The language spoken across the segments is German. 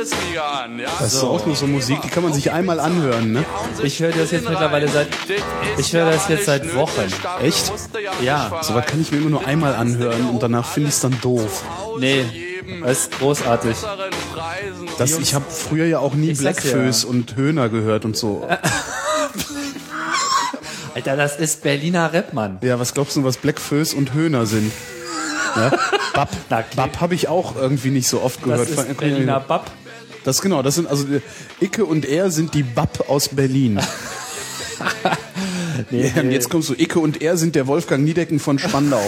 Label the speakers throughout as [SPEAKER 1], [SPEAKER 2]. [SPEAKER 1] Bundesliga an. Ja? Also,
[SPEAKER 2] Das ist auch nur so Musik, die kann man sich einmal anhören, ne?
[SPEAKER 3] Ich höre das jetzt mittlerweile seit- ich höre das jetzt seit Wochen.
[SPEAKER 2] Echt?
[SPEAKER 3] Ja.
[SPEAKER 2] Sowas kann ich mir immer nur einmal anhören und danach finde ich es dann doof.
[SPEAKER 3] Nee, das ist großartig.
[SPEAKER 2] Das, ich habe früher ja auch nie
[SPEAKER 3] Ich sag's dir,
[SPEAKER 2] Blackfoes
[SPEAKER 3] ja.
[SPEAKER 2] und Höhner gehört und so.
[SPEAKER 3] Alter, das ist Berliner Rap, Mann.
[SPEAKER 2] Ja, was glaubst du, was Blackfoes und Höhner sind? Ja? Bab,
[SPEAKER 3] Na, okay.
[SPEAKER 2] Bab habe ich auch irgendwie nicht so oft gehört.
[SPEAKER 3] Das ist Berliner Bab.
[SPEAKER 2] Das genau, das sind also äh, Icke und er sind die Bab aus Berlin. ja, und jetzt kommst du, Icke und er sind der Wolfgang Niedecken von Spandau.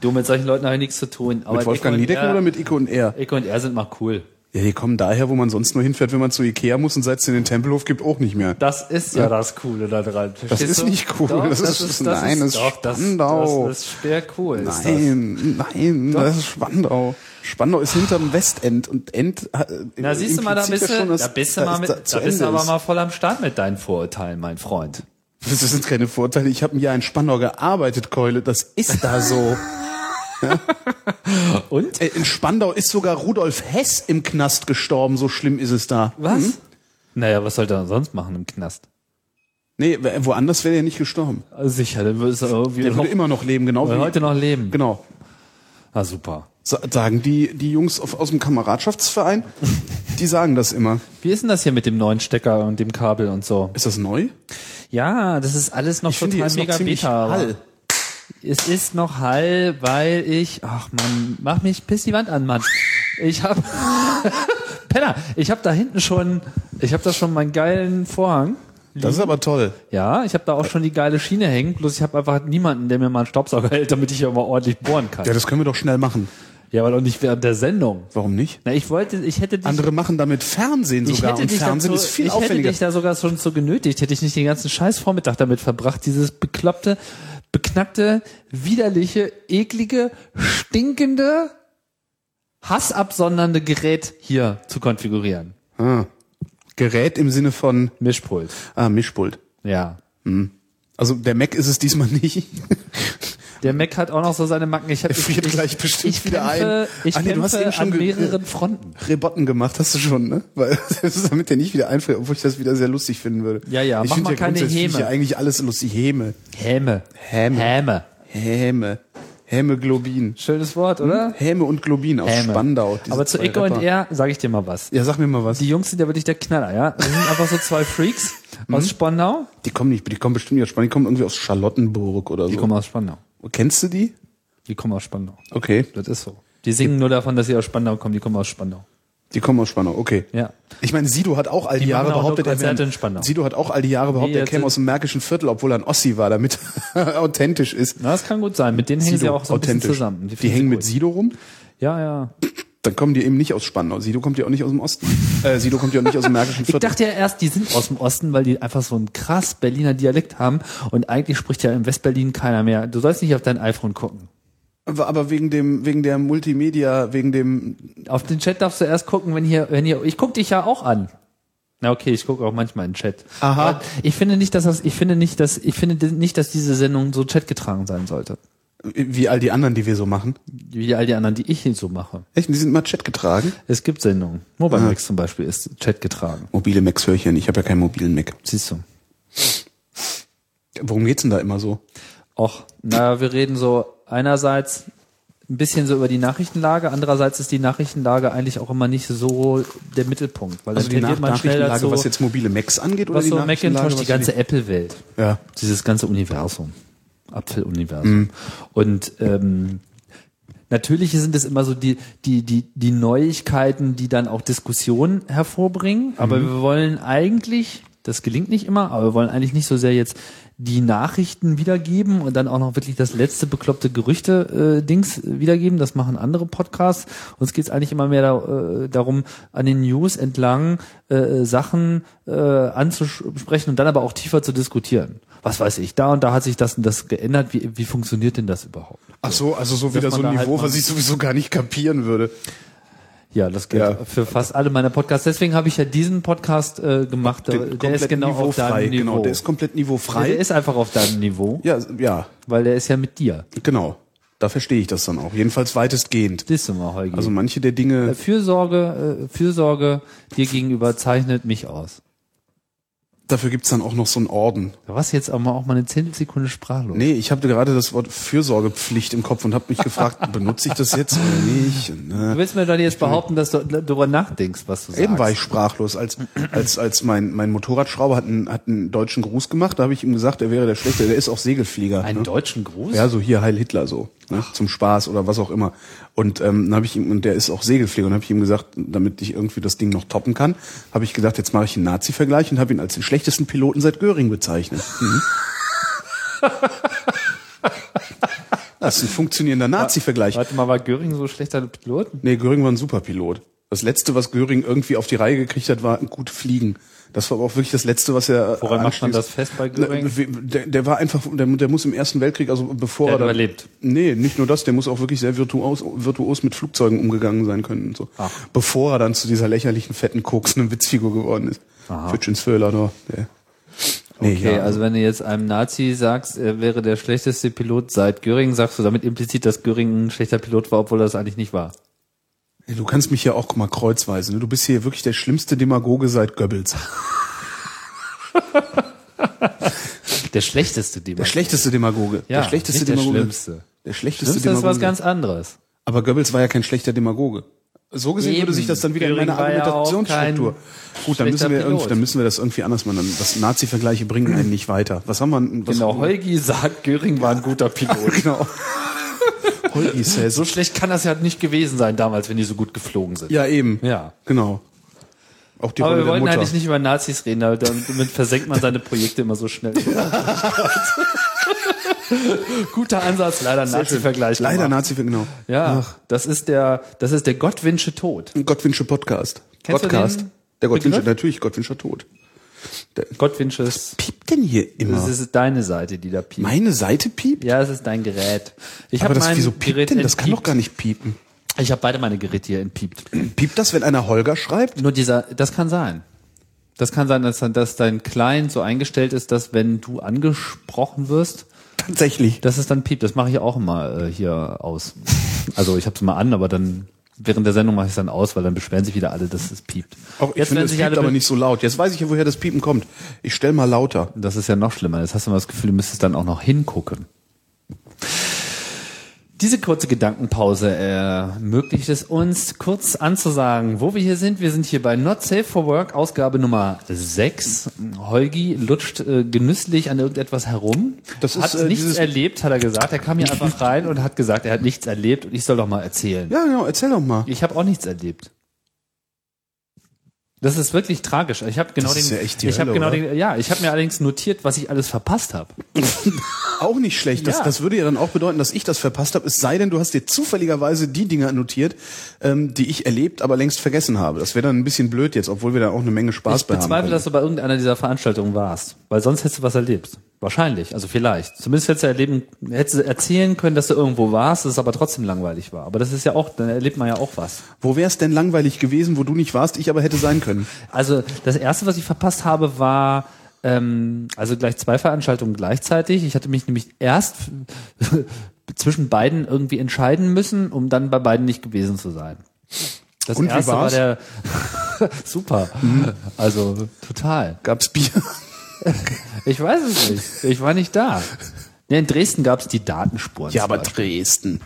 [SPEAKER 3] Du, mit solchen Leuten habe ich nichts zu tun. Aber
[SPEAKER 2] mit Wolfgang
[SPEAKER 3] Icke und
[SPEAKER 2] Niedecken
[SPEAKER 3] er-
[SPEAKER 2] oder mit Icke und er?
[SPEAKER 3] Icke und er sind mal cool.
[SPEAKER 2] Ja, die kommen daher, wo man sonst nur hinfährt, wenn man zu Ikea muss und seit es den Tempelhof gibt, auch nicht mehr.
[SPEAKER 3] Das ist ja, das Coole daran.
[SPEAKER 2] Das ist nicht cool.
[SPEAKER 3] Doch,
[SPEAKER 2] Das ist- nein, das ist
[SPEAKER 3] doch, das,
[SPEAKER 2] Spandau.
[SPEAKER 3] das ist schwer cool. ist
[SPEAKER 2] Nein, nein, das ist Spandau. Spandau ist hinterm Westend und End. äh,
[SPEAKER 3] Na, siehst du mal, da
[SPEAKER 2] impliziert
[SPEAKER 3] bist
[SPEAKER 2] ja
[SPEAKER 3] du,
[SPEAKER 2] dass
[SPEAKER 3] da bist du
[SPEAKER 2] da
[SPEAKER 3] mal
[SPEAKER 2] ist-
[SPEAKER 3] mit,
[SPEAKER 2] da zu
[SPEAKER 3] da bist du
[SPEAKER 2] Ende
[SPEAKER 3] aber
[SPEAKER 2] ist.
[SPEAKER 3] mal voll am Start mit deinen Vorurteilen, mein Freund.
[SPEAKER 2] Das sind keine Vorteile. Ich habe ein Jahr in Spandau gearbeitet, Keule. Das ist da so.
[SPEAKER 3] Und?
[SPEAKER 2] Äh, In Spandau ist sogar Rudolf Hess im Knast gestorben. So schlimm ist es da.
[SPEAKER 3] Was? Hm? Naja, was sollte er sonst machen im Knast?
[SPEAKER 2] Nee, w- woanders wäre er nicht gestorben.
[SPEAKER 3] Also sicher, dann würde es irgendwie
[SPEAKER 2] Der
[SPEAKER 3] noch,
[SPEAKER 2] würde immer noch leben, genau wie
[SPEAKER 3] würde heute noch leben.
[SPEAKER 2] Genau.
[SPEAKER 3] Ah, super.
[SPEAKER 2] Sa- Sagen die, die Jungs auf, aus dem Kameradschaftsverein, die sagen das immer.
[SPEAKER 3] Wie ist denn das hier mit dem neuen Stecker und dem Kabel und so?
[SPEAKER 2] Ist das neu?
[SPEAKER 3] Ja, das ist alles noch
[SPEAKER 2] Ich finde, hier
[SPEAKER 3] total
[SPEAKER 2] ist noch
[SPEAKER 3] mega
[SPEAKER 2] ziemlich
[SPEAKER 3] beta. aber
[SPEAKER 2] Hall.
[SPEAKER 3] Es ist noch Hall, weil ich, ach man, mach mich, piss die Wand an, Mann. Ich hab, Penner, ich hab da hinten schon, ich hab da schon meinen geilen Vorhang.
[SPEAKER 2] Das ist aber toll.
[SPEAKER 3] Ja, ich habe da auch schon die geile Schiene hängen, bloß ich habe einfach niemanden, der mir mal einen Staubsauger hält, damit ich hier mal ordentlich bohren kann.
[SPEAKER 2] Ja, das können wir doch schnell machen.
[SPEAKER 3] Ja, aber doch nicht während der Sendung.
[SPEAKER 2] Warum nicht?
[SPEAKER 3] Na, ich wollte, ich hätte dich,
[SPEAKER 2] Andere machen damit Fernsehen
[SPEAKER 3] ich
[SPEAKER 2] sogar
[SPEAKER 3] hätte
[SPEAKER 2] und
[SPEAKER 3] dich,
[SPEAKER 2] Fernsehen
[SPEAKER 3] dazu,
[SPEAKER 2] ist viel
[SPEAKER 3] ich hätte
[SPEAKER 2] aufwendiger.
[SPEAKER 3] dich da sogar schon so genötigt, hätte ich nicht den ganzen scheiß Vormittag damit verbracht, dieses bekloppte, beknackte, widerliche, eklige, stinkende, hassabsondernde Gerät hier zu konfigurieren.
[SPEAKER 2] Ah. Gerät im Sinne von
[SPEAKER 3] Mischpult.
[SPEAKER 2] ah, Mischpult.
[SPEAKER 3] Ja.
[SPEAKER 2] Also der Mac ist es diesmal nicht.
[SPEAKER 3] Der Mac hat auch noch so seine Macken. Ich hab,
[SPEAKER 2] Der friert
[SPEAKER 3] ich,
[SPEAKER 2] gleich bestimmt
[SPEAKER 3] ich
[SPEAKER 2] wieder
[SPEAKER 3] kämpfe,
[SPEAKER 2] ein.
[SPEAKER 3] Ich
[SPEAKER 2] Ah, nee, du hast
[SPEAKER 3] kämpfe
[SPEAKER 2] eben schon
[SPEAKER 3] an
[SPEAKER 2] ge-
[SPEAKER 3] mehreren Fronten.
[SPEAKER 2] Rebotten gemacht hast du schon, ne? Weil das ist damit der nicht wieder einfriert, obwohl ich das wieder sehr lustig finden würde.
[SPEAKER 3] Ja, ja,
[SPEAKER 2] ich
[SPEAKER 3] mach
[SPEAKER 2] finde
[SPEAKER 3] mal
[SPEAKER 2] ja
[SPEAKER 3] keine
[SPEAKER 2] grundsätzlich
[SPEAKER 3] Häme.
[SPEAKER 2] Ja eigentlich alles lustig. Häme.
[SPEAKER 3] Häme.
[SPEAKER 2] Häme.
[SPEAKER 3] Häme.
[SPEAKER 2] Häme. Hämeglobin.
[SPEAKER 3] Schönes Wort, oder?
[SPEAKER 2] Häme und Globin aus
[SPEAKER 3] Hm? Häme.
[SPEAKER 2] Spandau. diese
[SPEAKER 3] Aber zu
[SPEAKER 2] zwei
[SPEAKER 3] Icke und
[SPEAKER 2] Rapper.
[SPEAKER 3] er sage ich dir mal was.
[SPEAKER 2] Ja, sag mir mal was.
[SPEAKER 3] Die Jungs sind ja wirklich der Knaller, ja? Das sind einfach so zwei Freaks aus Spandau.
[SPEAKER 2] Die kommen nicht, die kommen bestimmt nicht aus Spandau, die kommen irgendwie aus Charlottenburg oder
[SPEAKER 3] Die
[SPEAKER 2] so.
[SPEAKER 3] kommen aus Spandau.
[SPEAKER 2] Kennst du die?
[SPEAKER 3] Die kommen aus Spandau.
[SPEAKER 2] Okay.
[SPEAKER 3] Das ist so. Die singen nur davon, dass sie aus Spandau kommen. Die kommen aus Spandau.
[SPEAKER 2] Die kommen aus Spandau, okay.
[SPEAKER 3] Ja.
[SPEAKER 2] Ich meine, Sido hat auch all die,
[SPEAKER 3] Die machen
[SPEAKER 2] Jahre
[SPEAKER 3] auch nur
[SPEAKER 2] behauptet, er
[SPEAKER 3] Konzerte
[SPEAKER 2] wäre-
[SPEAKER 3] in Spandau.
[SPEAKER 2] Sido hat auch all die Jahre behauptet,
[SPEAKER 3] Nee,
[SPEAKER 2] er
[SPEAKER 3] das
[SPEAKER 2] käme
[SPEAKER 3] sind-
[SPEAKER 2] aus dem Märkischen Viertel, obwohl er ein Ossi war, damit er authentisch ist.
[SPEAKER 3] Na, das kann gut sein. Mit denen hängen sie auch so ein bisschen zusammen.
[SPEAKER 2] Die,
[SPEAKER 3] finden
[SPEAKER 2] hängen
[SPEAKER 3] sie
[SPEAKER 2] mit
[SPEAKER 3] gut.
[SPEAKER 2] Sido rum,
[SPEAKER 3] Ja, ja.
[SPEAKER 2] dann kommen die eben nicht aus Spandau. Sido kommt ja auch nicht aus dem Osten. Äh, Sido kommt ja auch nicht aus dem Märkischen
[SPEAKER 3] Ich
[SPEAKER 2] Viertel.
[SPEAKER 3] dachte ja erst, die sind aus dem Osten, weil die einfach so einen krass Berliner Dialekt haben und eigentlich spricht ja in Westberlin keiner mehr. Du sollst nicht auf dein iPhone gucken.
[SPEAKER 2] Aber aber wegen dem, wegen der Multimedia, wegen dem,
[SPEAKER 3] Auf den Chat darfst du erst gucken, wenn hier, wenn hier, ich guck dich ja auch an. Na okay, ich gucke auch manchmal in den Chat.
[SPEAKER 2] Aha.
[SPEAKER 3] Aber ich finde nicht, dass das, ich finde nicht, dass, ich finde nicht, dass diese Sendung so chatgetragen sein sollte.
[SPEAKER 2] wie all die anderen, die wir so machen.
[SPEAKER 3] Wie all die anderen, die ich hier so mache.
[SPEAKER 2] Echt, die sind immer Chat getragen.
[SPEAKER 3] Es gibt Sendungen. Mobile Max zum Beispiel ist chatgetragen.
[SPEAKER 2] Mobile Macs höre ich ja nicht, ich habe ja keinen mobilen Mac.
[SPEAKER 3] Siehst du.
[SPEAKER 2] Worum geht's denn da immer so?
[SPEAKER 3] Och, na, wir reden so einerseits ein bisschen so über die Nachrichtenlage, andererseits ist die Nachrichtenlage eigentlich auch immer nicht so der Mittelpunkt, weil
[SPEAKER 2] Also
[SPEAKER 3] dann
[SPEAKER 2] die
[SPEAKER 3] tendiert
[SPEAKER 2] Nach
[SPEAKER 3] man schnell
[SPEAKER 2] Nachrichtenlage,
[SPEAKER 3] dazu,
[SPEAKER 2] was jetzt mobile Macs angeht oder
[SPEAKER 3] was
[SPEAKER 2] die
[SPEAKER 3] so
[SPEAKER 2] Nachrichtenlage,
[SPEAKER 3] Macintosh, die
[SPEAKER 2] was
[SPEAKER 3] ganze Apple-Welt,
[SPEAKER 2] Ja. Mhm.
[SPEAKER 3] dieses ganze Universum, Apfeluniversum. Und ähm, natürlich sind es immer so die, die, die, die Neuigkeiten, die dann auch Diskussionen hervorbringen, aber wir wollen eigentlich, das gelingt nicht immer, aber wir wollen eigentlich nicht so sehr jetzt die Nachrichten wiedergeben und dann auch noch wirklich das letzte bekloppte Gerüchte-Dings wiedergeben. Das machen andere Podcasts. Uns geht es eigentlich immer mehr da, äh, darum, an den News entlang äh, Sachen äh, anzusprechen und dann aber auch tiefer zu diskutieren. Was weiß ich, da und da hat sich das und das geändert. Wie, wie funktioniert denn das überhaupt?
[SPEAKER 2] Ach so, also so wieder
[SPEAKER 3] man
[SPEAKER 2] so ein
[SPEAKER 3] da halt
[SPEAKER 2] Niveau,
[SPEAKER 3] mal-
[SPEAKER 2] was ich sowieso gar nicht kapieren würde.
[SPEAKER 3] Ja, das gilt
[SPEAKER 2] Ja.
[SPEAKER 3] für fast alle meiner Podcasts. Deswegen habe ich ja diesen Podcast äh, gemacht. Der, der ist genau auf deinem Niveau.
[SPEAKER 2] Genau, der ist komplett
[SPEAKER 3] Ja, der
[SPEAKER 2] niveaufrei.
[SPEAKER 3] ist einfach auf deinem Niveau,
[SPEAKER 2] Ja, ja,
[SPEAKER 3] weil der ist ja mit dir.
[SPEAKER 2] genau. Da verstehe ich das dann auch. Jedenfalls weitestgehend.
[SPEAKER 3] Siehst du mal, Holgi.
[SPEAKER 2] Also manche der Dinge.
[SPEAKER 3] Äh, Fürsorge, äh, Fürsorge dir gegenüber zeichnet mich aus.
[SPEAKER 2] Dafür gibt's dann auch noch so einen Orden.
[SPEAKER 3] Da warst du jetzt auch mal, auch mal eine 10 Sekunde sprachlos.
[SPEAKER 2] Nee, ich habe gerade das Wort Fürsorgepflicht im Kopf und habe mich gefragt, benutze ich das jetzt oder nicht? Und,
[SPEAKER 3] Du
[SPEAKER 2] ne?
[SPEAKER 3] willst mir dann jetzt behaupten, dass du darüber nachdenkst, was du sagst.
[SPEAKER 2] Eben war ich sprachlos, als als als mein mein Motorradschrauber hat einen hat einen deutschen Gruß gemacht. Da habe ich ihm gesagt, er wäre der Schlechte. Der ist auch Segelflieger.
[SPEAKER 3] Einen
[SPEAKER 2] ne?
[SPEAKER 3] deutschen Gruß?
[SPEAKER 2] Ja, so hier Heil Hitler so, ne? zum Spaß oder was auch immer. Und ähm, dann habe ich ihm, und der ist auch Segelflieger, und habe ich ihm gesagt, damit ich irgendwie das Ding noch toppen kann, habe ich gedacht, jetzt mache ich einen Nazi-Vergleich und habe ihn als den schlechtesten Piloten seit Göring bezeichnet. Mhm. das ist ein funktionierender Nazi-Vergleich.
[SPEAKER 3] Warte mal, war Göring so schlechter Pilot?
[SPEAKER 2] Nee, Göring war ein Superpilot. Das letzte, was Göring irgendwie auf die Reihe gekriegt hat, war gut fliegen. Das war aber auch wirklich das letzte, was er.
[SPEAKER 3] Woran macht man
[SPEAKER 2] anschließend-
[SPEAKER 3] das fest bei Göring?
[SPEAKER 2] Der, der war einfach, der, der muss im Ersten Weltkrieg, also bevor er
[SPEAKER 3] Der hat
[SPEAKER 2] dann-
[SPEAKER 3] überlebt.
[SPEAKER 2] Nee, nicht nur das, der muss auch wirklich sehr virtuos, virtuos mit Flugzeugen umgegangen sein können und so.
[SPEAKER 3] Ach.
[SPEAKER 2] Bevor er dann zu dieser lächerlichen, fetten, koksenden Witzfigur geworden ist. Fitchens Föhler, da. ne? der- Nee,
[SPEAKER 3] Okay, also wenn du jetzt einem Nazi sagst, er wäre der schlechteste Pilot seit Göring, sagst du damit implizit, dass Göring ein schlechter Pilot war, obwohl er das eigentlich nicht war.
[SPEAKER 2] Du kannst mich ja auch mal kreuzweisen. ne? Du bist hier wirklich der schlimmste Demagoge seit Goebbels.
[SPEAKER 3] Der schlechteste Demagoge.
[SPEAKER 2] Der schlechteste Demagoge.
[SPEAKER 3] Ja,
[SPEAKER 2] der schlechteste
[SPEAKER 3] nicht der
[SPEAKER 2] Demagoge.
[SPEAKER 3] schlimmste.
[SPEAKER 2] Der schlechteste
[SPEAKER 3] Schlimmste ist
[SPEAKER 2] Demagoge.
[SPEAKER 3] was ganz anderes.
[SPEAKER 2] Aber Goebbels war ja kein schlechter Demagoge. So gesehen
[SPEAKER 3] Eben.
[SPEAKER 2] würde sich das dann wieder in
[SPEAKER 3] Göring
[SPEAKER 2] meiner
[SPEAKER 3] war ja auch
[SPEAKER 2] Argumentationsstruktur. Gut, dann
[SPEAKER 3] schlechter
[SPEAKER 2] müssen wir
[SPEAKER 3] Pilot.
[SPEAKER 2] irgendwie, dann müssen wir das irgendwie anders machen. Dann- Das Nazi-Vergleiche bringen einen nicht weiter. Was haben wir? denn- Was
[SPEAKER 3] Genau, Holgi sagt, Göring war ein guter Pilot.
[SPEAKER 2] genau. Holgi says.
[SPEAKER 3] so schlecht kann das ja nicht gewesen sein damals, wenn die so gut geflogen sind.
[SPEAKER 2] Ja, eben.
[SPEAKER 3] Ja.
[SPEAKER 2] Genau. Auch die
[SPEAKER 3] Aber
[SPEAKER 2] Rolle
[SPEAKER 3] wir
[SPEAKER 2] der
[SPEAKER 3] wollten
[SPEAKER 2] Mutter.
[SPEAKER 3] eigentlich nicht über Nazis reden, aber damit versenkt man seine Projekte immer so schnell. Guter Ansatz, leider Nazi-Vergleich.
[SPEAKER 2] Leider
[SPEAKER 3] gemacht.
[SPEAKER 2] Nazi, genau.
[SPEAKER 3] Ja, das ist der, das ist der Gottwinsche Tod.
[SPEAKER 2] Ein Gottwinsche Podcast.
[SPEAKER 3] Kennst du
[SPEAKER 2] Podcast.
[SPEAKER 3] den
[SPEAKER 2] der Gottwinsche,
[SPEAKER 3] Begriff?
[SPEAKER 2] natürlich Gottwinscher Tod.
[SPEAKER 3] Gottwinsches,
[SPEAKER 2] Piept denn hier
[SPEAKER 3] das
[SPEAKER 2] immer?
[SPEAKER 3] ist deine Seite, die da piept.
[SPEAKER 2] Meine Seite piept?
[SPEAKER 3] ja, es ist dein Gerät. Ich
[SPEAKER 2] Aber
[SPEAKER 3] habe
[SPEAKER 2] das,
[SPEAKER 3] mein
[SPEAKER 2] wieso piept
[SPEAKER 3] Gerät
[SPEAKER 2] denn? Das kann
[SPEAKER 3] entpiept.
[SPEAKER 2] doch gar nicht piepen.
[SPEAKER 3] Ich habe beide meine Geräte hier entpiept.
[SPEAKER 2] Piept das, wenn einer Holger schreibt?
[SPEAKER 3] Nur dieser, das kann sein. Das kann sein, dass, dass dein Client so eingestellt ist, dass wenn du angesprochen wirst,
[SPEAKER 2] Tatsächlich.
[SPEAKER 3] dass es dann piept. Das mache ich auch immer äh, hier aus. Also ich habe es mal an, aber dann während der Sendung mache ich es dann aus, weil dann beschweren sich wieder alle, dass es piept.
[SPEAKER 2] Auch ich finde,
[SPEAKER 3] werden
[SPEAKER 2] es piept aber nicht so laut. Jetzt weiß ich ja, woher das Piepen kommt. Ich stell mal lauter.
[SPEAKER 3] Das ist ja noch schlimmer. Jetzt hast du mal das Gefühl, du müsstest dann auch noch hingucken. Diese kurze Gedankenpause ermöglicht es uns, kurz anzusagen, wo wir hier sind. Wir sind hier bei Not Safe for Work, Ausgabe Nummer 6. Holgi lutscht äh, genüsslich an irgendetwas herum.
[SPEAKER 2] Das ist,
[SPEAKER 3] hat
[SPEAKER 2] äh,
[SPEAKER 3] nichts
[SPEAKER 2] dieses-
[SPEAKER 3] erlebt, hat er gesagt. Er kam hier einfach rein und hat gesagt, er hat nichts erlebt und ich soll doch mal erzählen.
[SPEAKER 2] Ja, genau, erzähl doch mal.
[SPEAKER 3] Ich habe auch nichts erlebt. Das ist wirklich tragisch. Ich habe genau
[SPEAKER 2] Das
[SPEAKER 3] den,
[SPEAKER 2] ist ja echt die
[SPEAKER 3] ich habe
[SPEAKER 2] Hölle,
[SPEAKER 3] genau
[SPEAKER 2] oder?
[SPEAKER 3] den, ja, ich habe mir allerdings notiert, was ich alles verpasst habe.
[SPEAKER 2] Auch nicht schlecht. Das,
[SPEAKER 3] Ja.
[SPEAKER 2] das würde ja dann auch bedeuten, dass ich das verpasst habe. Es sei denn, du hast dir zufälligerweise die Dinge notiert, ähm, die ich erlebt, aber längst vergessen habe. Das wäre dann ein bisschen blöd jetzt, obwohl wir da auch eine Menge Spaß
[SPEAKER 3] Ich
[SPEAKER 2] bei haben.
[SPEAKER 3] bezweifle,
[SPEAKER 2] können.
[SPEAKER 3] dass du bei irgendeiner dieser Veranstaltungen warst, weil sonst hättest du was erlebt. Wahrscheinlich, also vielleicht. Zumindest hättest du erleben, hättest du erzählen können, dass du irgendwo warst, dass es aber trotzdem langweilig war. Aber das ist ja auch, dann erlebt man ja auch was.
[SPEAKER 2] Wo wäre es denn langweilig gewesen, wo du nicht warst, ich aber hätte sein können?
[SPEAKER 3] Also das erste, was ich verpasst habe, war ähm, also gleich zwei Veranstaltungen gleichzeitig. Ich hatte mich nämlich erst zwischen beiden irgendwie entscheiden müssen, um dann bei beiden nicht gewesen zu sein. Das
[SPEAKER 2] Und wie
[SPEAKER 3] erste war
[SPEAKER 2] war's?
[SPEAKER 3] der super. Also total.
[SPEAKER 2] Gab's Bier?
[SPEAKER 3] Ich weiß es nicht. Ich war nicht da. Nee, in Dresden gab es die Datenspuren. zum Beispiel.
[SPEAKER 2] Dresden.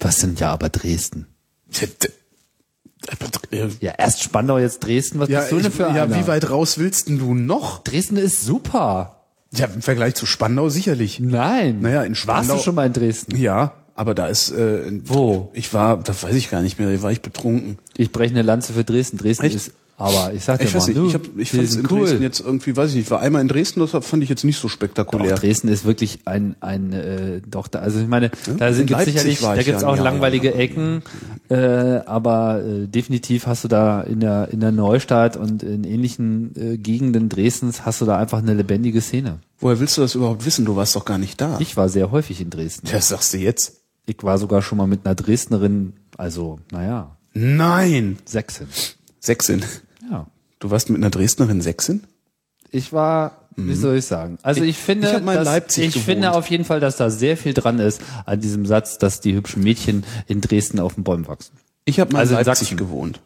[SPEAKER 3] was sind ja aber Dresden?
[SPEAKER 2] Ja, Äh,
[SPEAKER 3] Ja, erst Spandau, jetzt Dresden. Was bist du denn
[SPEAKER 2] ich,
[SPEAKER 3] für
[SPEAKER 2] ja
[SPEAKER 3] einer?
[SPEAKER 2] wie weit raus willst denn du noch?
[SPEAKER 3] Dresden ist super.
[SPEAKER 2] Ja, im Vergleich zu Spandau sicherlich.
[SPEAKER 3] Nein.
[SPEAKER 2] Naja, in
[SPEAKER 3] Warst
[SPEAKER 2] Spandau-
[SPEAKER 3] du schon mal in Dresden?
[SPEAKER 2] Ja, aber da ist äh,
[SPEAKER 3] Wo?
[SPEAKER 2] Ich war, das weiß ich gar nicht mehr. War ich betrunken?
[SPEAKER 3] Ich breche eine Lanze für Dresden. Dresden
[SPEAKER 2] Echt?
[SPEAKER 3] ist, aber ich sag dir
[SPEAKER 2] Ich
[SPEAKER 3] mal,
[SPEAKER 2] weiß nicht.
[SPEAKER 3] du,
[SPEAKER 2] Ich, hab- ich
[SPEAKER 3] die
[SPEAKER 2] fand es
[SPEAKER 3] sind
[SPEAKER 2] in Dresden jetzt irgendwie, weiß ich nicht. War einmal in Dresden, das fand ich jetzt nicht so spektakulär.
[SPEAKER 3] Doch, Dresden ist wirklich ein, ein äh, doch da, also ich meine, da
[SPEAKER 2] Hm? In
[SPEAKER 3] sind gibt's
[SPEAKER 2] Leipzig
[SPEAKER 3] sicherlich,
[SPEAKER 2] war
[SPEAKER 3] da
[SPEAKER 2] ich
[SPEAKER 3] gibt's
[SPEAKER 2] ja
[SPEAKER 3] auch
[SPEAKER 2] ein Jahr,
[SPEAKER 3] langweilige Ecken, äh, aber äh, definitiv hast du da in der in der Neustadt und in ähnlichen äh, Gegenden Dresdens hast du da einfach eine lebendige Szene.
[SPEAKER 2] Woher willst du das überhaupt wissen? Du warst doch gar nicht da.
[SPEAKER 3] Ich war sehr häufig in Dresden.
[SPEAKER 2] das sagst du jetzt?
[SPEAKER 3] Ich war sogar schon mal mit einer Dresdnerin, also naja,
[SPEAKER 2] Nein.
[SPEAKER 3] Sechsin.
[SPEAKER 2] Sechsin.
[SPEAKER 3] Ja,
[SPEAKER 2] Du warst mit einer Dresdnerin Sechsin?
[SPEAKER 3] ich war wie soll ich sagen? Also ich, finde,
[SPEAKER 2] Mhm. ich hab mal in
[SPEAKER 3] dass,
[SPEAKER 2] Leipzig
[SPEAKER 3] ich
[SPEAKER 2] gewohnt.
[SPEAKER 3] finde auf jeden Fall, dass da sehr viel dran ist an diesem Satz, dass die hübschen Mädchen in Dresden auf den Bäumen wachsen.
[SPEAKER 2] Ich habe mal
[SPEAKER 3] Also
[SPEAKER 2] in
[SPEAKER 3] in
[SPEAKER 2] Leipzig
[SPEAKER 3] Sachsen.
[SPEAKER 2] gewohnt.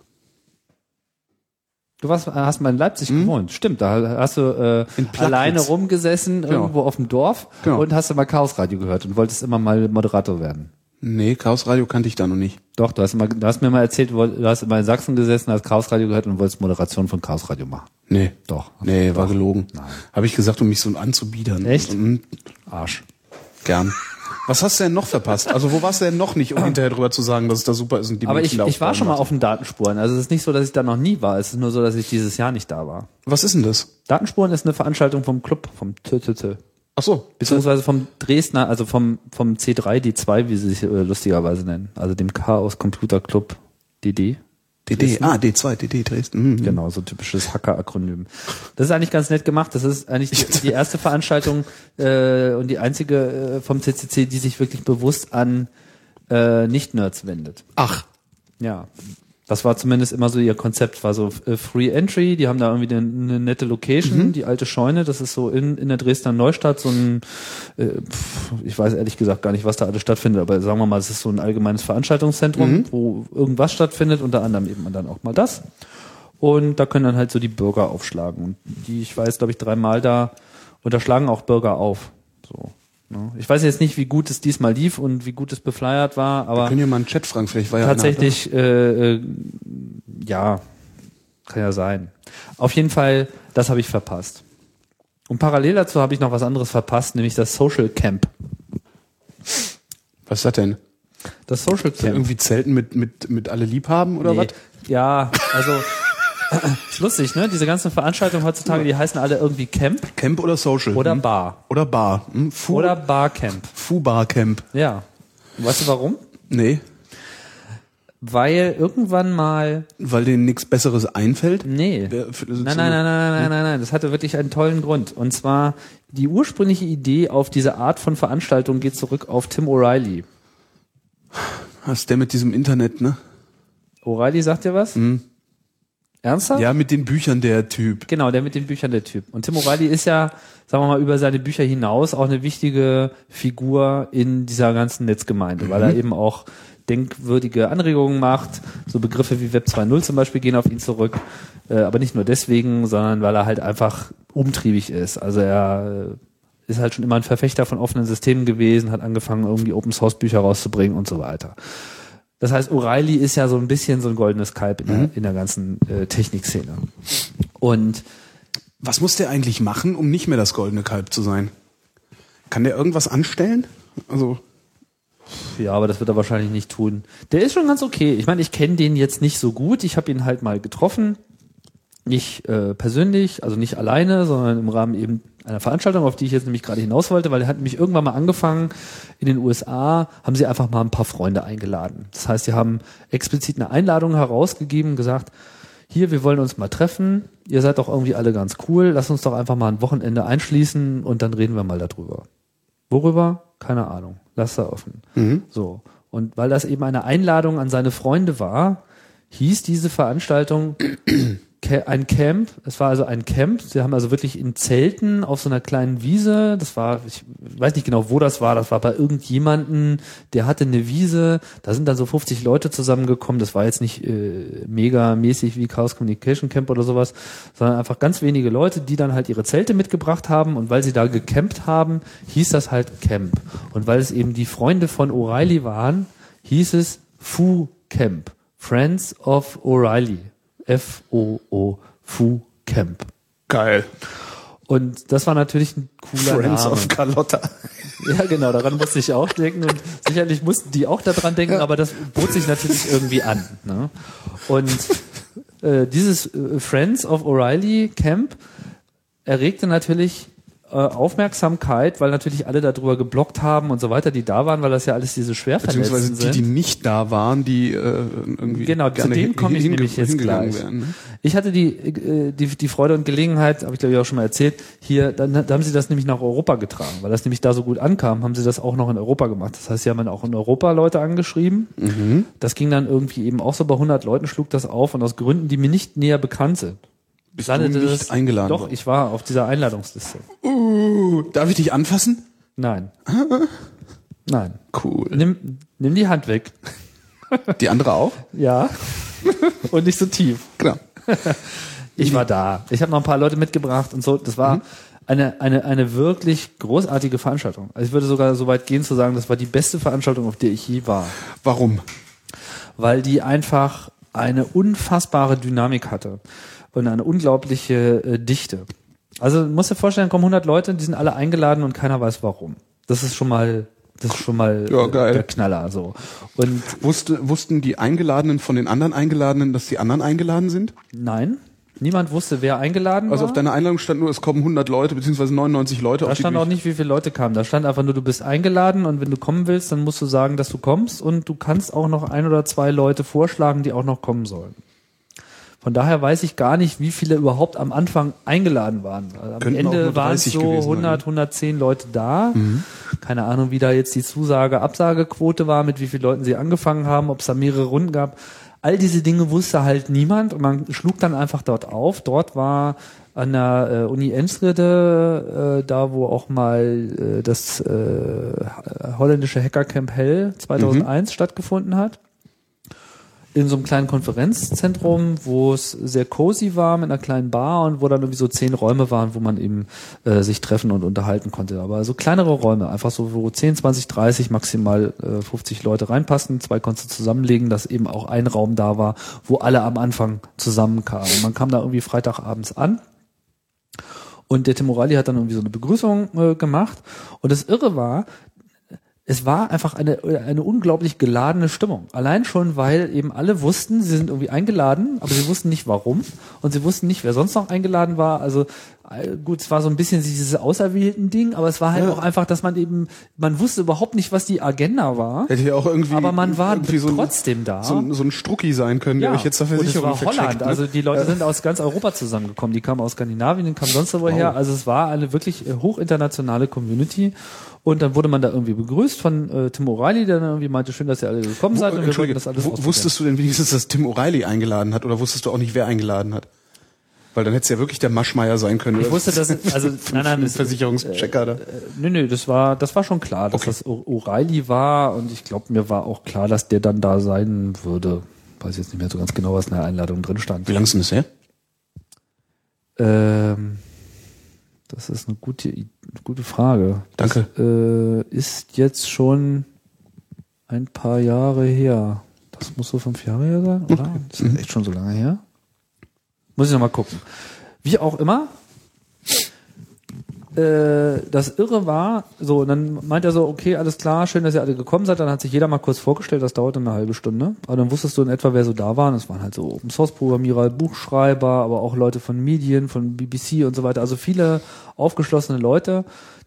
[SPEAKER 3] Du warst, hast mal in Leipzig gewohnt, stimmt. Da hast du äh,
[SPEAKER 2] Mhm. Plattwitz.
[SPEAKER 3] alleine rumgesessen irgendwo auf dem Dorf
[SPEAKER 2] Genau.
[SPEAKER 3] und hast immer Chaosradio gehört und wolltest immer mal Moderator werden.
[SPEAKER 2] Nee, Chaos Radio kannte ich da noch nicht.
[SPEAKER 3] Doch, du hast, immer, du hast mir mal erzählt, du woll- du hast immer in Sachsen gesessen, hast Chaosradio gehört und wolltest Moderation von Chaosradio machen.
[SPEAKER 2] Nee.
[SPEAKER 3] Doch.
[SPEAKER 2] Nee, war gelogen. Habe ich gesagt, um mich so anzubiedern.
[SPEAKER 3] Echt?
[SPEAKER 2] Mhm,
[SPEAKER 3] Arsch.
[SPEAKER 2] gern. Was hast du denn noch verpasst? Also wo warst du denn noch nicht, um hinterher drüber zu sagen, dass es da super ist und die
[SPEAKER 3] Aber
[SPEAKER 2] Mädchen
[SPEAKER 3] ich,
[SPEAKER 2] da
[SPEAKER 3] ich war
[SPEAKER 2] aufbauen
[SPEAKER 3] schon mal
[SPEAKER 2] lassen?
[SPEAKER 3] auf den Datenspuren. Also es ist nicht so, dass ich da noch nie war. Es ist nur so, dass ich dieses Jahr nicht da war.
[SPEAKER 2] Was ist denn das?
[SPEAKER 3] Datenspuren ist eine Veranstaltung vom Club, vom TTT.
[SPEAKER 2] Ach so.
[SPEAKER 3] Beziehungsweise vom Dresdner, also vom, vom C3, die 2, wie sie sich äh, lustigerweise nennen. Also dem Chaos Computer Club DD.
[SPEAKER 2] DD. Ah, D2, DD Dresden. Mhm.
[SPEAKER 3] Genau, so typisches Hacker-Akronym. Das ist eigentlich ganz nett gemacht. Das ist eigentlich die, die erste Veranstaltung äh, und die einzige äh, vom CCC, die sich wirklich bewusst an äh, Nicht-Nerds wendet.
[SPEAKER 2] Ach.
[SPEAKER 3] Ja. Das war zumindest immer so ihr Konzept, war so äh, Free Entry, die haben da irgendwie eine, eine nette Location,
[SPEAKER 2] Mhm.
[SPEAKER 3] die alte Scheune, das ist so in, in der Dresdner Neustadt, so ein, äh, pf, ich weiß ehrlich gesagt gar nicht, was da alles stattfindet, aber sagen wir mal, es ist so ein allgemeines Veranstaltungszentrum,
[SPEAKER 2] Mhm.
[SPEAKER 3] wo irgendwas stattfindet, unter anderem eben dann auch mal das. Und da können dann halt so die Bürger aufschlagen. Und die, ich weiß, glaube ich, dreimal da unterschlagen auch Bürger auf. So. Ne? Ich weiß jetzt nicht, wie gut es diesmal lief und wie gut es befleiert war, aber
[SPEAKER 2] Können wir mal einen Chat fragen? Vielleicht war ja einer
[SPEAKER 3] tatsächlich, äh, äh, ja, kann ja sein. Auf jeden Fall, das habe ich verpasst. Und parallel dazu habe ich noch was anderes verpasst, nämlich das Social Camp.
[SPEAKER 2] da. Was ist das denn?
[SPEAKER 3] Das Social
[SPEAKER 2] Ist das
[SPEAKER 3] Camp.
[SPEAKER 2] irgendwie Zelten mit, mit, mit alle Liebhaben oder was?
[SPEAKER 3] Ja, also ist lustig, ne? Diese ganzen Veranstaltungen heutzutage, die heißen alle irgendwie Camp
[SPEAKER 2] Camp oder Social?
[SPEAKER 3] oder
[SPEAKER 2] Hm?
[SPEAKER 3] Bar.
[SPEAKER 2] Oder Bar. Hm? Fu
[SPEAKER 3] Oder Barcamp.
[SPEAKER 2] Fu-Bar Camp.
[SPEAKER 3] Ja. Weißt du warum?
[SPEAKER 2] Nee.
[SPEAKER 3] Weil irgendwann mal
[SPEAKER 2] Weil denen nichts Besseres einfällt?
[SPEAKER 3] Nee.
[SPEAKER 2] Der- Hm. für-
[SPEAKER 3] nein, nein, nein, nein, nein, nein, nein, nein. Das hatte wirklich einen tollen Grund. Und zwar die ursprüngliche Idee auf diese Art von Veranstaltung geht zurück auf Tim O'Reilly.
[SPEAKER 2] Was ist der mit diesem Internet, ne?
[SPEAKER 3] O'Reilly sagt dir was?
[SPEAKER 2] Hm.
[SPEAKER 3] Ernsthaft?
[SPEAKER 2] Ja, mit den Büchern der Typ.
[SPEAKER 3] Genau, der mit den Büchern, der Typ. Und Tim O'Reilly ist ja, sagen wir mal, über seine Bücher hinaus auch eine wichtige Figur in dieser ganzen Netzgemeinde, weil er eben auch denkwürdige Anregungen macht. So Begriffe wie Web 2.0 zum Beispiel gehen auf ihn zurück. Äh, aber nicht nur deswegen, sondern weil er halt einfach umtriebig ist. Also er äh, ist halt schon immer ein Verfechter von offenen Systemen gewesen, hat angefangen, irgendwie Open Source Bücher rauszubringen und so weiter. Das heißt, O'Reilly ist ja so ein bisschen so ein goldenes Kalb in, der, in der ganzen äh, Technikszene. Und
[SPEAKER 2] Was muss der eigentlich machen, um nicht mehr das goldene Kalb zu sein? Kann der irgendwas anstellen? Also,
[SPEAKER 3] Ja, aber das wird er wahrscheinlich nicht tun. Der ist schon ganz okay. Ich meine, ich kenne den jetzt nicht so gut. Ich habe ihn halt mal getroffen. Nicht äh, persönlich, also nicht alleine, sondern im Rahmen eben einer Veranstaltung, auf die ich jetzt nämlich gerade hinaus wollte, weil er hat mich irgendwann mal angefangen, in den USA haben sie einfach mal ein paar Freunde eingeladen. Das heißt, sie haben explizit eine Einladung herausgegeben, gesagt, hier, wir wollen uns mal treffen, ihr seid doch irgendwie alle ganz cool, lasst uns doch einfach mal ein Wochenende einschließen und dann reden wir mal darüber. Worüber? Keine Ahnung. Lass da offen. So. Und weil das eben eine Einladung an seine Freunde war, hieß diese Veranstaltung Ca- ein Camp. Es war also ein Camp. Sie haben also wirklich in Zelten auf so einer kleinen Wiese, das war, ich weiß nicht genau, wo das war, das war bei irgendjemanden, der hatte eine Wiese, da sind dann so 50 Leute zusammengekommen. Das war jetzt nicht äh, mega mäßig wie Chaos Communication Camp oder sowas, sondern einfach ganz wenige Leute, die dann halt ihre Zelte mitgebracht haben und weil sie da gecampt haben, hieß das halt Camp. Und weil es eben die Freunde von O'Reilly waren, hieß es Fu Camp. Friends of O'Reilly. F-O-O, Fu Camp.
[SPEAKER 2] geil.
[SPEAKER 3] Und das war natürlich ein cooler
[SPEAKER 2] Friends
[SPEAKER 3] Name.
[SPEAKER 2] of Carlotta.
[SPEAKER 3] Ja, genau, daran musste ich auch denken und sicherlich mussten die auch daran denken, aber das bot sich natürlich irgendwie an. Ne? Und äh, dieses äh, Friends of O'Reilly Camp erregte natürlich äh, Aufmerksamkeit, weil natürlich alle darüber geblockt haben und so weiter, die da waren, weil das ja alles diese
[SPEAKER 2] Beziehungsweise
[SPEAKER 3] Schwerverletzten
[SPEAKER 2] die,
[SPEAKER 3] sind.
[SPEAKER 2] die nicht da waren, die äh, irgendwie
[SPEAKER 3] Genau, zu
[SPEAKER 2] gerne
[SPEAKER 3] denen komme ich
[SPEAKER 2] hinge-
[SPEAKER 3] nämlich jetzt
[SPEAKER 2] hingegangen
[SPEAKER 3] gleich.
[SPEAKER 2] wären, ne?
[SPEAKER 3] Ich hatte die, äh, die, die Freude und Gelegenheit, habe ich glaube ich auch schon mal erzählt, hier, dann, da haben sie das nämlich nach Europa getragen, weil das nämlich da so gut ankam, haben sie das auch noch in Europa gemacht. Das heißt, sie haben dann auch in Europa Leute angeschrieben.
[SPEAKER 2] Mhm.
[SPEAKER 3] Das ging dann irgendwie eben auch so bei 100 Leuten, schlug das auf und aus Gründen, die mir nicht näher bekannt sind.
[SPEAKER 2] Bist
[SPEAKER 3] landete
[SPEAKER 2] du nicht
[SPEAKER 3] das-
[SPEAKER 2] eingeladen?
[SPEAKER 3] Doch,
[SPEAKER 2] worden?
[SPEAKER 3] ich war auf dieser Einladungsliste.
[SPEAKER 2] uh, darf ich dich anfassen?
[SPEAKER 3] Nein. Nein.
[SPEAKER 2] Cool.
[SPEAKER 3] Nimm, nimm die Hand weg.
[SPEAKER 2] Die andere auch?
[SPEAKER 3] Ja. Und nicht so tief.
[SPEAKER 2] Klar.
[SPEAKER 3] Ich war da. Ich habe noch ein paar Leute mitgebracht und so. Das war
[SPEAKER 2] Mhm.
[SPEAKER 3] eine, eine, eine wirklich großartige Veranstaltung. Also ich würde sogar so weit gehen zu sagen, das war die beste Veranstaltung, auf der ich je war.
[SPEAKER 2] Warum?
[SPEAKER 3] Weil die einfach eine unfassbare Dynamik hatte und eine unglaubliche äh, Dichte. Also du musst dir vorstellen, kommen 100 Leute, die sind alle eingeladen und keiner weiß warum. Das ist schon mal, das ist schon mal
[SPEAKER 2] Ja,
[SPEAKER 3] äh,
[SPEAKER 2] geil.
[SPEAKER 3] der Knaller. So. Und
[SPEAKER 2] Wusste, wussten die Eingeladenen von den anderen Eingeladenen, dass die anderen eingeladen sind?
[SPEAKER 3] nein, niemand wusste, wer eingeladen
[SPEAKER 2] Also
[SPEAKER 3] war.
[SPEAKER 2] auf deiner Einladung stand nur, es kommen 100 Leute, beziehungsweise 99 Leute.
[SPEAKER 3] Da
[SPEAKER 2] auf die
[SPEAKER 3] stand
[SPEAKER 2] du
[SPEAKER 3] auch
[SPEAKER 2] dich-
[SPEAKER 3] nicht, wie viele Leute kamen. Da stand einfach nur, du bist eingeladen und wenn du kommen willst, dann musst du sagen, dass du kommst und du kannst auch noch ein oder zwei Leute vorschlagen, die auch noch kommen sollen. Von daher weiß ich gar nicht, wie viele überhaupt am Anfang eingeladen waren. Also am
[SPEAKER 2] Könnten auch
[SPEAKER 3] Ende
[SPEAKER 2] nur
[SPEAKER 3] waren
[SPEAKER 2] 30
[SPEAKER 3] so
[SPEAKER 2] gewesen sein, ne? Mhm.
[SPEAKER 3] 100, 110 Leute da. Keine Ahnung, wie da jetzt die Zusage-Absagequote war, mit wie vielen Leuten sie angefangen haben, ob es da mehrere Runden gab. All diese Dinge wusste halt niemand und man schlug dann einfach dort auf. Dort war an der äh, Uni Enschede, äh, da wo auch mal äh, das äh, holländische Hackercamp Hell
[SPEAKER 2] Mhm.
[SPEAKER 3] 2001 stattgefunden hat in so einem kleinen Konferenzzentrum, wo es sehr cozy war mit einer kleinen Bar und wo dann irgendwie so zehn Räume waren, wo man eben äh, sich treffen und unterhalten konnte. Aber so kleinere Räume, einfach so, wo 10, 20, 30, maximal äh, 50 Leute reinpassen, zwei konntest du zusammenlegen, dass eben auch ein Raum da war, wo alle am Anfang zusammenkamen. Man kam da irgendwie Freitagabends an und der Tim O'Reilly hat dann irgendwie so eine Begrüßung äh, gemacht. Und das Irre war, es war einfach eine, eine unglaublich geladene Stimmung. Allein schon, weil eben alle wussten, sie sind irgendwie eingeladen, aber sie wussten nicht warum und sie wussten nicht, wer sonst noch eingeladen war. Also äh, gut, es war so ein bisschen dieses auserwählten Ding, aber es war halt auch einfach, dass man eben, man wusste überhaupt nicht, was die Agenda war,
[SPEAKER 2] Hätte ja auch irgendwie.
[SPEAKER 3] aber man war
[SPEAKER 2] irgendwie so ein-
[SPEAKER 3] trotzdem da.
[SPEAKER 2] So, ein- so ein Strucki sein können, der euch jetzt dafür
[SPEAKER 3] und es
[SPEAKER 2] Versicherung
[SPEAKER 3] war Holland.
[SPEAKER 2] vercheckt, ne?
[SPEAKER 3] Also die Leute sind aus ganz Europa zusammengekommen. Die kamen aus Skandinavien, die kamen sonst woher. her. Also es war eine wirklich äh, hochinternationale Community. Und dann wurde man da irgendwie begrüßt von äh, Tim O'Reilly, der dann irgendwie meinte, schön, dass ihr alle gekommen seid. Und wir wollten
[SPEAKER 2] Äh, Entschuldige,
[SPEAKER 3] das alles
[SPEAKER 2] wu-
[SPEAKER 3] ausprobieren.
[SPEAKER 2] wusstest du denn wenigstens, dass Tim O'Reilly eingeladen hat oder wusstest du auch nicht, wer eingeladen hat? Weil dann hätte es ja wirklich der Maschmeier sein können.
[SPEAKER 3] Ich wusste, dass es- also, nein, nein,
[SPEAKER 2] ein
[SPEAKER 3] es- äh,
[SPEAKER 2] Versicherungschecker da.
[SPEAKER 3] Nö, nö, das war, das war schon klar, dass
[SPEAKER 2] Okay.
[SPEAKER 3] das O- O'Reilly war und ich glaube, mir war auch klar, dass der dann da sein würde. Weiß jetzt nicht mehr so ganz genau, was in der Einladung drin stand.
[SPEAKER 2] Wie lang ist denn das her?
[SPEAKER 3] Ähm, das ist eine gute, I- gute Frage.
[SPEAKER 2] Danke.
[SPEAKER 3] äh, ist jetzt schon ein paar Jahre her. Das muss so fünf Jahre her sein, oder? Das ist echt schon so lange her. Muss ich nochmal gucken. Wie auch immer, äh, das Irre war, so, und dann meint er so, okay, alles klar, schön, dass ihr alle gekommen seid. Dann hat sich jeder mal kurz vorgestellt, das dauerte eine halbe Stunde. Aber dann wusstest du in etwa, wer so da waren. Das waren halt so Open Source Programmierer, Buchschreiber, aber auch Leute von Medien, von BBC und so weiter. Also viele aufgeschlossene Leute,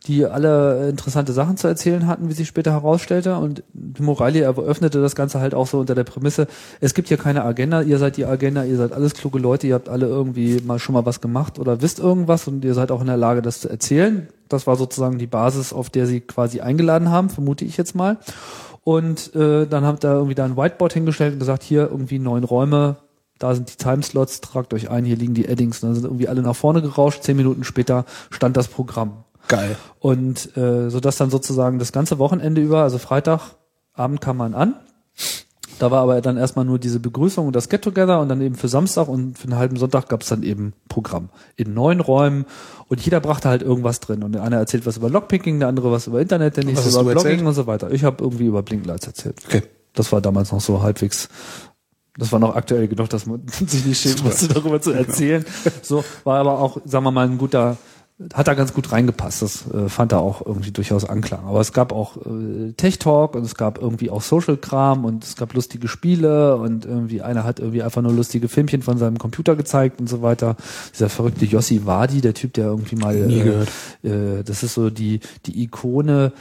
[SPEAKER 3] die alle interessante Sachen zu erzählen hatten, wie sich später herausstellte. Und Tim O'Reilly eröffnete das Ganze halt auch so unter der Prämisse, es gibt hier keine Agenda, ihr seid die Agenda, ihr seid alles kluge Leute, ihr habt alle irgendwie mal schon mal was gemacht oder wisst irgendwas und ihr seid auch in der Lage, das zu erzählen. Das war sozusagen die Basis, auf der sie quasi eingeladen haben, vermute ich jetzt mal. Und äh, dann haben da irgendwie da ein Whiteboard hingestellt und gesagt, hier irgendwie neun Räume, da sind die Timeslots, tragt euch ein, hier liegen die Addings. Und dann sind irgendwie alle nach vorne gerauscht, zehn Minuten später stand das Programm.
[SPEAKER 2] Geil.
[SPEAKER 3] Und äh, so dass dann sozusagen das ganze Wochenende über, also Freitagabend kam man an. Da war aber dann erstmal nur diese Begrüßung und das Get Together und dann eben für Samstag und für einen halben Sonntag gab's dann eben Programm in neun Räumen und jeder brachte halt irgendwas drin und der eine erzählt was über Lockpicking, der andere was über Internet, der nächste
[SPEAKER 2] hast
[SPEAKER 3] über
[SPEAKER 2] du
[SPEAKER 3] Blogging
[SPEAKER 2] erzählt?
[SPEAKER 3] und so weiter. Ich habe irgendwie über Blinklights erzählt.
[SPEAKER 2] Okay.
[SPEAKER 3] Das war damals noch so halbwegs das war noch aktuell genug, dass man sich nicht schämen musste, darüber zu
[SPEAKER 2] Genau.
[SPEAKER 3] erzählen. So war aber auch, sagen wir mal, ein guter, hat da ganz gut reingepasst. Das äh, fand da auch irgendwie durchaus Anklang. Aber es gab auch äh, Tech Talk und es gab irgendwie auch Social Kram und es gab lustige Spiele und irgendwie einer hat irgendwie einfach nur lustige Filmchen von seinem Computer gezeigt und so weiter. Dieser verrückte Yossi Wadi, der Typ, der irgendwie mal,
[SPEAKER 2] Nie
[SPEAKER 3] äh,
[SPEAKER 2] gehört.
[SPEAKER 3] äh, das ist so die die Ikone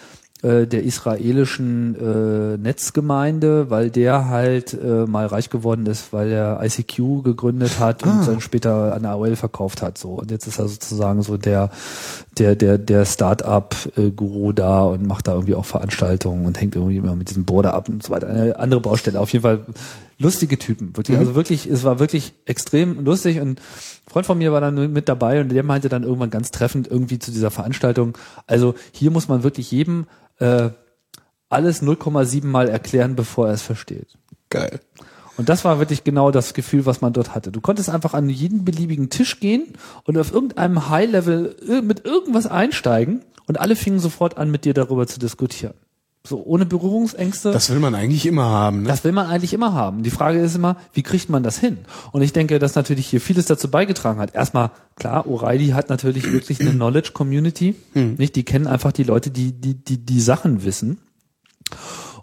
[SPEAKER 3] äh, der israelischen äh, Netzgemeinde, weil der halt äh, mal reich geworden ist, weil er ICQ gegründet hat und dann später an AOL verkauft hat. So und jetzt ist er sozusagen so der der der der Start-up-Guru da und macht da irgendwie auch Veranstaltungen und hängt irgendwie immer mit diesem Border ab und so weiter. Eine andere Baustelle. Auf jeden Fall lustige Typen, wirklich. Also wirklich, es war wirklich extrem lustig und ein Freund von mir war dann mit dabei und der meinte dann irgendwann ganz treffend irgendwie zu dieser Veranstaltung, also hier muss man wirklich jedem äh, alles 0,7 mal erklären, bevor er es versteht.
[SPEAKER 2] Geil.
[SPEAKER 3] Und das war wirklich genau das Gefühl, was man dort hatte. Du konntest einfach an jeden beliebigen Tisch gehen und auf irgendeinem High-Level ir- mit irgendwas einsteigen und alle fingen sofort an, mit dir darüber zu diskutieren. So ohne Berührungsängste.
[SPEAKER 2] Das will man eigentlich immer haben, ne?
[SPEAKER 3] Das will man eigentlich immer haben. Die Frage ist immer, wie kriegt man das hin? Und ich denke, dass natürlich hier vieles dazu beigetragen hat. Erstmal, klar, O'Reilly hat natürlich wirklich eine Knowledge Community. Nicht? Die kennen einfach die Leute, die, die, die, die Sachen wissen.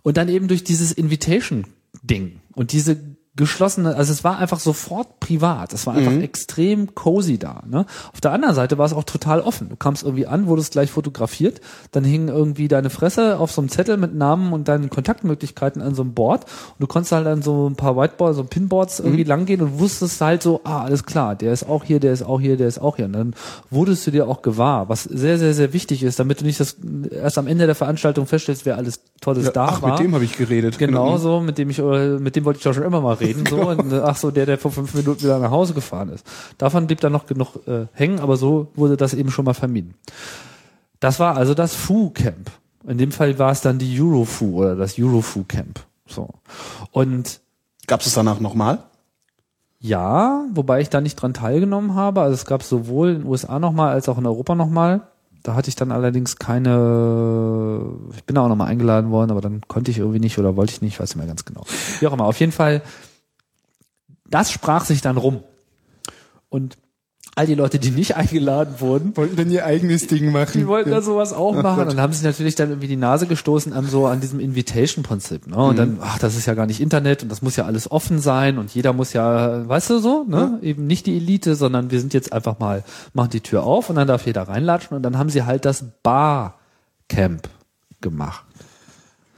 [SPEAKER 3] Und dann eben durch dieses Invitation-Ding und diese geschlossene, also es war einfach sofort privat. Es war einfach extrem cozy da. Ne? Auf der anderen Seite war es auch total offen. Du kamst irgendwie an, wurdest gleich fotografiert, dann hing irgendwie deine Fresse auf so einem Zettel mit Namen und deinen Kontaktmöglichkeiten an so einem Board und du konntest halt an so ein paar Whiteboards, so Pinboards irgendwie langgehen und wusstest halt so, ah, alles klar, der ist auch hier, der ist auch hier, der ist auch hier. Und dann wurdest du dir auch gewahr, was sehr, sehr, sehr wichtig ist, damit du nicht das erst am Ende der Veranstaltung feststellst, wer alles Tolles da
[SPEAKER 2] Ach,
[SPEAKER 3] war.
[SPEAKER 2] mit dem habe ich geredet. Mhm.
[SPEAKER 3] Genau so, mit dem ich, äh, mit dem wollte ich doch schon immer mal reden. So, und, äh, ach so, der, der vor fünf Minuten wieder nach Hause gefahren ist. Davon blieb dann noch genug äh, hängen, aber so wurde das eben schon mal vermieden. Das war also das Fu-Camp. In dem Fall war es dann die Euro-Fu oder das Euro-Fu-Camp. So. Und
[SPEAKER 2] Gab es danach nochmal?
[SPEAKER 3] ja, wobei ich da nicht dran teilgenommen habe. Also es gab sowohl in den USA nochmal als auch in Europa nochmal. Da hatte ich dann allerdings keine, ich bin da auch nochmal eingeladen worden, aber dann konnte ich irgendwie nicht oder wollte ich nicht, ich weiß nicht mehr ganz genau. Wie auch immer, auf jeden Fall, das sprach sich dann rum. Und all die Leute, die nicht eingeladen wurden,
[SPEAKER 2] Wollten denn ihr eigenes Ding machen?
[SPEAKER 3] die wollten da sowas auch
[SPEAKER 2] Oh
[SPEAKER 3] machen und haben sich natürlich dann irgendwie die Nase gestoßen an so an diesem Invitation-Prinzip. Ne? Und
[SPEAKER 2] Mhm.
[SPEAKER 3] dann, ach, das ist ja gar nicht Internet und das muss ja alles offen sein und jeder muss ja, weißt du so, ne? eben nicht die Elite, sondern wir sind jetzt einfach mal, machen die Tür auf und dann darf jeder reinlatschen und dann haben sie halt das Barcamp gemacht.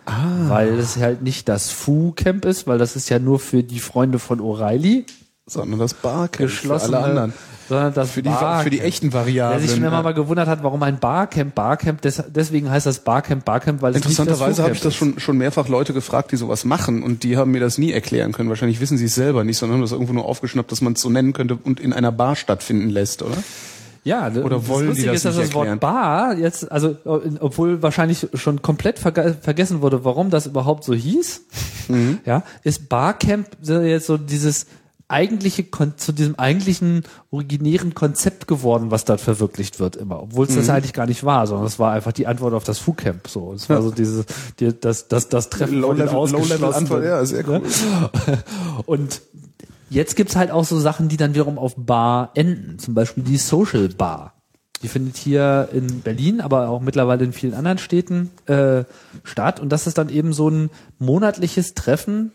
[SPEAKER 2] Ah.
[SPEAKER 3] Weil es halt nicht das Fu-Camp ist, weil das ist ja nur für die Freunde von O'Reilly
[SPEAKER 2] Sondern das Barcamp für
[SPEAKER 3] geschlossen,
[SPEAKER 2] alle anderen.
[SPEAKER 3] sondern das
[SPEAKER 2] Für die, für die
[SPEAKER 3] Barcamp.
[SPEAKER 2] echten
[SPEAKER 3] Wer
[SPEAKER 2] Variablen.
[SPEAKER 3] sich schon immer
[SPEAKER 2] Ja.
[SPEAKER 3] mal gewundert hat, warum ein Barcamp Barcamp, des, deswegen heißt das Barcamp Barcamp, weil es nicht
[SPEAKER 2] Interessanterweise
[SPEAKER 3] das
[SPEAKER 2] habe ich das
[SPEAKER 3] Foodcamp
[SPEAKER 2] schon, schon mehrfach Leute gefragt, die sowas machen und die haben mir das nie erklären können. Wahrscheinlich wissen sie es selber nicht, sondern haben das irgendwo nur aufgeschnappt, dass man es so nennen könnte und in einer Bar stattfinden lässt, oder?
[SPEAKER 3] ist. Ja, ne,
[SPEAKER 2] Oder
[SPEAKER 3] das
[SPEAKER 2] wollen die
[SPEAKER 3] Lustige
[SPEAKER 2] das
[SPEAKER 3] ist, dass
[SPEAKER 2] nicht
[SPEAKER 3] das Wort
[SPEAKER 2] erklären?
[SPEAKER 3] Bar jetzt, also äh, obwohl wahrscheinlich schon komplett verge vergessen wurde, warum das überhaupt so hieß,
[SPEAKER 2] Mhm.
[SPEAKER 3] ja, ist Barcamp so jetzt so dieses eigentliche Kon zu diesem eigentlichen originären Konzept geworden, was dort verwirklicht wird immer, obwohl es das
[SPEAKER 2] Mhm.
[SPEAKER 3] eigentlich gar nicht war, sondern es war einfach die Antwort auf das Foodcamp so. Es war so dieses die, das das das Treffen von den Ausgeschlossenen.
[SPEAKER 2] ja, sehr cool.
[SPEAKER 3] Und jetzt gibt's halt auch so Sachen, die dann wiederum auf Bar enden. Zum Beispiel die Social Bar. Die findet hier in Berlin, aber auch mittlerweile in vielen anderen Städten äh, statt. Und das ist dann eben so ein monatliches Treffen.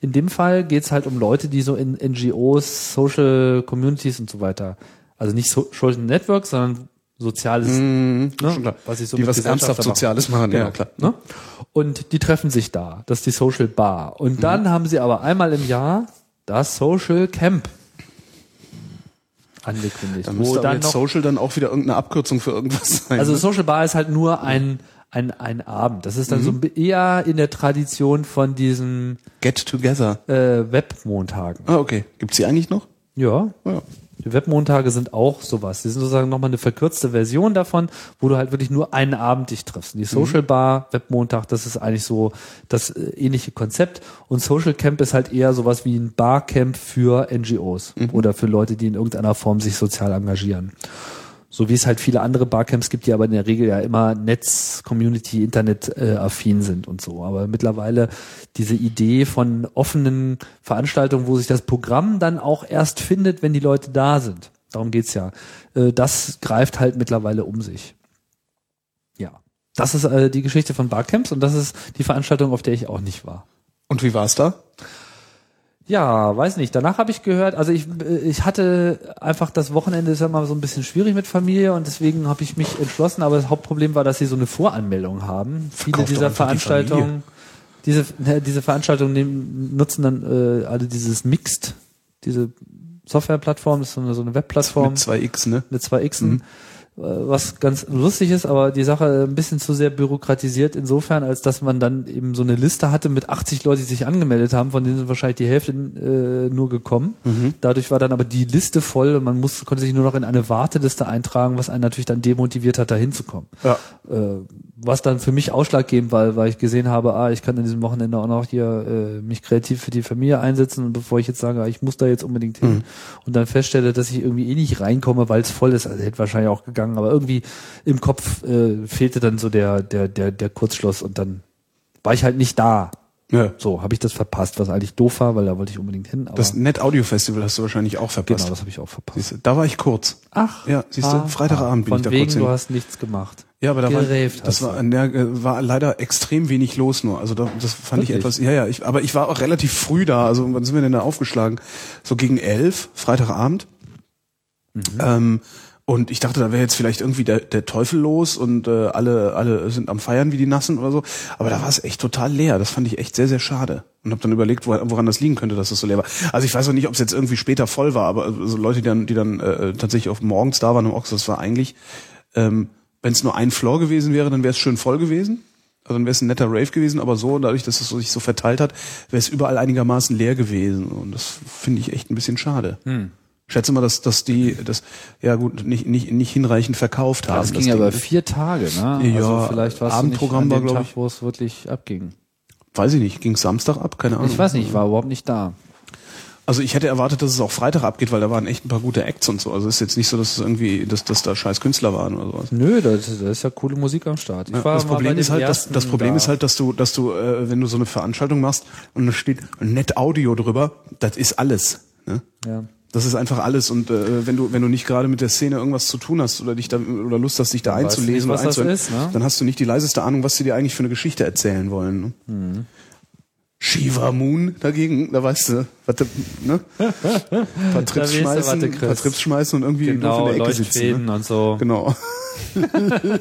[SPEAKER 3] In dem Fall geht's halt um Leute, die so in NGOs, Social Communities und so weiter. Also nicht so Social Networks, sondern soziales, ne,
[SPEAKER 2] Mhm. schon klar.
[SPEAKER 3] was ich so
[SPEAKER 2] die
[SPEAKER 3] mit
[SPEAKER 2] was ernsthaft
[SPEAKER 3] Gesellschafter mache.
[SPEAKER 2] Soziales machen,
[SPEAKER 3] Genau.
[SPEAKER 2] ja klar.
[SPEAKER 3] Ne? Und die treffen sich da. Das ist die Social Bar.
[SPEAKER 2] Mhm.
[SPEAKER 3] Und dann haben sie aber einmal im Jahr das Social Camp angekündigt.
[SPEAKER 2] Dann
[SPEAKER 3] wo
[SPEAKER 2] müsste aber
[SPEAKER 3] dann
[SPEAKER 2] jetzt
[SPEAKER 3] noch,
[SPEAKER 2] Social dann auch wieder irgendeine Abkürzung für irgendwas sein.
[SPEAKER 3] also
[SPEAKER 2] ne?
[SPEAKER 3] Social Bar ist halt nur ein, ein, ein Abend. Das ist dann
[SPEAKER 2] Mhm.
[SPEAKER 3] so ein- eher in der Tradition von diesen
[SPEAKER 2] Get Together.
[SPEAKER 3] äh, Webmontagen.
[SPEAKER 2] Ah, okay. Gibt's die eigentlich noch? Oh
[SPEAKER 3] Ja,
[SPEAKER 2] Ja.
[SPEAKER 3] Die Webmontage sind auch sowas. Die sind sozusagen nochmal eine verkürzte Version davon, wo du halt wirklich nur einen Abend dich triffst. Und die Social Bar, Webmontag, das ist eigentlich so das äh, ähnliche Konzept. Und Social Camp ist halt eher sowas wie ein Barcamp für NGOs oder für Leute, die in irgendeiner Form sich sozial engagieren. So wie es halt viele andere Barcamps gibt, die aber in der Regel ja immer Netz, Community, Internet äh, affin sind und so. Aber mittlerweile diese Idee von offenen Veranstaltungen, wo sich das Programm dann auch erst findet, wenn die Leute da sind. Darum geht's ja. Äh, das greift halt mittlerweile um sich. Ja. Das ist äh, die Geschichte von Barcamps und das ist die Veranstaltung, auf der ich auch nicht war.
[SPEAKER 2] Und wie war's da?
[SPEAKER 3] Ja, weiß nicht. Danach habe ich gehört, also ich, äh, ich hatte einfach das Wochenende ist ja mal so ein bisschen schwierig mit Familie und deswegen habe ich mich entschlossen, aber das Hauptproblem war, dass sie so eine Voranmeldung haben. Viele
[SPEAKER 2] doch
[SPEAKER 3] dieser
[SPEAKER 2] einfach die
[SPEAKER 3] Veranstaltungen, diese, ne, diese Veranstaltungen nehmen, nutzen dann äh, alle dieses Mixed, diese Softwareplattform, das ist so eine, so eine Webplattform
[SPEAKER 2] Mit zwei X, ne?
[SPEAKER 3] mit zwei Xen. Äh, was ganz lustig ist, aber die Sache ein bisschen zu sehr bürokratisiert insofern, als dass man dann eben so eine Liste hatte mit 80 Leuten, die sich angemeldet haben, von denen sind wahrscheinlich die Hälfte äh, nur gekommen. Dadurch war dann aber die Liste voll und man muss, konnte sich nur noch in eine Warteliste eintragen, was einen natürlich dann demotiviert hat, da hinzukommen.
[SPEAKER 2] Ja.
[SPEAKER 3] Äh, was dann für mich ausschlaggebend war, weil ich gesehen habe, ah, ich kann an diesem Wochenende auch noch hier äh, mich kreativ für die Familie einsetzen und bevor ich jetzt sage, ah, ich muss da jetzt unbedingt hin
[SPEAKER 2] Mhm.
[SPEAKER 3] und dann feststelle, dass ich irgendwie eh nicht reinkomme, weil es voll ist, also hätte wahrscheinlich auch gegangen, aber irgendwie im Kopf äh, fehlte dann so der der der der Kurzschluss und dann war ich halt nicht da.
[SPEAKER 2] Ja.
[SPEAKER 3] So habe ich das verpasst, was eigentlich doof war, weil da wollte ich unbedingt hin. Aber
[SPEAKER 2] Das Net Audio Festival hast du wahrscheinlich auch verpasst.
[SPEAKER 3] genau, das habe ich auch verpasst.
[SPEAKER 2] Siehst du, da war ich kurz.
[SPEAKER 3] Ach,
[SPEAKER 2] Ja, siehst du,
[SPEAKER 3] ah,
[SPEAKER 2] Freitagabend bin
[SPEAKER 3] von
[SPEAKER 2] ich da
[SPEAKER 3] wegen,
[SPEAKER 2] kurz hin.
[SPEAKER 3] du hast nichts gemacht.
[SPEAKER 2] Ja, aber da war,
[SPEAKER 3] Geräft
[SPEAKER 2] das
[SPEAKER 3] hast
[SPEAKER 2] war, an der, äh, war leider extrem wenig los nur. Also da, das fand ich
[SPEAKER 3] Wirklich?
[SPEAKER 2] etwas, ja, ja, ich, aber ich war auch relativ früh da. Also wann sind wir denn da aufgeschlagen? So gegen elf, Freitagabend.
[SPEAKER 3] Mhm.
[SPEAKER 2] Ähm, und ich dachte, da wäre jetzt vielleicht irgendwie der, der Teufel los und äh, alle, alle sind am Feiern wie die Nassen oder so. Aber da war es echt total leer. Das fand ich echt sehr, sehr schade. Und habe dann überlegt, wo- woran das liegen könnte, dass das so leer war. Also ich weiß auch nicht, ob es jetzt irgendwie später voll war, aber äh, so Leute, die dann, die dann äh, tatsächlich auf morgens da waren, haben auch gesagt, das war eigentlich ähm, wenn es nur ein Floor gewesen wäre, dann wäre es schön voll gewesen. Also dann wäre es ein netter Rave gewesen, aber so, dadurch, dass es so- sich so verteilt hat, wäre es überall einigermaßen leer gewesen. Und das finde ich echt ein bisschen schade.
[SPEAKER 3] Hm.
[SPEAKER 2] Ich schätze mal, dass, dass die das ja gut nicht, nicht, nicht hinreichend verkauft haben.
[SPEAKER 3] Das ging ja
[SPEAKER 2] Ding.
[SPEAKER 3] über vier Tage, ne?
[SPEAKER 2] Ja,
[SPEAKER 3] also vielleicht warst
[SPEAKER 2] Abendprogramm
[SPEAKER 3] du nicht
[SPEAKER 2] war,
[SPEAKER 3] an dem
[SPEAKER 2] glaub
[SPEAKER 3] Tag,
[SPEAKER 2] ich-
[SPEAKER 3] wo es wirklich abging.
[SPEAKER 2] Weiß ich nicht, ging Samstag ab, keine Ahnung.
[SPEAKER 3] Ich weiß nicht, ich war überhaupt nicht da.
[SPEAKER 2] Also ich hätte erwartet, dass es auch Freitag abgeht, weil da waren echt ein paar gute Acts und so. Also es ist jetzt nicht so, dass es irgendwie, dass, dass da scheiß Künstler waren oder sowas.
[SPEAKER 3] Nö, da ist, da ist ja coole Musik am Start. Ich
[SPEAKER 2] Ja,
[SPEAKER 3] war
[SPEAKER 2] das
[SPEAKER 3] mal bei
[SPEAKER 2] Problem
[SPEAKER 3] dem
[SPEAKER 2] ist halt, dass,
[SPEAKER 3] ersten
[SPEAKER 2] das Problem
[SPEAKER 3] da.
[SPEAKER 2] ist halt, dass du, dass du, äh, wenn du so eine Veranstaltung machst und da steht nett Audio drüber, das ist alles. Ne?
[SPEAKER 3] Ja.
[SPEAKER 2] Das ist einfach alles. Und äh, wenn du, wenn du nicht gerade mit der Szene irgendwas zu tun hast oder dich da oder Lust hast, dich da
[SPEAKER 3] weißt du
[SPEAKER 2] einzulesen
[SPEAKER 3] nicht,
[SPEAKER 2] oder
[SPEAKER 3] was das
[SPEAKER 2] einzuhören,
[SPEAKER 3] ist, ne?
[SPEAKER 2] dann hast du nicht die leiseste Ahnung, was sie dir eigentlich für eine Geschichte erzählen wollen. Ne?
[SPEAKER 3] Mhm.
[SPEAKER 2] Shiva Moon dagegen, da weißt du, was du, ne? paar Trips
[SPEAKER 3] weißt du, was
[SPEAKER 2] schmeißen,
[SPEAKER 3] du
[SPEAKER 2] paar
[SPEAKER 3] kriegst.
[SPEAKER 2] Trips schmeißen und irgendwie doof
[SPEAKER 3] Genau,
[SPEAKER 2] in der Ecke sitzen. Ne?
[SPEAKER 3] Leuchtfäden und so.
[SPEAKER 2] Genau.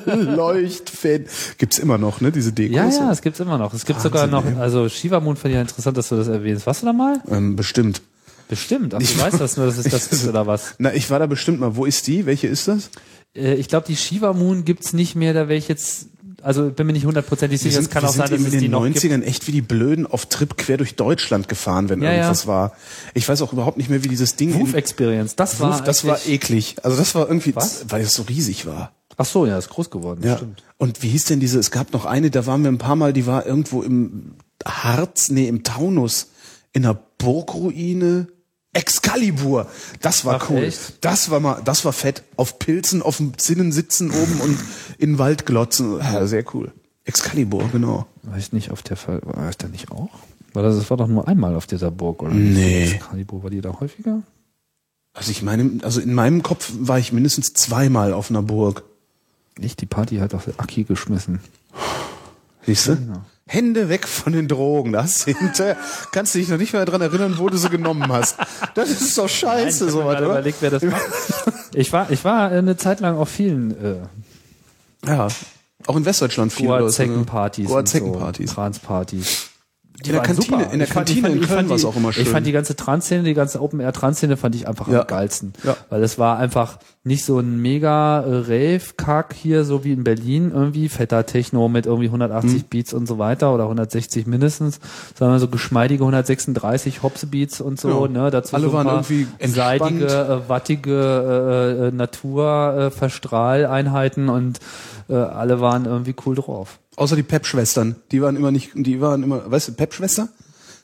[SPEAKER 2] Leuchtfäden. Gibt's immer noch, ne? Diese Dekos.
[SPEAKER 3] Ja, ja, es gibt's immer noch. Es gibt sogar noch,
[SPEAKER 2] Wahnsinn,
[SPEAKER 3] also Shiva Moon fand ich ja interessant, dass du das erwähnst. Warst du da mal?
[SPEAKER 2] Ähm, bestimmt.
[SPEAKER 3] Bestimmt, aber
[SPEAKER 2] Ich-
[SPEAKER 3] du weißt das nur, dass es das ist oder was.
[SPEAKER 2] Na, ich war da bestimmt mal. Wo ist die? Welche ist das?
[SPEAKER 3] Äh, Ich glaube, die Shiva Moon gibt's nicht mehr, da wäre ich jetzt, also bin mir nicht hundertprozentig sicher. Es kann auch sein, dass
[SPEAKER 2] eben
[SPEAKER 3] es
[SPEAKER 2] in
[SPEAKER 3] die
[SPEAKER 2] den
[SPEAKER 3] noch gibt.
[SPEAKER 2] 90ern echt wie die Blöden auf Trip quer durch Deutschland gefahren, wenn
[SPEAKER 3] Ja, ja.
[SPEAKER 2] irgendwas war. Ich weiß auch überhaupt nicht mehr, wie dieses Ding
[SPEAKER 3] Woof
[SPEAKER 2] in-
[SPEAKER 3] Experience, das war.
[SPEAKER 2] Woof, das war
[SPEAKER 3] eigentlich-
[SPEAKER 2] eklig. Also das war irgendwie,
[SPEAKER 3] Was?
[SPEAKER 2] weil es so riesig war.
[SPEAKER 3] Ach so, ja, ist groß geworden,
[SPEAKER 2] Ja.
[SPEAKER 3] stimmt.
[SPEAKER 2] Und wie hieß denn diese? Es gab noch eine, da waren wir ein paar Mal, die war irgendwo im Harz, nee, im Taunus, in einer Burgruine. Excalibur, das war
[SPEAKER 3] Ach,
[SPEAKER 2] cool.
[SPEAKER 3] echt?
[SPEAKER 2] Das war mal, das war fett. Auf Pilzen, auf dem Zinnen sitzen oben und in den Wald glotzen. Ja, sehr cool. Excalibur, genau.
[SPEAKER 3] War ich nicht auf der Fall, war ich da nicht auch? War das, das war doch nur einmal auf dieser Burg, oder?
[SPEAKER 2] Nee.
[SPEAKER 3] Excalibur, war die da häufiger?
[SPEAKER 2] Also ich meine, also in meinem Kopf war ich mindestens zweimal auf einer Burg.
[SPEAKER 3] Nicht, die Party hat auf der Aki geschmissen.
[SPEAKER 2] Siehst du? Genau. Hände weg von den Drogen. Das hinter kannst du dich noch nicht mehr daran erinnern, wo du sie genommen hast. Das ist doch scheiße,
[SPEAKER 3] ich hab mir
[SPEAKER 2] sowas,
[SPEAKER 3] gerade
[SPEAKER 2] oder?
[SPEAKER 3] überlegt, wer das macht. Ich war, ich war äh, eine Zeit lang auf vielen äh,
[SPEAKER 2] Ja. Auch in Westdeutschland viel oder so, ne?
[SPEAKER 3] Goa-Zecken-Partys. und
[SPEAKER 2] Goa-Zecken-Partys.
[SPEAKER 3] So, Trans-Partys. Die
[SPEAKER 2] In der
[SPEAKER 3] waren
[SPEAKER 2] Kantine,
[SPEAKER 3] super.
[SPEAKER 2] in der
[SPEAKER 3] Ich fand-
[SPEAKER 2] Kantine
[SPEAKER 3] ich fand-
[SPEAKER 2] in
[SPEAKER 3] ich fand
[SPEAKER 2] Köln war es
[SPEAKER 3] die-
[SPEAKER 2] auch immer schön.
[SPEAKER 3] Ich fand die ganze Trans-Szene, die ganze Open-Air-Trans-Szene fand ich einfach
[SPEAKER 2] Ja.
[SPEAKER 3] am geilsten.
[SPEAKER 2] Ja.
[SPEAKER 3] Weil es war einfach nicht so ein mega äh, Rave-Kack hier, so wie in Berlin irgendwie, fetter Techno mit irgendwie
[SPEAKER 2] Hm.
[SPEAKER 3] 180 Beats und so weiter oder 160 mindestens, sondern so geschmeidige 136 Hops-Beats und so,
[SPEAKER 2] Ja.
[SPEAKER 3] ne, dazu
[SPEAKER 2] Alle
[SPEAKER 3] so ein
[SPEAKER 2] waren
[SPEAKER 3] paar
[SPEAKER 2] irgendwie entspannt.
[SPEAKER 3] seidige, äh, wattige äh, äh, Naturverstrahleinheiten und äh, alle waren irgendwie cool drauf.
[SPEAKER 2] Außer die Pep-Schwestern. Die waren immer nicht, die waren immer, weißt du, Pep-Schwester?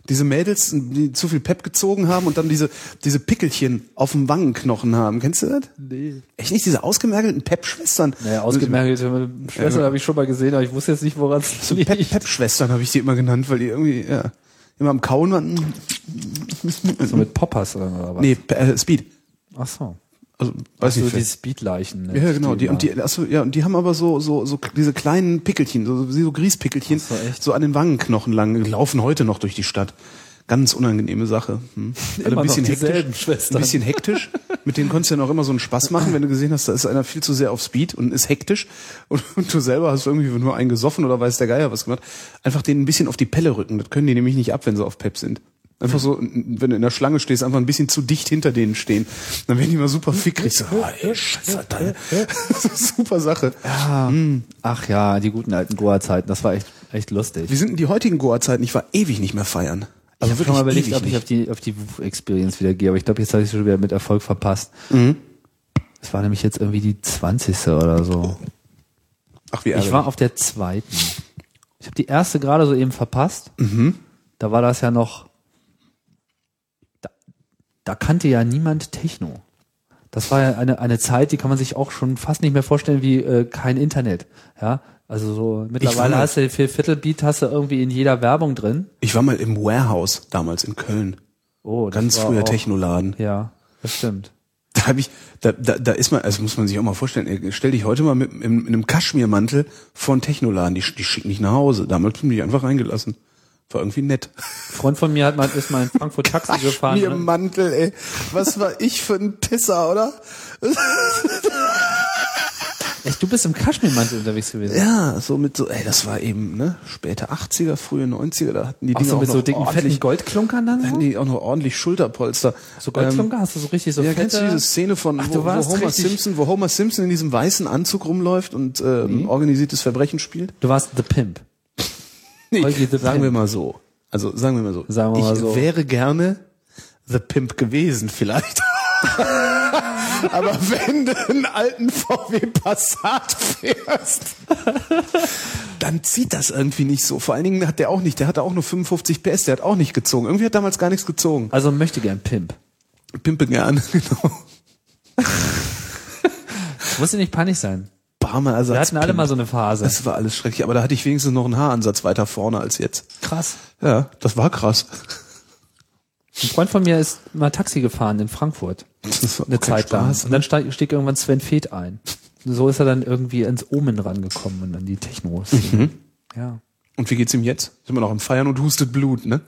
[SPEAKER 2] Diese Mädels, die zu viel Pep gezogen haben und dann diese, diese Pickelchen auf dem Wangenknochen haben. Kennst du das?
[SPEAKER 3] Nee.
[SPEAKER 2] Echt nicht? Diese ausgemergelten Pep-Schwestern?
[SPEAKER 3] Naja, ausgemerkt, Schwester habe ich schon mal gesehen, aber ich wusste jetzt nicht, woran es liegt.
[SPEAKER 2] Pep- Pep-Schwestern habe ich die immer genannt, weil die irgendwie, ja, immer am Kauen waren.
[SPEAKER 3] So mit Poppers oder, oder was?
[SPEAKER 2] Nee, Pe- äh, Speed.
[SPEAKER 3] Ach so.
[SPEAKER 2] Also, weiß
[SPEAKER 3] So
[SPEAKER 2] nicht.
[SPEAKER 3] die Speedleichen. ne?
[SPEAKER 2] Ja, genau. Die, und
[SPEAKER 3] mal-
[SPEAKER 2] die, achso, ja, und die haben aber so, so, so diese kleinen Pickelchen, so, so Grießpickelchen,
[SPEAKER 3] Ach so, echt?
[SPEAKER 2] so an den Wangenknochen lang, die laufen heute noch durch die Stadt. Ganz unangenehme Sache. Hm. Alle
[SPEAKER 3] Immer
[SPEAKER 2] ein bisschen
[SPEAKER 3] noch dieselben
[SPEAKER 2] hektisch.
[SPEAKER 3] Schwestern.
[SPEAKER 2] Ein bisschen hektisch. Mit denen konntest du ja noch immer so einen Spaß machen, wenn du gesehen hast, da ist einer viel zu sehr auf Speed und ist hektisch. Und, und du selber hast irgendwie nur einen gesoffen oder weiß der Geier was gemacht. Einfach denen ein bisschen auf die Pelle rücken. Das können die nämlich nicht ab, wenn sie auf Pep sind. Einfach so, wenn du in der Schlange stehst, einfach ein bisschen zu dicht hinter denen stehen. Dann werden die immer super fickrig. So, oh, ey, scheiße, Alter. Das ist eine super Sache.
[SPEAKER 3] Ah, Ach ja, die guten alten Goa-Zeiten, das war echt, echt lustig. Also
[SPEAKER 2] Wie also sind denn die heutigen Goa-Zeiten? Ich war ewig nicht mehr feiern.
[SPEAKER 3] Ich habe schon mal überlegt, ob ich
[SPEAKER 2] nicht.
[SPEAKER 3] auf die, auf die Experience wieder gehe, aber ich glaube, jetzt habe ich es schon wieder mit Erfolg verpasst.
[SPEAKER 2] Mhm.
[SPEAKER 3] Es war nämlich jetzt irgendwie die 20. oder so.
[SPEAKER 2] Ach, wie
[SPEAKER 3] Ich war auf der zweiten. Ich habe die erste gerade soeben verpasst.
[SPEAKER 2] Mhm.
[SPEAKER 3] Da war das ja noch. Da, da kannte ja niemand Techno. Das war ja eine, eine Zeit, die kann man sich auch schon fast nicht mehr vorstellen wie äh, kein Internet. Ja, also so mittlerweile
[SPEAKER 2] mal-
[SPEAKER 3] hast du den Vierviertelbeat hast du irgendwie in jeder Werbung drin.
[SPEAKER 2] ich war mal im Warehouse damals in Köln.
[SPEAKER 3] Oh, das
[SPEAKER 2] Ganz
[SPEAKER 3] war
[SPEAKER 2] früher
[SPEAKER 3] auch-
[SPEAKER 2] Technoladen.
[SPEAKER 3] Ja, das stimmt.
[SPEAKER 2] Da habe ich, da, da, da ist man, also muss man sich auch mal vorstellen, ey, stell dich heute mal mit in, in einem Kaschmirmantel vor einen Technoladen, die, die schicken dich nach Hause. Damals haben die einfach reingelassen. War irgendwie nett.
[SPEAKER 3] Ein Freund von mir hat mal, ist ne? mal in Frankfurt Taxi gefahren.
[SPEAKER 2] Mir
[SPEAKER 3] und-
[SPEAKER 2] Mantel, ey. Was war ich für ein Pisser, oder?
[SPEAKER 3] Echt, du bist im Kaschmirmantel unterwegs gewesen.
[SPEAKER 2] Ja, so mit so, ey, das war eben, ne, späte 80er, frühe 90er, da hatten die
[SPEAKER 3] Auch
[SPEAKER 2] Dinger
[SPEAKER 3] so mit
[SPEAKER 2] auch
[SPEAKER 3] so
[SPEAKER 2] noch
[SPEAKER 3] dicken, fetten
[SPEAKER 2] ordentlich,
[SPEAKER 3] Goldklunkern dann?
[SPEAKER 2] hatten
[SPEAKER 3] So,
[SPEAKER 2] die auch noch ordentlich Schulterpolster. Ähm,
[SPEAKER 3] so Goldklunker? hast du so richtig so
[SPEAKER 2] ja,
[SPEAKER 3] fette?
[SPEAKER 2] kennst du diese Szene von
[SPEAKER 3] Ach, du
[SPEAKER 2] wo, wo
[SPEAKER 3] warst
[SPEAKER 2] Homer
[SPEAKER 3] richtig-
[SPEAKER 2] Simpson, wo Homer Simpson in diesem weißen Anzug rumläuft und äh,
[SPEAKER 3] Mhm.
[SPEAKER 2] organisiertes Verbrechen spielt?
[SPEAKER 3] Du warst The Pimp. Holgi the
[SPEAKER 2] sagen wir
[SPEAKER 3] Pimp.
[SPEAKER 2] mal so. Also sagen wir mal so.
[SPEAKER 3] Sagen wir
[SPEAKER 2] ich
[SPEAKER 3] mal so.
[SPEAKER 2] wäre gerne The Pimp gewesen, vielleicht. Aber wenn du einen alten VW Passat fährst, dann zieht das irgendwie nicht so. Vor allen Dingen hat der auch nicht, der hatte auch nur 55 PS, der hat auch nicht gezogen. Irgendwie hat damals gar nichts gezogen.
[SPEAKER 3] Also möchte gern Pimp.
[SPEAKER 2] Pimpe gerne, genau.
[SPEAKER 3] Muss dir nicht panisch sein.
[SPEAKER 2] Barmer Ersatz.
[SPEAKER 3] Wir hatten alle mal so eine Phase.
[SPEAKER 2] Das war alles schrecklich, aber da hatte ich wenigstens noch einen Haaransatz weiter vorne als jetzt.
[SPEAKER 3] krass.
[SPEAKER 2] Ja, das war krass.
[SPEAKER 3] Ein Freund von mir ist mal Taxi gefahren in Frankfurt.
[SPEAKER 2] Das war
[SPEAKER 3] Eine
[SPEAKER 2] auch kein
[SPEAKER 3] Zeit lang.
[SPEAKER 2] Spaß.
[SPEAKER 3] Und dann steig, stieg irgendwann Sven Feth ein. So ist er dann irgendwie ins Omen rangekommen und an die Techno.
[SPEAKER 2] Mhm.
[SPEAKER 3] Ja.
[SPEAKER 2] Und wie geht's ihm jetzt? Ist immer noch am Feiern und hustet Blut, ne?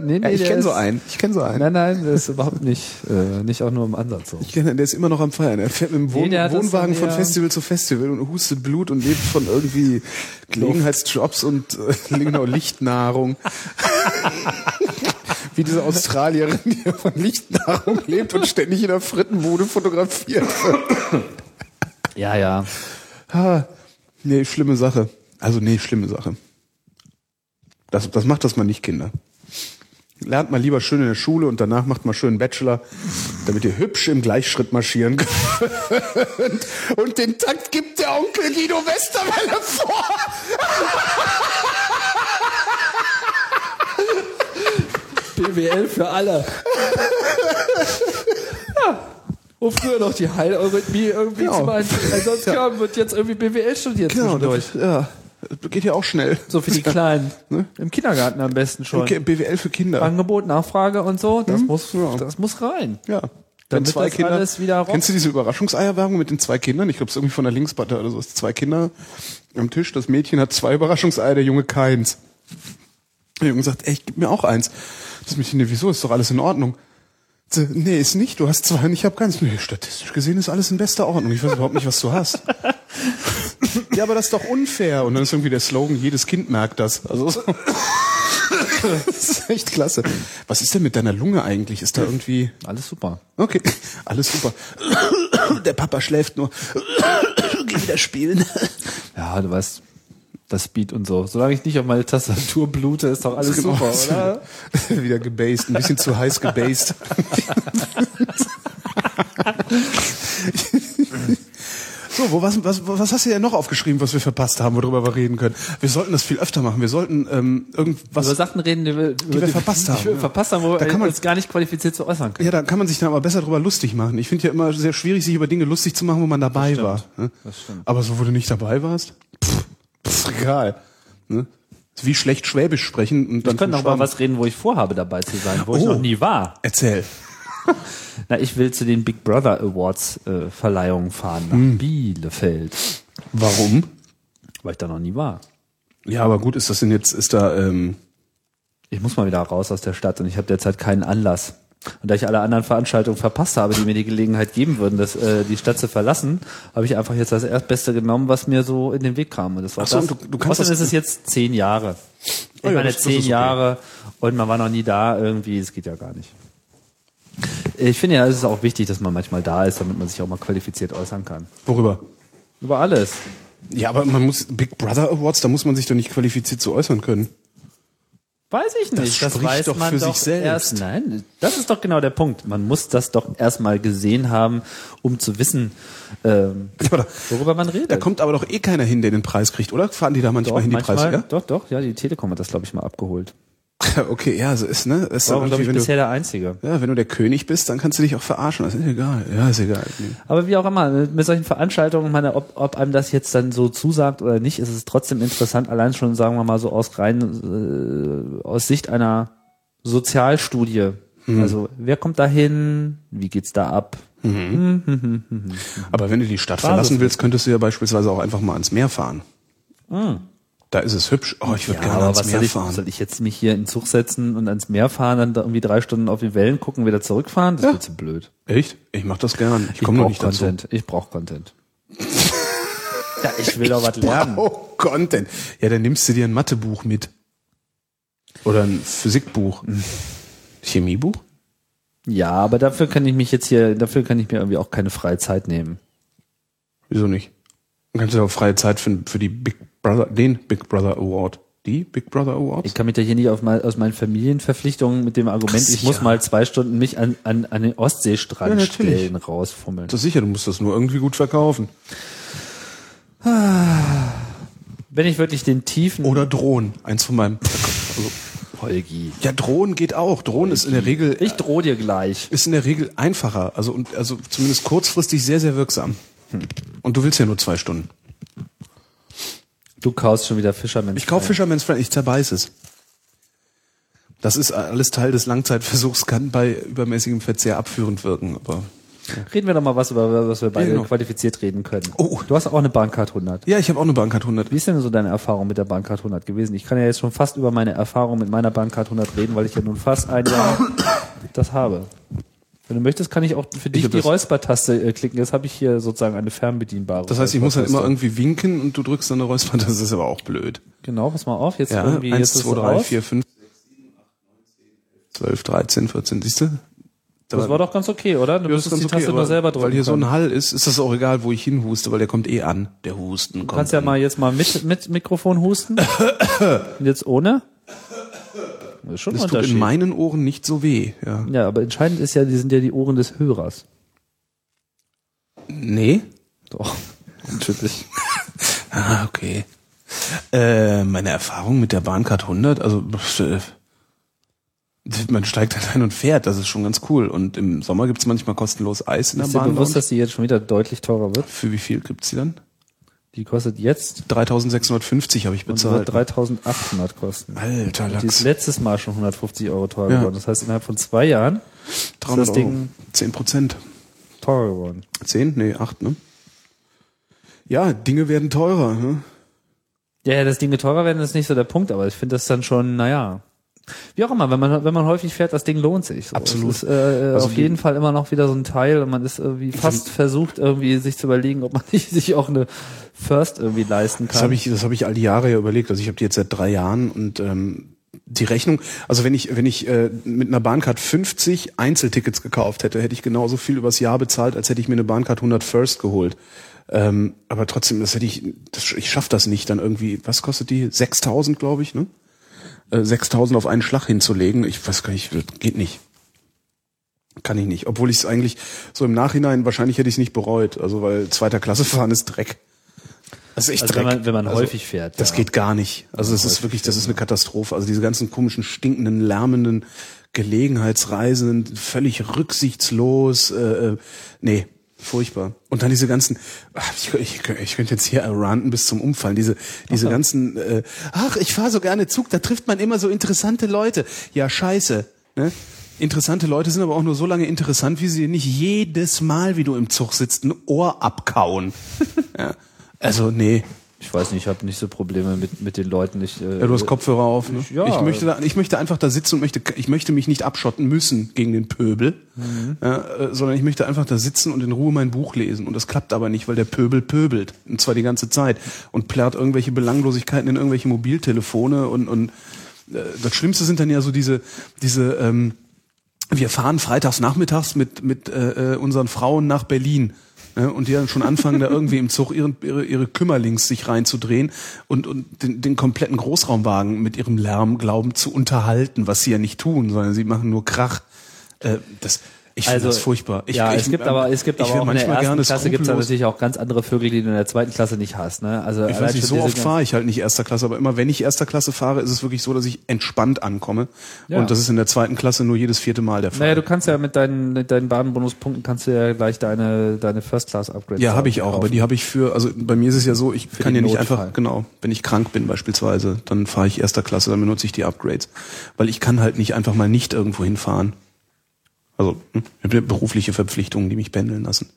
[SPEAKER 3] Nee, nee,
[SPEAKER 2] Ja, ich
[SPEAKER 3] der
[SPEAKER 2] kenne so
[SPEAKER 3] ist-
[SPEAKER 2] einen. Ich kenne so einen.
[SPEAKER 3] Nein, nein, das ist überhaupt nicht, äh, nicht auch nur im Ansatz so.
[SPEAKER 2] Ich kenne einen, der ist immer noch am Feiern. Er fährt mit dem Wohn
[SPEAKER 3] Nee, der hat das
[SPEAKER 2] Wohnwagen
[SPEAKER 3] dann
[SPEAKER 2] von
[SPEAKER 3] eher-
[SPEAKER 2] Festival zu Festival und hustet Blut und lebt von irgendwie Gelegenheitsjobs und äh, genau Lichtnahrung. Wie diese Australierin, die von Lichtnahrung lebt und ständig in der Frittenbude fotografiert.
[SPEAKER 3] Ja, ja.
[SPEAKER 2] Ha, Ah, nee, schlimme Sache. Also nee, schlimme Sache. Das, das macht das mal nicht, Kinder. Lernt mal lieber schön in der Schule und danach macht mal schön einen Bachelor, damit ihr hübsch im Gleichschritt marschieren könnt. Und den Takt gibt der Onkel Guido Westerwelle vor.
[SPEAKER 3] BWL für alle. ja. Wo früher noch die Heileurythmie irgendwie
[SPEAKER 2] Genau.
[SPEAKER 3] zum Einsatz kam, wird jetzt irgendwie BWL studiert zwischendurch.
[SPEAKER 2] das, ja, das geht ja auch schnell.
[SPEAKER 3] Genau, So für die Kleinen.
[SPEAKER 2] Ne?
[SPEAKER 3] Im Kindergarten am besten schon.
[SPEAKER 2] Okay, BWL für Kinder.
[SPEAKER 3] Angebot, Nachfrage und so, das, muss,
[SPEAKER 2] ja.
[SPEAKER 3] das muss rein.
[SPEAKER 2] Ja.
[SPEAKER 3] Damit das alles wieder rockt.
[SPEAKER 2] Kennst du diese Überraschungseierwerbung mit den zwei Kindern? Ich glaube, es ist irgendwie von der Linkspartei oder so. Es sind zwei Kinder am Tisch. Das Mädchen hat zwei Überraschungseier, der Junge keins. Der Junge sagt, ey, ich gib mir auch eins. Das Mädchen, nee, wieso? Ist doch alles in Ordnung. Sie, Nee, ist nicht. Du hast zwei und ich hab keins. Nee, statistisch gesehen ist alles in bester Ordnung. Ich weiß überhaupt nicht, was du hast. ja, aber das ist doch unfair. Und dann ist irgendwie der Slogan, jedes Kind merkt das. Also so. das ist echt klasse. Was ist denn mit deiner Lunge eigentlich? Ist da irgendwie...
[SPEAKER 3] Alles super.
[SPEAKER 2] Okay, alles super. Der Papa schläft nur. Geh wieder spielen.
[SPEAKER 3] Ja, du weißt, das Beat und so. Solange ich nicht auf meine Tastatur blute, ist doch alles
[SPEAKER 2] Genau.
[SPEAKER 3] super, oder?
[SPEAKER 2] wieder gebased, ein bisschen zu heiß gebased. so, wo, was, was, was hast du denn noch aufgeschrieben, was wir verpasst haben, worüber wir reden können? Wir sollten das viel öfter machen. Wir sollten ähm, irgendwas...
[SPEAKER 3] Über Sachen reden, die wir, über
[SPEAKER 2] wir verpasst haben,
[SPEAKER 3] Die wir
[SPEAKER 2] ja.
[SPEAKER 3] verpasst haben, wo
[SPEAKER 2] Da
[SPEAKER 3] wir
[SPEAKER 2] kann man-
[SPEAKER 3] uns gar nicht qualifiziert zu äußern können.
[SPEAKER 2] ja, da kann man sich dann aber besser drüber lustig machen. Ich finde ja immer sehr schwierig, sich über Dinge lustig zu machen, wo man dabei war. Ne?
[SPEAKER 3] das stimmt.
[SPEAKER 2] Aber so, wo du nicht dabei warst, pff, pff, egal. Ne? Ist Wie schlecht Schwäbisch sprechen und dann
[SPEAKER 3] Wir können
[SPEAKER 2] vom
[SPEAKER 3] auch mal
[SPEAKER 2] Schwaben-
[SPEAKER 3] was reden, wo ich vorhabe, dabei zu sein, wo ich
[SPEAKER 2] Oh.
[SPEAKER 3] noch nie war.
[SPEAKER 2] erzähl.
[SPEAKER 3] Na, ich will zu den Big Brother Awards äh, Verleihungen fahren nach Bielefeld,
[SPEAKER 2] Warum?
[SPEAKER 3] weil ich da noch nie war.
[SPEAKER 2] Ja, aber gut, ist das denn jetzt, ist da, ähm,
[SPEAKER 3] Ich muss mal wieder raus aus der Stadt und ich habe derzeit keinen Anlass. Und da ich alle anderen Veranstaltungen verpasst habe, die mir die Gelegenheit geben würden, das, äh, die Stadt zu verlassen, habe ich einfach jetzt das Erstbeste genommen, was mir so in den Weg kam. Und das war
[SPEAKER 2] Ach so,
[SPEAKER 3] das.
[SPEAKER 2] und du- du kannst
[SPEAKER 3] Außerdem
[SPEAKER 2] das-
[SPEAKER 3] ist es jetzt zehn Jahre. Ich
[SPEAKER 2] Oh ja,
[SPEAKER 3] meine,
[SPEAKER 2] das- das
[SPEAKER 3] zehn
[SPEAKER 2] ist okay.
[SPEAKER 3] Jahre und man war noch nie da irgendwie, das geht ja gar nicht. Ich finde ja, es ist auch wichtig, dass man manchmal da ist, damit man sich auch mal qualifiziert äußern kann.
[SPEAKER 2] Worüber?
[SPEAKER 3] Über alles.
[SPEAKER 2] Ja, aber man muss Big Brother Awards, da muss man sich doch nicht qualifiziert zu äußern können.
[SPEAKER 3] Weiß ich nicht.
[SPEAKER 2] Das spricht doch für sich selbst.
[SPEAKER 3] Erst, nein, das ist doch genau der Punkt. Man muss das doch erstmal gesehen haben, um zu wissen, ähm,
[SPEAKER 2] Aber da,
[SPEAKER 3] worüber man redet.
[SPEAKER 2] da kommt aber doch eh keiner hin, der den Preis kriegt, oder? Fahren die da manchmal
[SPEAKER 3] doch,
[SPEAKER 2] hin, die
[SPEAKER 3] manchmal,
[SPEAKER 2] Preise?
[SPEAKER 3] doch, doch, ja, die Telekom hat das, glaube ich, mal
[SPEAKER 2] Ja?
[SPEAKER 3] abgeholt.
[SPEAKER 2] Okay, ja, so ist, ne? Ist
[SPEAKER 3] War,
[SPEAKER 2] dann
[SPEAKER 3] glaube
[SPEAKER 2] irgendwie,
[SPEAKER 3] ich,
[SPEAKER 2] wenn,
[SPEAKER 3] bisher der Einzige.
[SPEAKER 2] du, ja, wenn du der König bist, dann kannst du dich auch verarschen. Das ist egal. Ja, ist egal. Nee.
[SPEAKER 3] Aber wie auch immer, mit solchen Veranstaltungen, ich meine, ob, ob einem das jetzt dann so zusagt oder nicht, ist es trotzdem interessant, allein schon, sagen wir mal, so aus rein, äh, aus Sicht einer Sozialstudie.
[SPEAKER 2] Mhm.
[SPEAKER 3] Also, wer kommt da hin? Wie geht's da ab?
[SPEAKER 2] Aber wenn du die Stadt verlassen willst, könntest du ja beispielsweise auch einfach mal ans Meer fahren. Da ist es hübsch. Oh, ich würde
[SPEAKER 3] Hm. Ja,
[SPEAKER 2] gerne
[SPEAKER 3] aber
[SPEAKER 2] ans
[SPEAKER 3] was
[SPEAKER 2] Meer
[SPEAKER 3] soll ich,
[SPEAKER 2] fahren.
[SPEAKER 3] soll ich jetzt mich hier in den Zug setzen und ans Meer fahren, dann da irgendwie drei Stunden auf die Wellen gucken, wieder zurückfahren? Das
[SPEAKER 2] Ja.
[SPEAKER 3] wird zu blöd.
[SPEAKER 2] Echt? Ich mach das gern. Ich komme noch
[SPEAKER 3] brauch
[SPEAKER 2] nicht dazu.
[SPEAKER 3] Content. Ich brauche Content. ja, ich will doch was lernen.
[SPEAKER 2] Oh, Content. Ja, dann nimmst du dir ein Mathebuch mit. Oder ein Physikbuch.
[SPEAKER 3] Hm.
[SPEAKER 2] Chemiebuch?
[SPEAKER 3] Ja, aber dafür kann ich mich jetzt hier, dafür kann ich mir irgendwie auch keine freie Zeit nehmen.
[SPEAKER 2] Wieso nicht? Dann kannst du doch freie Zeit für, für die Big Brother, den Big Brother Award. Die Big Brother Awards?
[SPEAKER 3] Ich kann mich da hier nicht auf mein, aus meinen Familienverpflichtungen mit dem Argument, ich
[SPEAKER 2] Sicher.
[SPEAKER 3] muss mal zwei Stunden mich an, an, an den Ostseestrand
[SPEAKER 2] Ja, natürlich.
[SPEAKER 3] stellen, rausfummeln.
[SPEAKER 2] Das ist sicher, du musst das nur irgendwie gut verkaufen.
[SPEAKER 3] Wenn ich wirklich den tiefen
[SPEAKER 2] Oder Drohnen. Eins von meinem.
[SPEAKER 3] Holgi.
[SPEAKER 2] Ja, Drohnen geht auch. Drohnen ist in der Regel
[SPEAKER 3] Ich drohe dir gleich.
[SPEAKER 2] ist in der Regel einfacher, also und also zumindest kurzfristig sehr sehr wirksam.
[SPEAKER 3] Hm.
[SPEAKER 2] Und du willst ja nur zwei Stunden.
[SPEAKER 3] Du kaufst schon wieder Fischermensch.
[SPEAKER 2] Ich kaufe Fisherman's Friend, ich zerbeiß es. Das ist alles Teil des Langzeitversuchs, kann bei übermäßigem Verzehr abführend wirken, aber
[SPEAKER 3] Reden wir doch mal was über was wir beide
[SPEAKER 2] Genau.
[SPEAKER 3] qualifiziert reden können.
[SPEAKER 2] Oh.
[SPEAKER 3] Du hast auch eine Bahncard 100.
[SPEAKER 2] ja, ich habe auch eine Bahncard 100.
[SPEAKER 3] Wie ist denn so deine Erfahrung mit der Bahncard 100 gewesen? Ich kann ja jetzt schon fast über meine Erfahrung mit meiner Bahncard 100 reden, weil ich ja nun fast ein Jahr das habe. Wenn du möchtest, kann ich auch für dich
[SPEAKER 2] hab
[SPEAKER 3] die
[SPEAKER 2] das-
[SPEAKER 3] Räuspertaste äh, klicken. Jetzt habe ich hier sozusagen eine fernbedienbare.
[SPEAKER 2] Das heißt, ich muss dann immer
[SPEAKER 3] Räuspertaste.
[SPEAKER 2] irgendwie winken und du drückst dann eine Räusper, das ist aber auch blöd. Ne?
[SPEAKER 3] Genau, pass mal auf. Jetzt
[SPEAKER 2] Ja,
[SPEAKER 3] irgendwie
[SPEAKER 2] 1
[SPEAKER 3] jetzt ist
[SPEAKER 2] 2
[SPEAKER 3] es
[SPEAKER 2] 3
[SPEAKER 3] aus.
[SPEAKER 2] 4 5 12 13 14, siehst du?
[SPEAKER 3] Das war doch ganz okay, oder? Du
[SPEAKER 2] Ja,
[SPEAKER 3] müsstest die Taste nur
[SPEAKER 2] aber
[SPEAKER 3] selber drücken.
[SPEAKER 2] weil hier so
[SPEAKER 3] können.
[SPEAKER 2] ein Hall ist, ist das auch egal, wo ich hinhuste, weil der kommt eh an. Der Husten
[SPEAKER 3] du
[SPEAKER 2] kommt.
[SPEAKER 3] kannst ja
[SPEAKER 2] an.
[SPEAKER 3] mal jetzt mal mit, mit Mikrofon husten. Und jetzt ohne. Das ist schon ein
[SPEAKER 2] das tut
[SPEAKER 3] Unterschied.
[SPEAKER 2] in meinen Ohren nicht so weh. Ja.
[SPEAKER 3] Ja, aber entscheidend ist ja, die sind ja die Ohren des Hörers.
[SPEAKER 2] Nee?
[SPEAKER 3] Doch. Natürlich.
[SPEAKER 2] Ah, okay. Äh, meine Erfahrung mit der Bahncard 100, also pff, äh, man steigt halt ein und fährt, das ist schon ganz cool. Und im Sommer gibt's manchmal kostenlos Eis in der
[SPEAKER 3] Ist dir
[SPEAKER 2] Bahn.
[SPEAKER 3] bewusst,
[SPEAKER 2] bei uns.
[SPEAKER 3] dass die jetzt schon wieder deutlich teurer wird?
[SPEAKER 2] Für wie viel gibt's die dann?
[SPEAKER 3] Die kostet jetzt
[SPEAKER 2] 3650 habe ich
[SPEAKER 3] und wird
[SPEAKER 2] bezahlt.
[SPEAKER 3] 3800 kosten.
[SPEAKER 2] Alter
[SPEAKER 3] Die ist
[SPEAKER 2] Lachs,
[SPEAKER 3] letztes Mal schon 150 Euro teurer
[SPEAKER 2] Ja.
[SPEAKER 3] geworden. Das heißt, innerhalb von zwei Jahren
[SPEAKER 2] 300
[SPEAKER 3] das
[SPEAKER 2] Euro.
[SPEAKER 3] Ding-
[SPEAKER 2] 10 Prozent.
[SPEAKER 3] teurer geworden.
[SPEAKER 2] 10? Nee, 8, ne? Ja, Dinge werden teurer. Ne?
[SPEAKER 3] Ja, ja, dass Dinge teurer werden, ist nicht so der Punkt, aber ich finde das dann schon, naja. Wie auch immer, wenn man, wenn man häufig fährt, das Ding lohnt sich. So.
[SPEAKER 2] Absolut.
[SPEAKER 3] Es ist, äh,
[SPEAKER 2] Also
[SPEAKER 3] auf
[SPEAKER 2] die-
[SPEAKER 3] jeden Fall immer noch wieder so ein Teil und man ist irgendwie fast versucht, irgendwie sich zu überlegen, ob man nicht sich auch eine First irgendwie leisten kann.
[SPEAKER 2] Das habe ich, das habe ich all die Jahre ja überlegt. Also ich habe die jetzt seit drei Jahren und ähm, die Rechnung, also wenn ich, wenn ich äh, mit einer Bahncard 50 Einzeltickets gekauft hätte, hätte ich genauso viel übers Jahr bezahlt, als hätte ich mir eine Bahncard 100 First geholt. Ähm, aber trotzdem, das hätte ich, das, ich schaff das nicht, dann irgendwie, was kostet die? 6.000, glaube ich, ne? Äh, 6.000 auf einen Schlag hinzulegen, ich weiß gar nicht, geht nicht. Kann ich nicht. Obwohl ich es eigentlich so im Nachhinein, wahrscheinlich hätte ich es nicht bereut. Also, weil zweiter Klasse fahren ist Dreck. Das ist echt
[SPEAKER 3] also wenn man, wenn man häufig fährt.
[SPEAKER 2] das
[SPEAKER 3] ja.
[SPEAKER 2] geht gar nicht. Also es ist wirklich, das ist eine Katastrophe. Also diese ganzen komischen, stinkenden, lärmenden Gelegenheitsreisen, völlig rücksichtslos. Äh, äh, nee, furchtbar. Und dann diese ganzen, ach, ich, ich, ich könnte jetzt hier ranten bis zum Umfallen, diese, diese ganzen, äh, ach, ich fahre so gerne Zug, da trifft man immer so interessante Leute. Ja, scheiße. Ne? Interessante Leute sind aber auch nur so lange interessant, wie sie dir nicht jedes Mal, wie du im Zug sitzt, ein Ohr abkauen. ja. Also, nee.
[SPEAKER 3] Ich weiß nicht, ich habe nicht so Probleme mit, mit den Leuten. Ich, äh,
[SPEAKER 2] Ja, du hast Kopfhörer auf. Ne?
[SPEAKER 3] Ich- ja.
[SPEAKER 2] Ich, möchte da, ich möchte einfach da sitzen und möchte, ich möchte mich nicht abschotten müssen gegen den Pöbel,
[SPEAKER 3] Mhm.
[SPEAKER 2] ja, äh, sondern ich möchte einfach da sitzen und in Ruhe mein Buch lesen. Und das klappt aber nicht, weil der Pöbel pöbelt. Und zwar die ganze Zeit. Und plärrt irgendwelche Belanglosigkeiten in irgendwelche Mobiltelefone. Und, und äh, das Schlimmste sind dann ja so diese, diese ähm, wir fahren freitags nachmittags mit, mit äh, äh, unseren Frauen nach Berlin. Ne, und die dann schon anfangen, da irgendwie im Zug ihren, ihre, ihre Kümmerlings sich reinzudrehen und, und den, den kompletten Großraumwagen mit ihrem Lärm glauben zu unterhalten, was sie ja nicht tun, sondern sie machen nur Krach. Äh, das, ich finde
[SPEAKER 3] also,
[SPEAKER 2] das furchtbar. Ich,
[SPEAKER 3] ja,
[SPEAKER 2] ich,
[SPEAKER 3] es gibt
[SPEAKER 2] ähm,
[SPEAKER 3] aber, es gibt
[SPEAKER 2] ich
[SPEAKER 3] aber
[SPEAKER 2] wär
[SPEAKER 3] auch in der
[SPEAKER 2] manchmal
[SPEAKER 3] ersten
[SPEAKER 2] gerne
[SPEAKER 3] Klasse gibt es
[SPEAKER 2] skrupellos.
[SPEAKER 3] natürlich auch ganz andere Vögel, die du in der zweiten Klasse nicht hast. Ne? Also
[SPEAKER 2] Ich
[SPEAKER 3] allein
[SPEAKER 2] weiß nicht,
[SPEAKER 3] schon
[SPEAKER 2] so
[SPEAKER 3] diese
[SPEAKER 2] oft
[SPEAKER 3] ganzen-
[SPEAKER 2] fahre ich halt nicht erster Klasse, aber immer wenn ich erster Klasse fahre, ist es wirklich so, dass ich entspannt ankomme.
[SPEAKER 3] Ja.
[SPEAKER 2] Und das ist in der zweiten Klasse nur jedes vierte Mal der Fall.
[SPEAKER 3] Naja, du kannst ja mit deinen, mit deinen Bahnbonuspunkten kannst du ja gleich deine, deine First Class upgrade
[SPEAKER 2] Ja, habe ich auch, aber die habe ich für, also bei mir ist es ja so, ich kann ja
[SPEAKER 3] den
[SPEAKER 2] nicht
[SPEAKER 3] Notfall.
[SPEAKER 2] einfach, genau, wenn ich krank bin beispielsweise, dann fahre ich erster Klasse, dann benutze ich die Upgrades. Weil ich kann halt nicht einfach mal nicht irgendwo hinfahren. Also, hm, ich habe ja berufliche Verpflichtungen, die mich pendeln lassen.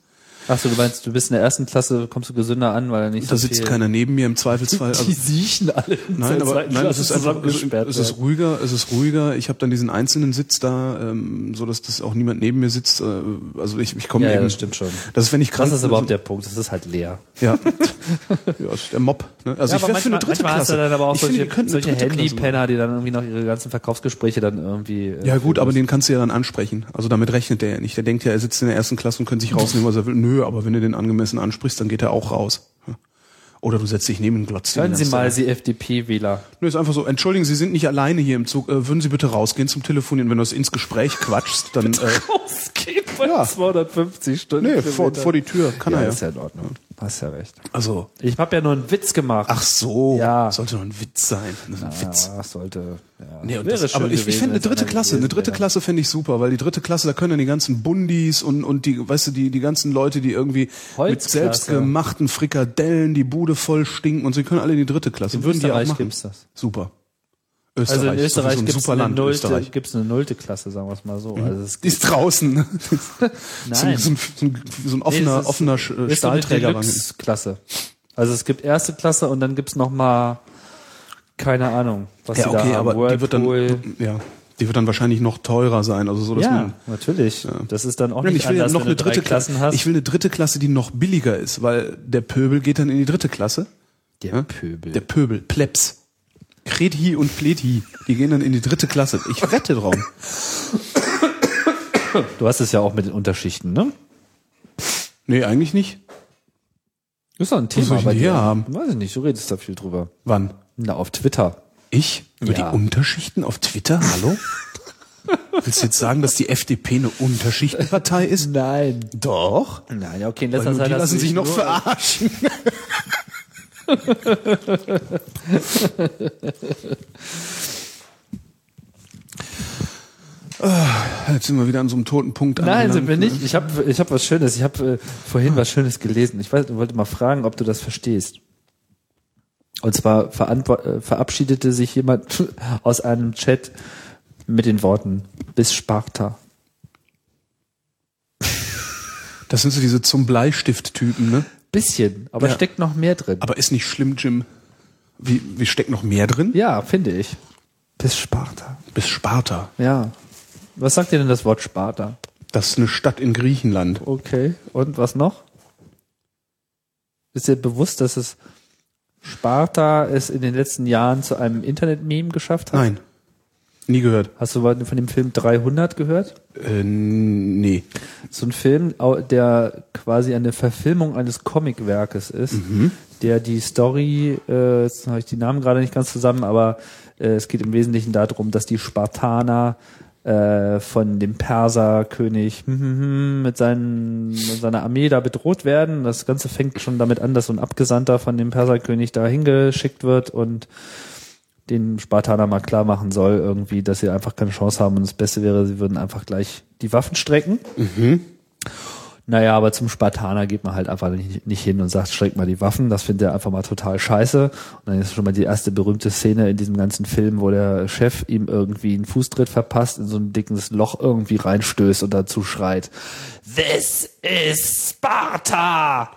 [SPEAKER 3] Achso, du meinst, du bist in der ersten Klasse, kommst du gesünder an, weil er nicht
[SPEAKER 2] Da
[SPEAKER 3] so
[SPEAKER 2] sitzt
[SPEAKER 3] viel-
[SPEAKER 2] keiner neben mir im Zweifelsfall. Also,
[SPEAKER 3] Die siechen alle in
[SPEAKER 2] nein,
[SPEAKER 3] der
[SPEAKER 2] aber
[SPEAKER 3] zweiten
[SPEAKER 2] nein, es
[SPEAKER 3] Klasse
[SPEAKER 2] ist einfach, es,
[SPEAKER 3] zusammengesperrt.
[SPEAKER 2] es ist
[SPEAKER 3] werden.
[SPEAKER 2] ruhiger, es ist ruhiger. Ich habe dann diesen einzelnen Sitz da, ähm, so dass das auch niemand neben mir sitzt. Äh, also ich, ich komme
[SPEAKER 3] ja, ja,
[SPEAKER 2] eben.
[SPEAKER 3] das stimmt schon.
[SPEAKER 2] Das ist, wenn ich krank
[SPEAKER 3] Das ist
[SPEAKER 2] bin,
[SPEAKER 3] überhaupt der Punkt, das ist halt leer.
[SPEAKER 2] Ja. ja, ist der Mob. Ne? Also ich
[SPEAKER 3] aber
[SPEAKER 2] wäre für eine dritte
[SPEAKER 3] manchmal
[SPEAKER 2] Klasse.
[SPEAKER 3] hast du dann aber auch
[SPEAKER 2] ich
[SPEAKER 3] solche,
[SPEAKER 2] finde, wir könnten eine
[SPEAKER 3] solche
[SPEAKER 2] dritte Klasse machen.
[SPEAKER 3] Handy-Penner, die dann irgendwie noch ihre ganzen Verkaufsgespräche dann irgendwie... äh,
[SPEAKER 2] Ja gut,
[SPEAKER 3] führen
[SPEAKER 2] aber
[SPEAKER 3] müssen.
[SPEAKER 2] den kannst du ja dann ansprechen. Also damit rechnet der ja nicht. Der denkt ja, er sitzt in der ersten Klasse und könnte sich rausnehmen, was er will. Nö, aber wenn du den angemessen ansprichst, dann geht er auch raus. Oder du setzt dich neben den Glotz.
[SPEAKER 3] Hören Sie mal, Sie FDP-Wähler.
[SPEAKER 2] Nö, ist einfach so. Entschuldigen, Sie sind nicht alleine hier im Zug. Äh, würden Sie bitte rausgehen zum Telefonieren? Wenn du es ins Gespräch quatschst, dann... Äh,
[SPEAKER 3] Ausgehen bei
[SPEAKER 2] Ja.
[SPEAKER 3] 250 Stunden.
[SPEAKER 2] nee, vor, vor die Tür. Kann
[SPEAKER 3] Ja,
[SPEAKER 2] er
[SPEAKER 3] ist
[SPEAKER 2] ja.
[SPEAKER 3] ja in Ordnung. Hast ja recht.
[SPEAKER 2] Also...
[SPEAKER 3] Ich habe ja nur einen Witz gemacht.
[SPEAKER 2] Ach so,
[SPEAKER 3] Ja.
[SPEAKER 2] sollte doch ein Witz sein. Ein Witz.
[SPEAKER 3] Ja, sollte. Ja.
[SPEAKER 2] Nee, und
[SPEAKER 3] Wäre
[SPEAKER 2] das,
[SPEAKER 3] schön
[SPEAKER 2] aber ich, ich
[SPEAKER 3] gewesen,
[SPEAKER 2] fände eine
[SPEAKER 3] wenn's
[SPEAKER 2] dritte
[SPEAKER 3] einer
[SPEAKER 2] Klasse, eine
[SPEAKER 3] gewesen
[SPEAKER 2] dritte
[SPEAKER 3] wäre.
[SPEAKER 2] Klasse fände ich super, weil die dritte Klasse, da können dann die ganzen Bundis und, und die, weißt du, die, die ganzen Leute, die irgendwie mit
[SPEAKER 3] Holzklasse.
[SPEAKER 2] selbstgemachten Frikadellen die Bude voll stinken und sie können alle in die dritte Klasse.
[SPEAKER 3] In
[SPEAKER 2] Würden die auch
[SPEAKER 3] Österreich
[SPEAKER 2] machen.
[SPEAKER 3] gibt's das.
[SPEAKER 2] Super.
[SPEAKER 3] Also
[SPEAKER 2] das
[SPEAKER 3] in
[SPEAKER 2] ist
[SPEAKER 3] Österreich
[SPEAKER 2] ein
[SPEAKER 3] gibt es
[SPEAKER 2] super
[SPEAKER 3] eine
[SPEAKER 2] Land,
[SPEAKER 3] nullte,
[SPEAKER 2] Österreich.
[SPEAKER 3] gibt's eine nullte Klasse, sagen wir es mal so. Also es
[SPEAKER 2] Die ist draußen. Nein. So, ein-
[SPEAKER 3] Nein.
[SPEAKER 2] so, ein- so, ein- so ein offener,
[SPEAKER 3] Nee, es ist-
[SPEAKER 2] offener
[SPEAKER 3] ist
[SPEAKER 2] Sch-
[SPEAKER 3] so
[SPEAKER 2] Stahlträgerwagen.
[SPEAKER 3] eine Deluxe-Klasse. Also es gibt erste Klasse und dann gibt's noch mal keine Ahnung, was
[SPEAKER 2] ja,
[SPEAKER 3] sie
[SPEAKER 2] okay,
[SPEAKER 3] da haben.
[SPEAKER 2] aber die wird
[SPEAKER 3] Whirlpool.
[SPEAKER 2] dann, ja, die wird dann wahrscheinlich noch teurer sein, also so, dass man,
[SPEAKER 3] ja, natürlich. Das ist dann auch
[SPEAKER 2] Nein,
[SPEAKER 3] nicht
[SPEAKER 2] ich will ja
[SPEAKER 3] anders,
[SPEAKER 2] noch
[SPEAKER 3] wenn
[SPEAKER 2] eine
[SPEAKER 3] du
[SPEAKER 2] dritte
[SPEAKER 3] drei Klassen
[SPEAKER 2] Klasse.
[SPEAKER 3] hast.
[SPEAKER 2] Ich will eine dritte Klasse, die noch billiger ist, weil der Pöbel geht dann in die dritte Klasse.
[SPEAKER 3] der
[SPEAKER 2] Ja?
[SPEAKER 3] Pöbel.
[SPEAKER 2] Der Pöbel, Plebs. Kreti und Pleti, die gehen dann in die dritte Klasse. Ich wette drauf.
[SPEAKER 3] du hast es ja auch mit den Unterschichten, ne?
[SPEAKER 2] Nee, eigentlich nicht.
[SPEAKER 3] Ist doch ein Thema
[SPEAKER 2] soll ich denn
[SPEAKER 3] bei
[SPEAKER 2] hier
[SPEAKER 3] dir.
[SPEAKER 2] haben?
[SPEAKER 3] Weiß ich nicht, du redest da viel drüber.
[SPEAKER 2] Wann?
[SPEAKER 3] Na, auf Twitter.
[SPEAKER 2] Ich? Über
[SPEAKER 3] Ja.
[SPEAKER 2] die Unterschichten auf Twitter? Hallo? Willst du jetzt sagen, dass die FDP eine Unterschichtenpartei ist?
[SPEAKER 3] Nein.
[SPEAKER 2] Doch.
[SPEAKER 3] Nein, ja, okay, in
[SPEAKER 2] Weil
[SPEAKER 3] letzter
[SPEAKER 2] nur
[SPEAKER 3] Zeit
[SPEAKER 2] die
[SPEAKER 3] hast du
[SPEAKER 2] lassen
[SPEAKER 3] dich
[SPEAKER 2] sich noch
[SPEAKER 3] nur-
[SPEAKER 2] verarschen. Ah, Jetzt sind wir wieder an so einem toten Punkt
[SPEAKER 3] Nein, sind wir
[SPEAKER 2] angelangt, ne?
[SPEAKER 3] nicht. Ich habe ich hab was Schönes. Ich habe äh, vorhin was Schönes gelesen. Ich weiß, wollte mal fragen, ob du das verstehst. Und zwar verantwo- äh, verabschiedete sich jemand aus einem Chat mit den Worten bis Sparta.
[SPEAKER 2] ne? Das sind so diese zum Bleistift-Typen, ne?
[SPEAKER 3] Bisschen, aber
[SPEAKER 2] Ja.
[SPEAKER 3] steckt noch mehr drin.
[SPEAKER 2] Aber ist nicht schlimm, Jim. Wie, wie steckt noch mehr drin?
[SPEAKER 3] ja, finde ich. Bis Sparta.
[SPEAKER 2] Bis Sparta.
[SPEAKER 3] Ja. Was sagt dir denn das Wort Sparta?
[SPEAKER 2] Das ist eine Stadt in Griechenland.
[SPEAKER 3] Okay. Und was noch? Ist dir bewusst, dass es Sparta es in den letzten Jahren zu einem Internet-Meme geschafft hat?
[SPEAKER 2] Nein. Nie gehört.
[SPEAKER 3] Hast du mal von dem Film 300 gehört?
[SPEAKER 2] Äh, nee.
[SPEAKER 3] So ein Film, au- der quasi eine Verfilmung eines Comicwerkes ist, der die Story, äh, jetzt habe ich die Namen gerade nicht ganz zusammen, aber äh, es geht im Wesentlichen darum, dass die Spartaner äh, von dem Perserkönig hm, hm, hm, mit, seinen, mit seiner Armee da bedroht werden. Das Ganze fängt schon damit an, dass so ein Abgesandter von dem Perserkönig da hingeschickt wird und den Spartaner mal klar machen soll, irgendwie, dass sie einfach keine Chance haben und das Beste wäre, sie würden einfach gleich die Waffen strecken. Naja, aber zum Spartaner geht man halt einfach nicht, nicht hin und sagt, streck mal die Waffen. Das findet er einfach mal total scheiße. Und dann ist schon mal die erste berühmte Szene in diesem ganzen Film, wo der Chef ihm irgendwie einen Fußtritt verpasst, in so ein dickes Loch irgendwie reinstößt und dazu schreit, This is Sparta!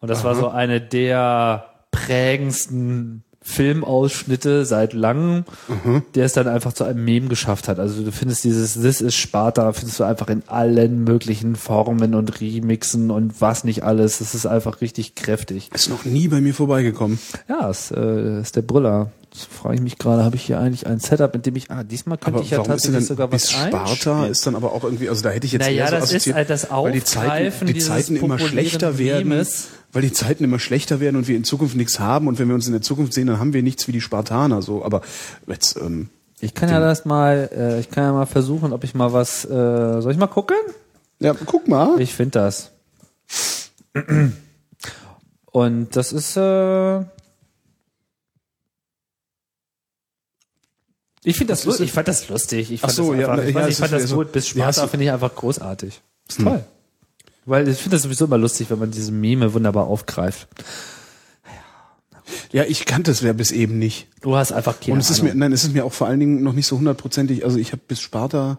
[SPEAKER 3] Und das war so eine der prägendsten Filmausschnitte seit langem,
[SPEAKER 2] Mhm.
[SPEAKER 3] der es dann einfach zu einem Meme geschafft hat. Also du findest dieses This is Sparta, findest du einfach in allen möglichen Formen und Remixen und was nicht alles. Das ist einfach richtig kräftig.
[SPEAKER 2] Ist noch nie bei mir vorbeigekommen.
[SPEAKER 3] Ja, ist, äh, ist der Brüller. Jetzt frage ich mich gerade, habe ich hier eigentlich ein Setup, mit dem ich, ah, diesmal könnte
[SPEAKER 2] Aber
[SPEAKER 3] ich ja
[SPEAKER 2] warum ist denn dann
[SPEAKER 3] tatsächlich sogar was
[SPEAKER 2] bis Sparta
[SPEAKER 3] einspielen.
[SPEAKER 2] ist dann aber auch irgendwie, also da hätte ich jetzt
[SPEAKER 3] Naja,
[SPEAKER 2] eher so
[SPEAKER 3] das ist
[SPEAKER 2] assoziiert,
[SPEAKER 3] halt das
[SPEAKER 2] weil die
[SPEAKER 3] Aufgreifen
[SPEAKER 2] Zeiten, die
[SPEAKER 3] dieses
[SPEAKER 2] Zeiten immer
[SPEAKER 3] populären
[SPEAKER 2] schlechter werden,
[SPEAKER 3] Memes.
[SPEAKER 2] weil die Zeiten immer schlechter werden und wir in Zukunft nichts haben und wenn wir uns in der Zukunft sehen, dann haben wir nichts wie die Spartaner, so, aber jetzt, ähm,
[SPEAKER 3] Ich kann ja das mal, äh, ich kann ja mal versuchen, ob ich mal was, äh, soll ich mal gucken?
[SPEAKER 2] ja, guck mal.
[SPEAKER 3] Ich finde das. Und das ist, äh, ich finde das, lu- ich fand das lustig. Ich fand
[SPEAKER 2] Ach so,
[SPEAKER 3] das
[SPEAKER 2] ja,
[SPEAKER 3] einfach,
[SPEAKER 2] na,
[SPEAKER 3] ich,
[SPEAKER 2] ja,
[SPEAKER 3] weiß,
[SPEAKER 2] es
[SPEAKER 3] ich
[SPEAKER 2] ist
[SPEAKER 3] fand das
[SPEAKER 2] wieder so-
[SPEAKER 3] gut. Bis
[SPEAKER 2] Ja, es
[SPEAKER 3] Sparta
[SPEAKER 2] ist-
[SPEAKER 3] finde ich einfach großartig. Ist toll. Weil ich finde das sowieso immer lustig, wenn man diese Meme wunderbar aufgreift.
[SPEAKER 2] Ja, ich kannte es ja bis eben nicht.
[SPEAKER 3] Du hast einfach keine
[SPEAKER 2] Und es ist
[SPEAKER 3] Ahnung.
[SPEAKER 2] mir, nein, es ist mir auch vor allen Dingen noch nicht so hundertprozentig, also ich habe bis Sparta,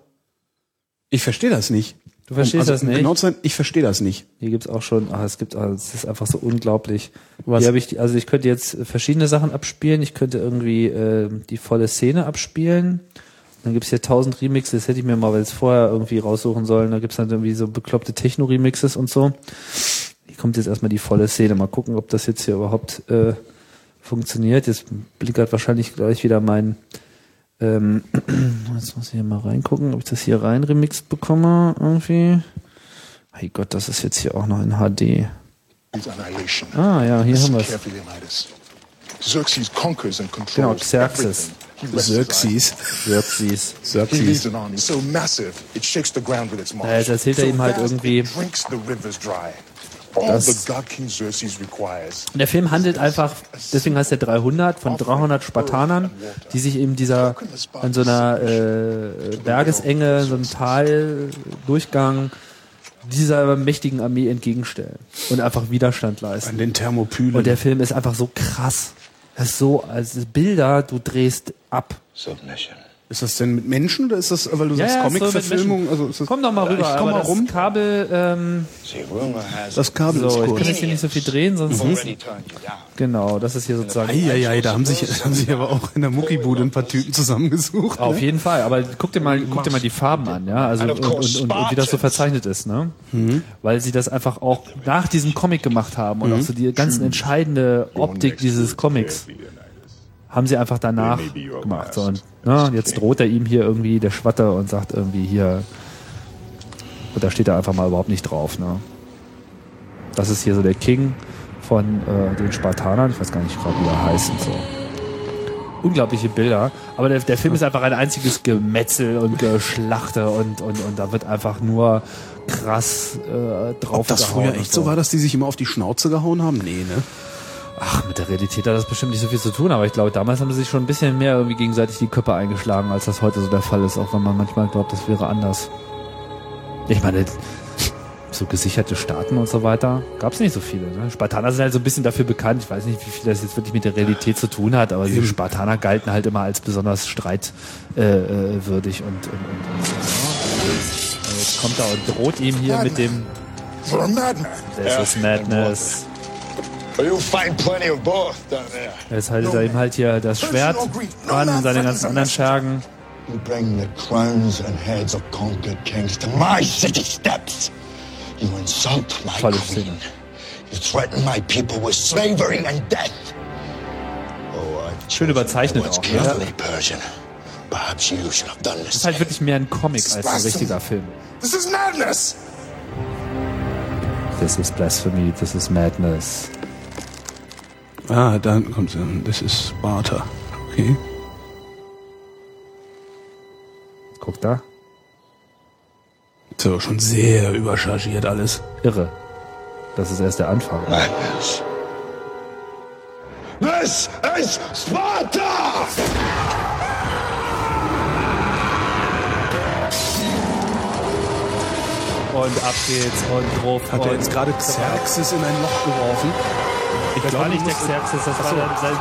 [SPEAKER 2] ich verstehe das nicht.
[SPEAKER 3] Du verstehst
[SPEAKER 2] also,
[SPEAKER 3] das
[SPEAKER 2] um
[SPEAKER 3] nicht?
[SPEAKER 2] Genau zu sein, ich verstehe das nicht.
[SPEAKER 3] Hier gibt's auch schon, ah, es gibt, ah, es ist einfach so unglaublich.
[SPEAKER 2] Was?
[SPEAKER 3] Hier habe ich, die- also ich könnte jetzt verschiedene Sachen abspielen. Ich könnte irgendwie äh, die volle Szene abspielen. Dann gibt's hier tausend Remixes, das hätte ich mir mal jetzt vorher irgendwie raussuchen sollen. Da gibt's dann irgendwie so bekloppte Techno-Remixes und so. Hier kommt jetzt erstmal die volle Szene. Mal gucken, ob das jetzt hier überhaupt äh, funktioniert. Jetzt blickert wahrscheinlich gleich wieder mein ähm, jetzt muss ich hier mal reingucken, ob ich das hier rein remixed bekomme irgendwie. Hey Gott, das ist jetzt hier auch noch in HD.
[SPEAKER 1] Xerxes' annihilation.
[SPEAKER 3] Ah ja, hier haben
[SPEAKER 1] Listen
[SPEAKER 3] wir es.
[SPEAKER 1] carefully, Leonidas. Xerxes conquers and
[SPEAKER 3] Genau,
[SPEAKER 1] controls
[SPEAKER 3] Xerxes.
[SPEAKER 1] everything. He rests his eyes.
[SPEAKER 3] Xerxes.
[SPEAKER 1] He leads
[SPEAKER 2] Xerxes.
[SPEAKER 1] an army so massive it shakes the ground with its march.
[SPEAKER 3] Ja, jetzt erzählt er
[SPEAKER 1] so
[SPEAKER 3] ihm halt
[SPEAKER 1] vast
[SPEAKER 3] irgendwie,
[SPEAKER 1] it drinks the rivers dry. All the god king Xerxes requires.
[SPEAKER 3] Und Der Film handelt einfach, deswegen heißt der 300, von 300 Spartanern, die sich eben dieser, in so einer äh, Bergesenge, in so einem Taldurchgang dieser mächtigen Armee entgegenstellen und einfach Widerstand leisten.
[SPEAKER 2] An den Thermopylen.
[SPEAKER 3] Und der Film ist einfach so krass. Das ist so, also Bilder, du drehst ab.
[SPEAKER 4] Submission.
[SPEAKER 2] Ist das denn mit Menschen oder ist das, weil du sagst
[SPEAKER 3] ist so mit
[SPEAKER 2] Comic-Verfilmung?
[SPEAKER 3] Menschen.
[SPEAKER 2] also ist das,
[SPEAKER 3] komm doch mal rüber.
[SPEAKER 2] Ich komm
[SPEAKER 3] aber
[SPEAKER 2] mal
[SPEAKER 3] das
[SPEAKER 2] rum.
[SPEAKER 3] Kabel, ähm,
[SPEAKER 4] See, rumor has
[SPEAKER 2] Das Kabel
[SPEAKER 3] so,
[SPEAKER 2] ist
[SPEAKER 3] ich kann
[SPEAKER 2] kurz.
[SPEAKER 3] jetzt hier nicht so viel drehen, sonst.
[SPEAKER 4] already turned you down.
[SPEAKER 3] Genau, das ist hier sozusagen.
[SPEAKER 2] Eieiei, da haben sich, da haben sich aber auch in der Muckibude ein paar Typen zusammengesucht. ne?
[SPEAKER 3] Auf jeden Fall, aber guck dir mal, guck dir mal die Farben an, ja, also und, und, und, und wie das so verzeichnet ist, ne? Weil sie das einfach auch nach diesem Comic gemacht haben und auch so die ganzen entscheidende Optik dieses Comics haben sie einfach danach gemacht. So, und, ne, und jetzt droht er ihm hier irgendwie der Schwatter und sagt irgendwie hier, und da steht er einfach mal überhaupt nicht drauf, ne? Das ist hier so der King von äh, den Spartanern, ich weiß gar nicht gerade, wie er heißt und so unglaubliche Bilder. Aber der, der Film ist einfach ein einziges Gemetzel und Geschlachter und, und, und da wird einfach nur krass äh, drauf.
[SPEAKER 2] Ob das früher echt so war, dass die sich immer auf die Schnauze gehauen haben? Nee, ne?
[SPEAKER 3] Ach, mit der Realität hat das bestimmt nicht so viel zu tun, aber ich glaube, damals haben sie sich schon ein bisschen mehr irgendwie gegenseitig die Köpfe eingeschlagen, als das heute so der Fall ist, auch wenn man manchmal glaubt, das wäre anders. Ich meine, so gesicherte Staaten und so weiter gab es nicht so viele. Ne? Spartaner sind halt so ein bisschen dafür bekannt. Ich weiß nicht, wie viel das jetzt wirklich mit der Realität zu tun hat, aber diese Spartaner galten halt immer als besonders streitwürdig äh, äh, würdig und, und, und, und so. Und jetzt kommt er und droht ihm hier mit dem
[SPEAKER 1] You're a madman.
[SPEAKER 3] This is Madness.
[SPEAKER 4] You'll find plenty of both down there.
[SPEAKER 3] Jetzt haltet er ihm halt hier das Schwert an und seine ganzen anderen Schergen.
[SPEAKER 4] You bring the crowns and heads of conquered kings to my city steps. You insult my
[SPEAKER 3] Fall of
[SPEAKER 4] queen.
[SPEAKER 3] sin.
[SPEAKER 4] You threaten my people with slavery and death. Oh, I've chosen
[SPEAKER 3] überzeichnet
[SPEAKER 4] what's
[SPEAKER 3] auch, ne?
[SPEAKER 4] carefully, Persian. Perhaps you should have done
[SPEAKER 3] Das
[SPEAKER 4] this.
[SPEAKER 3] ist halt wirklich mehr ein Comic als ein richtiger Film.
[SPEAKER 1] This is madness.
[SPEAKER 3] This is blasphemy, this is madness.
[SPEAKER 2] Ah, dann kommt sie. Das ist Sparta. Okay.
[SPEAKER 3] Guck da.
[SPEAKER 2] So, schon sehr überchargiert alles.
[SPEAKER 3] Irre. Das ist erst der Anfang.
[SPEAKER 4] Madness. This is Sparta!
[SPEAKER 3] Und ab geht's und drauf.
[SPEAKER 2] Hat er
[SPEAKER 3] und
[SPEAKER 2] jetzt gerade Xerxes in ein Loch geworfen? Ich
[SPEAKER 3] Das war
[SPEAKER 2] glaube,
[SPEAKER 3] nicht der
[SPEAKER 2] muss-
[SPEAKER 3] Xerxes, das war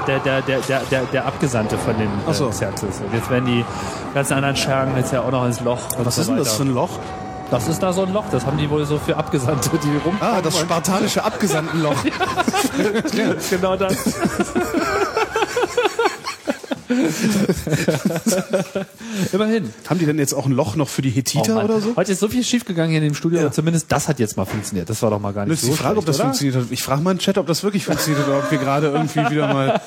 [SPEAKER 3] der, der, der, der, der, der Abgesandte von dem äh,
[SPEAKER 2] Ach so.
[SPEAKER 3] Xerxes. Und jetzt werden die ganzen anderen Schergen jetzt ja auch noch ins Loch. und
[SPEAKER 2] Was
[SPEAKER 3] so
[SPEAKER 2] ist denn das
[SPEAKER 3] weiter.
[SPEAKER 2] für ein Loch?
[SPEAKER 3] Das ist da so ein Loch, das haben die wohl so für Abgesandte, die rum.
[SPEAKER 2] Ah, das spartanische Abgesandtenloch.
[SPEAKER 3] genau das. Immerhin.
[SPEAKER 2] Haben die denn jetzt auch ein Loch noch für die Hethiter
[SPEAKER 3] Mann.
[SPEAKER 2] Oh oder so?
[SPEAKER 3] Heute ist so viel schiefgegangen hier in dem Studio, aber zumindest das hat jetzt mal funktioniert. Das war doch mal gar nicht
[SPEAKER 2] Das ist
[SPEAKER 3] so
[SPEAKER 2] die Frage, ob
[SPEAKER 3] schlecht,
[SPEAKER 2] das
[SPEAKER 3] oder?
[SPEAKER 2] funktioniert hat. Ich frage mal im Chat, ob das wirklich funktioniert hat, oder ob wir gerade irgendwie wieder mal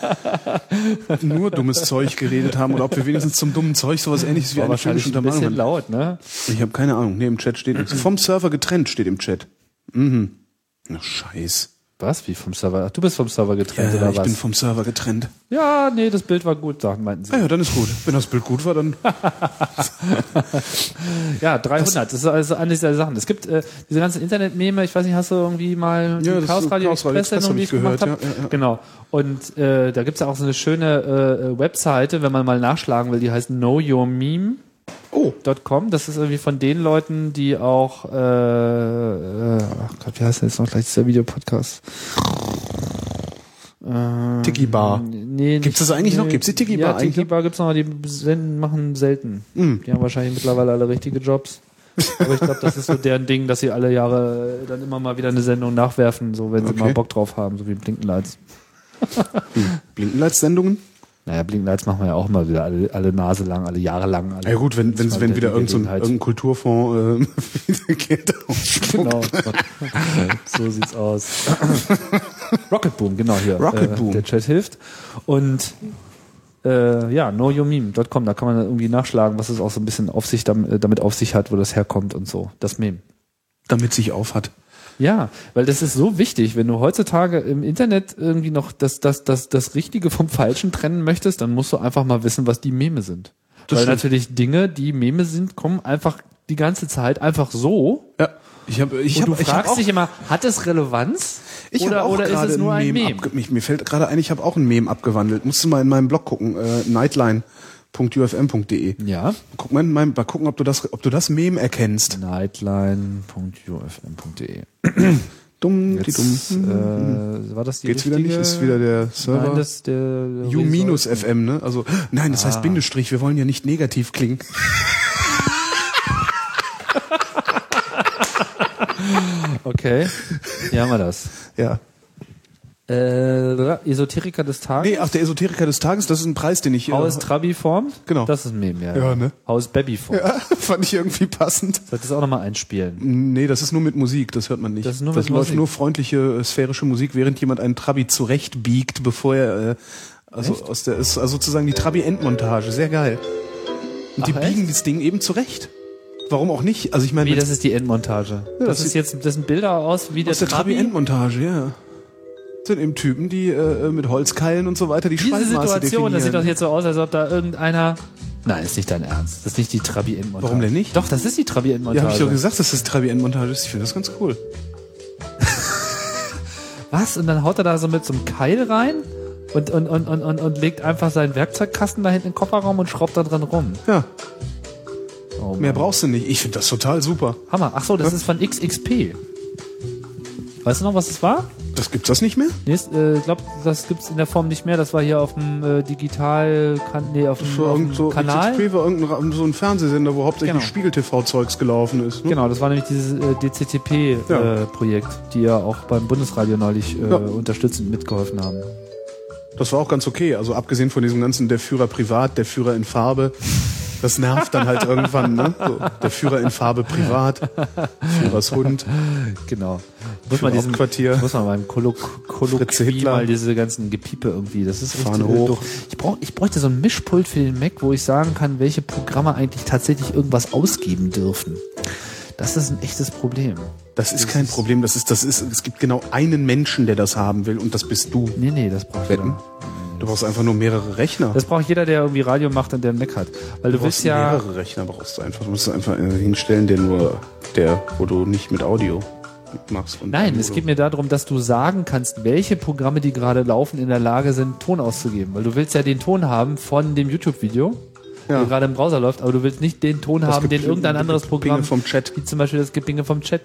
[SPEAKER 2] nur dummes Zeug geredet haben oder ob wir wenigstens zum dummen Zeug sowas ähnliches wie
[SPEAKER 3] War
[SPEAKER 2] eine filmische
[SPEAKER 3] wahrscheinlich ein
[SPEAKER 2] Untermalung
[SPEAKER 3] bisschen
[SPEAKER 2] hatten.
[SPEAKER 3] laut, ne?
[SPEAKER 2] Ich habe keine Ahnung. Nee, im Chat steht nichts. Vom Server getrennt steht im Chat. Mhm. Na scheiß.
[SPEAKER 3] Was? Wie vom Server? Ach, du bist vom Server getrennt
[SPEAKER 2] Äh,
[SPEAKER 3] oder
[SPEAKER 2] ich
[SPEAKER 3] was?
[SPEAKER 2] bin vom Server getrennt.
[SPEAKER 3] ja, nee, das Bild war gut, sagten meinten sie.
[SPEAKER 2] Ah ja, dann ist gut. Wenn das Bild gut war, dann
[SPEAKER 3] Ah. Ja, 300. Das, ist also eine dieser Sachen. Es gibt äh, diese ganzen Internet-Meme. Ich weiß nicht, hast du irgendwie mal die
[SPEAKER 2] Ja, das
[SPEAKER 3] Chaos
[SPEAKER 2] ist
[SPEAKER 3] Radio
[SPEAKER 2] Chaos Radio
[SPEAKER 3] Express, Sendung, die ich
[SPEAKER 2] Express hab ich
[SPEAKER 3] gemacht habe?
[SPEAKER 2] gehört, ja, ja, ja.
[SPEAKER 3] Genau. Und äh, da gibt's ja auch so eine schöne äh, Webseite, wenn man mal nachschlagen will. Die heißt knowyourmeme.com. Das ist irgendwie von den Leuten, die auch. Äh, äh, ach Gott, wie heißt denn jetzt noch gleich dieser Videopodcast? Ähm,
[SPEAKER 2] Tiki Bar.
[SPEAKER 3] Nee,
[SPEAKER 2] Gibt's
[SPEAKER 3] nicht-
[SPEAKER 2] das eigentlich noch? Gibt's die Tiki Bar
[SPEAKER 3] Ja,
[SPEAKER 2] eigentlich
[SPEAKER 3] Tiki
[SPEAKER 2] noch? Hm.
[SPEAKER 3] Bar gibt's noch, die senden, machen selten. Die haben wahrscheinlich mittlerweile alle richtige Jobs. Aber ich glaube, das ist so deren Ding, dass sie alle Jahre dann immer mal wieder eine Sendung nachwerfen, so wenn sie
[SPEAKER 2] Okay.
[SPEAKER 3] mal Bock drauf haben, so wie Blinkenlights.
[SPEAKER 2] Blinkenleitsendungen.
[SPEAKER 3] Naja, Blinkenlights machen wir ja auch immer wieder, alle, alle Nase lang, alle Jahre lang. Alle
[SPEAKER 2] Ja gut, wenn, wenn,
[SPEAKER 3] Das war
[SPEAKER 2] wenn wieder
[SPEAKER 3] die
[SPEAKER 2] irgendein, so ein-
[SPEAKER 3] Gelegenheit.
[SPEAKER 2] irgendein Kulturfonds äh, wieder Geld ausspuckt.
[SPEAKER 3] Genau. so sieht's aus. Rocket Boom, genau hier.
[SPEAKER 2] Rocket
[SPEAKER 3] äh,
[SPEAKER 2] Boom.
[SPEAKER 3] Der Chat hilft. Und äh, ja, knowyourmeme.com, da kann man dann irgendwie nachschlagen, was es auch so ein bisschen auf sich dam- äh, damit auf sich hat, wo das herkommt und so. Das Meme.
[SPEAKER 2] damit sich aufhat.
[SPEAKER 3] Ja, weil das ist so wichtig. Wenn du heutzutage im Internet irgendwie noch das, das, das, das Richtige vom Falschen trennen möchtest, dann musst du einfach mal wissen, was die Meme sind.
[SPEAKER 2] Das
[SPEAKER 3] weil
[SPEAKER 2] stimmt.
[SPEAKER 3] natürlich Dinge, die Meme sind, kommen einfach die ganze Zeit einfach so.
[SPEAKER 2] Ja. Ich habe ich
[SPEAKER 3] Und
[SPEAKER 2] hab,
[SPEAKER 3] Oh, du
[SPEAKER 2] ich hab
[SPEAKER 3] fragst
[SPEAKER 2] auch,
[SPEAKER 3] dich immer, hat es Relevanz?
[SPEAKER 2] ich hab
[SPEAKER 3] oder
[SPEAKER 2] auch
[SPEAKER 3] oder ist
[SPEAKER 2] gerade
[SPEAKER 3] es nur ein Meme?
[SPEAKER 2] abge- mich, mir fällt gerade ein, ich habe auch ein Meme abgewandelt. Musst du mal in meinem Blog gucken, äh, nightline.ufm.de.
[SPEAKER 3] Ja.
[SPEAKER 2] e. Guck mal, in meinem, mal gucken, ob du das ob du das Meme erkennst.
[SPEAKER 3] Nightline.ufm.de.
[SPEAKER 2] Dumm, die
[SPEAKER 3] Jetzt,
[SPEAKER 2] dumm.
[SPEAKER 3] äh, war das die
[SPEAKER 2] Geht's wieder
[SPEAKER 3] richtige?
[SPEAKER 2] nicht? Ist wieder der Server?
[SPEAKER 3] Nein, das der
[SPEAKER 2] U-FM, ne? Also nein,
[SPEAKER 3] Ah.
[SPEAKER 2] das heißt Bindestrich, wir wollen ja nicht negativ klingen.
[SPEAKER 3] Okay. Hier haben wir das.
[SPEAKER 2] Ja.
[SPEAKER 3] Äh, Esoteriker des Tages.
[SPEAKER 2] Nee, ach der Esoteriker des Tages, das ist ein Preis, den ich hier
[SPEAKER 3] Haus Trabi form
[SPEAKER 2] Genau.
[SPEAKER 3] Das ist ein Meme, ja.
[SPEAKER 2] Ja, ne?
[SPEAKER 3] Haus Baby form
[SPEAKER 2] Ja, Mhm. fand ich irgendwie passend.
[SPEAKER 3] Sollte das auch nochmal einspielen.
[SPEAKER 2] Nee, das ist nur mit Musik, das hört man nicht.
[SPEAKER 3] Das ist nur mit
[SPEAKER 2] läuft
[SPEAKER 3] Musik.
[SPEAKER 2] nur freundliche äh, sphärische Musik, während jemand einen Trabi zurechtbiegt, bevor er äh, also aus der ist also sozusagen die Trabi Endmontage, sehr geil. Und die
[SPEAKER 3] Ach,
[SPEAKER 2] biegen das Ding eben zurecht. Warum auch nicht? Also ich meine,
[SPEAKER 3] Wie, das
[SPEAKER 2] mit-
[SPEAKER 3] ist die Endmontage. das,
[SPEAKER 2] das
[SPEAKER 3] ist jetzt, das sind Bilder aus, wie der,
[SPEAKER 2] aus der Trabi
[SPEAKER 3] Trabi
[SPEAKER 2] Endmontage, ja. Das sind eben Typen, die äh, mit Holzkeilen und so weiter die
[SPEAKER 3] Diese
[SPEAKER 2] Spaltmaße
[SPEAKER 3] Situation, das sieht doch
[SPEAKER 2] definieren.
[SPEAKER 3] jetzt so aus, als ob da irgendeiner. Nein, ist nicht dein Ernst. Das ist nicht die Trabi-Endmontage.
[SPEAKER 2] Warum denn nicht?
[SPEAKER 3] Doch, das ist die
[SPEAKER 2] Ja, habe ich
[SPEAKER 3] Trabi-Endmontage.
[SPEAKER 2] doch gesagt, dass das Trabi Endmontage ist. Ich finde das ganz cool.
[SPEAKER 3] Was? Und dann haut er da so mit so einem Keil rein und, und, und, und, und, und legt einfach seinen Werkzeugkasten da hinten im Kofferraum und schraubt da dran rum.
[SPEAKER 2] Ja,
[SPEAKER 3] Oh
[SPEAKER 2] mehr
[SPEAKER 3] Mann.
[SPEAKER 2] brauchst du nicht. Ich finde das total super.
[SPEAKER 3] Hammer. Ach so, das ist von XXP. Weißt du noch, was das war?
[SPEAKER 2] Das gibt's das nicht mehr?
[SPEAKER 3] Nee, ich äh, glaube, das gibt's in der Form nicht mehr. Das war hier auf dem äh, Digital, kan nee, auf dem,
[SPEAKER 2] Für
[SPEAKER 3] auf dem
[SPEAKER 2] irgend so
[SPEAKER 3] Kanal.
[SPEAKER 2] XXP war irgendein Ra- so ein Fernsehsender, wo hauptsächlich
[SPEAKER 3] Genau.
[SPEAKER 2] Spiegel-TV-Zeugs gelaufen ist. Ne?
[SPEAKER 3] Genau, das war nämlich dieses äh,
[SPEAKER 2] Ja.
[SPEAKER 3] DCTP-Projekt, äh, die ja auch beim Bundesradio neulich äh,
[SPEAKER 2] Ja.
[SPEAKER 3] unterstützend mitgeholfen haben.
[SPEAKER 2] Das war auch ganz okay. Also abgesehen von diesem ganzen der Führer privat, der Führer in Farbe. Das nervt dann halt irgendwann, ne? So, der Führer in Farbe privat, Führers Hund.
[SPEAKER 3] Genau.
[SPEAKER 2] Für ein Hauptquartier.
[SPEAKER 3] muss man beim Kollo
[SPEAKER 2] Fritze
[SPEAKER 3] Kolloquie
[SPEAKER 2] Hitler.
[SPEAKER 3] mal diese ganzen Gepiepe irgendwie. Das ist
[SPEAKER 2] Fahne
[SPEAKER 3] richtig
[SPEAKER 2] hoch.
[SPEAKER 3] durch. Ich, brauch, ich bräuchte so ein Mischpult für den Mac, wo ich sagen kann, welche Programme eigentlich tatsächlich irgendwas ausgeben dürfen. Das ist ein echtes Problem.
[SPEAKER 2] Das ist kein Problem. Das ist, das ist, es gibt genau einen Menschen, der das haben will und das bist du.
[SPEAKER 3] Nee, nee, das braucht
[SPEAKER 2] Wetten?
[SPEAKER 3] jeder.
[SPEAKER 2] Du brauchst einfach nur mehrere Rechner.
[SPEAKER 3] Das braucht jeder, der irgendwie Radio macht und der einen Mac hat. Weil du,
[SPEAKER 2] Du
[SPEAKER 3] willst
[SPEAKER 2] brauchst
[SPEAKER 3] ja.
[SPEAKER 2] mehrere Rechner, brauchst du einfach. Du musst einfach einen hinstellen, der nur, der, wo du nicht mit Audio machst. Und
[SPEAKER 3] Nein,
[SPEAKER 2] dann
[SPEAKER 3] es
[SPEAKER 2] nur-
[SPEAKER 3] geht mir darum, dass du sagen kannst, welche Programme, die gerade laufen, in der Lage sind, Ton auszugeben. Weil du willst ja den Ton haben von dem YouTube-Video, der gerade im Browser läuft, aber du willst nicht den Ton haben, den
[SPEAKER 2] Gepinge-
[SPEAKER 3] irgendein anderes
[SPEAKER 2] Gepinge
[SPEAKER 3] Programm,
[SPEAKER 2] vom Chat.
[SPEAKER 3] wie zum Beispiel das Gepinge vom Chat.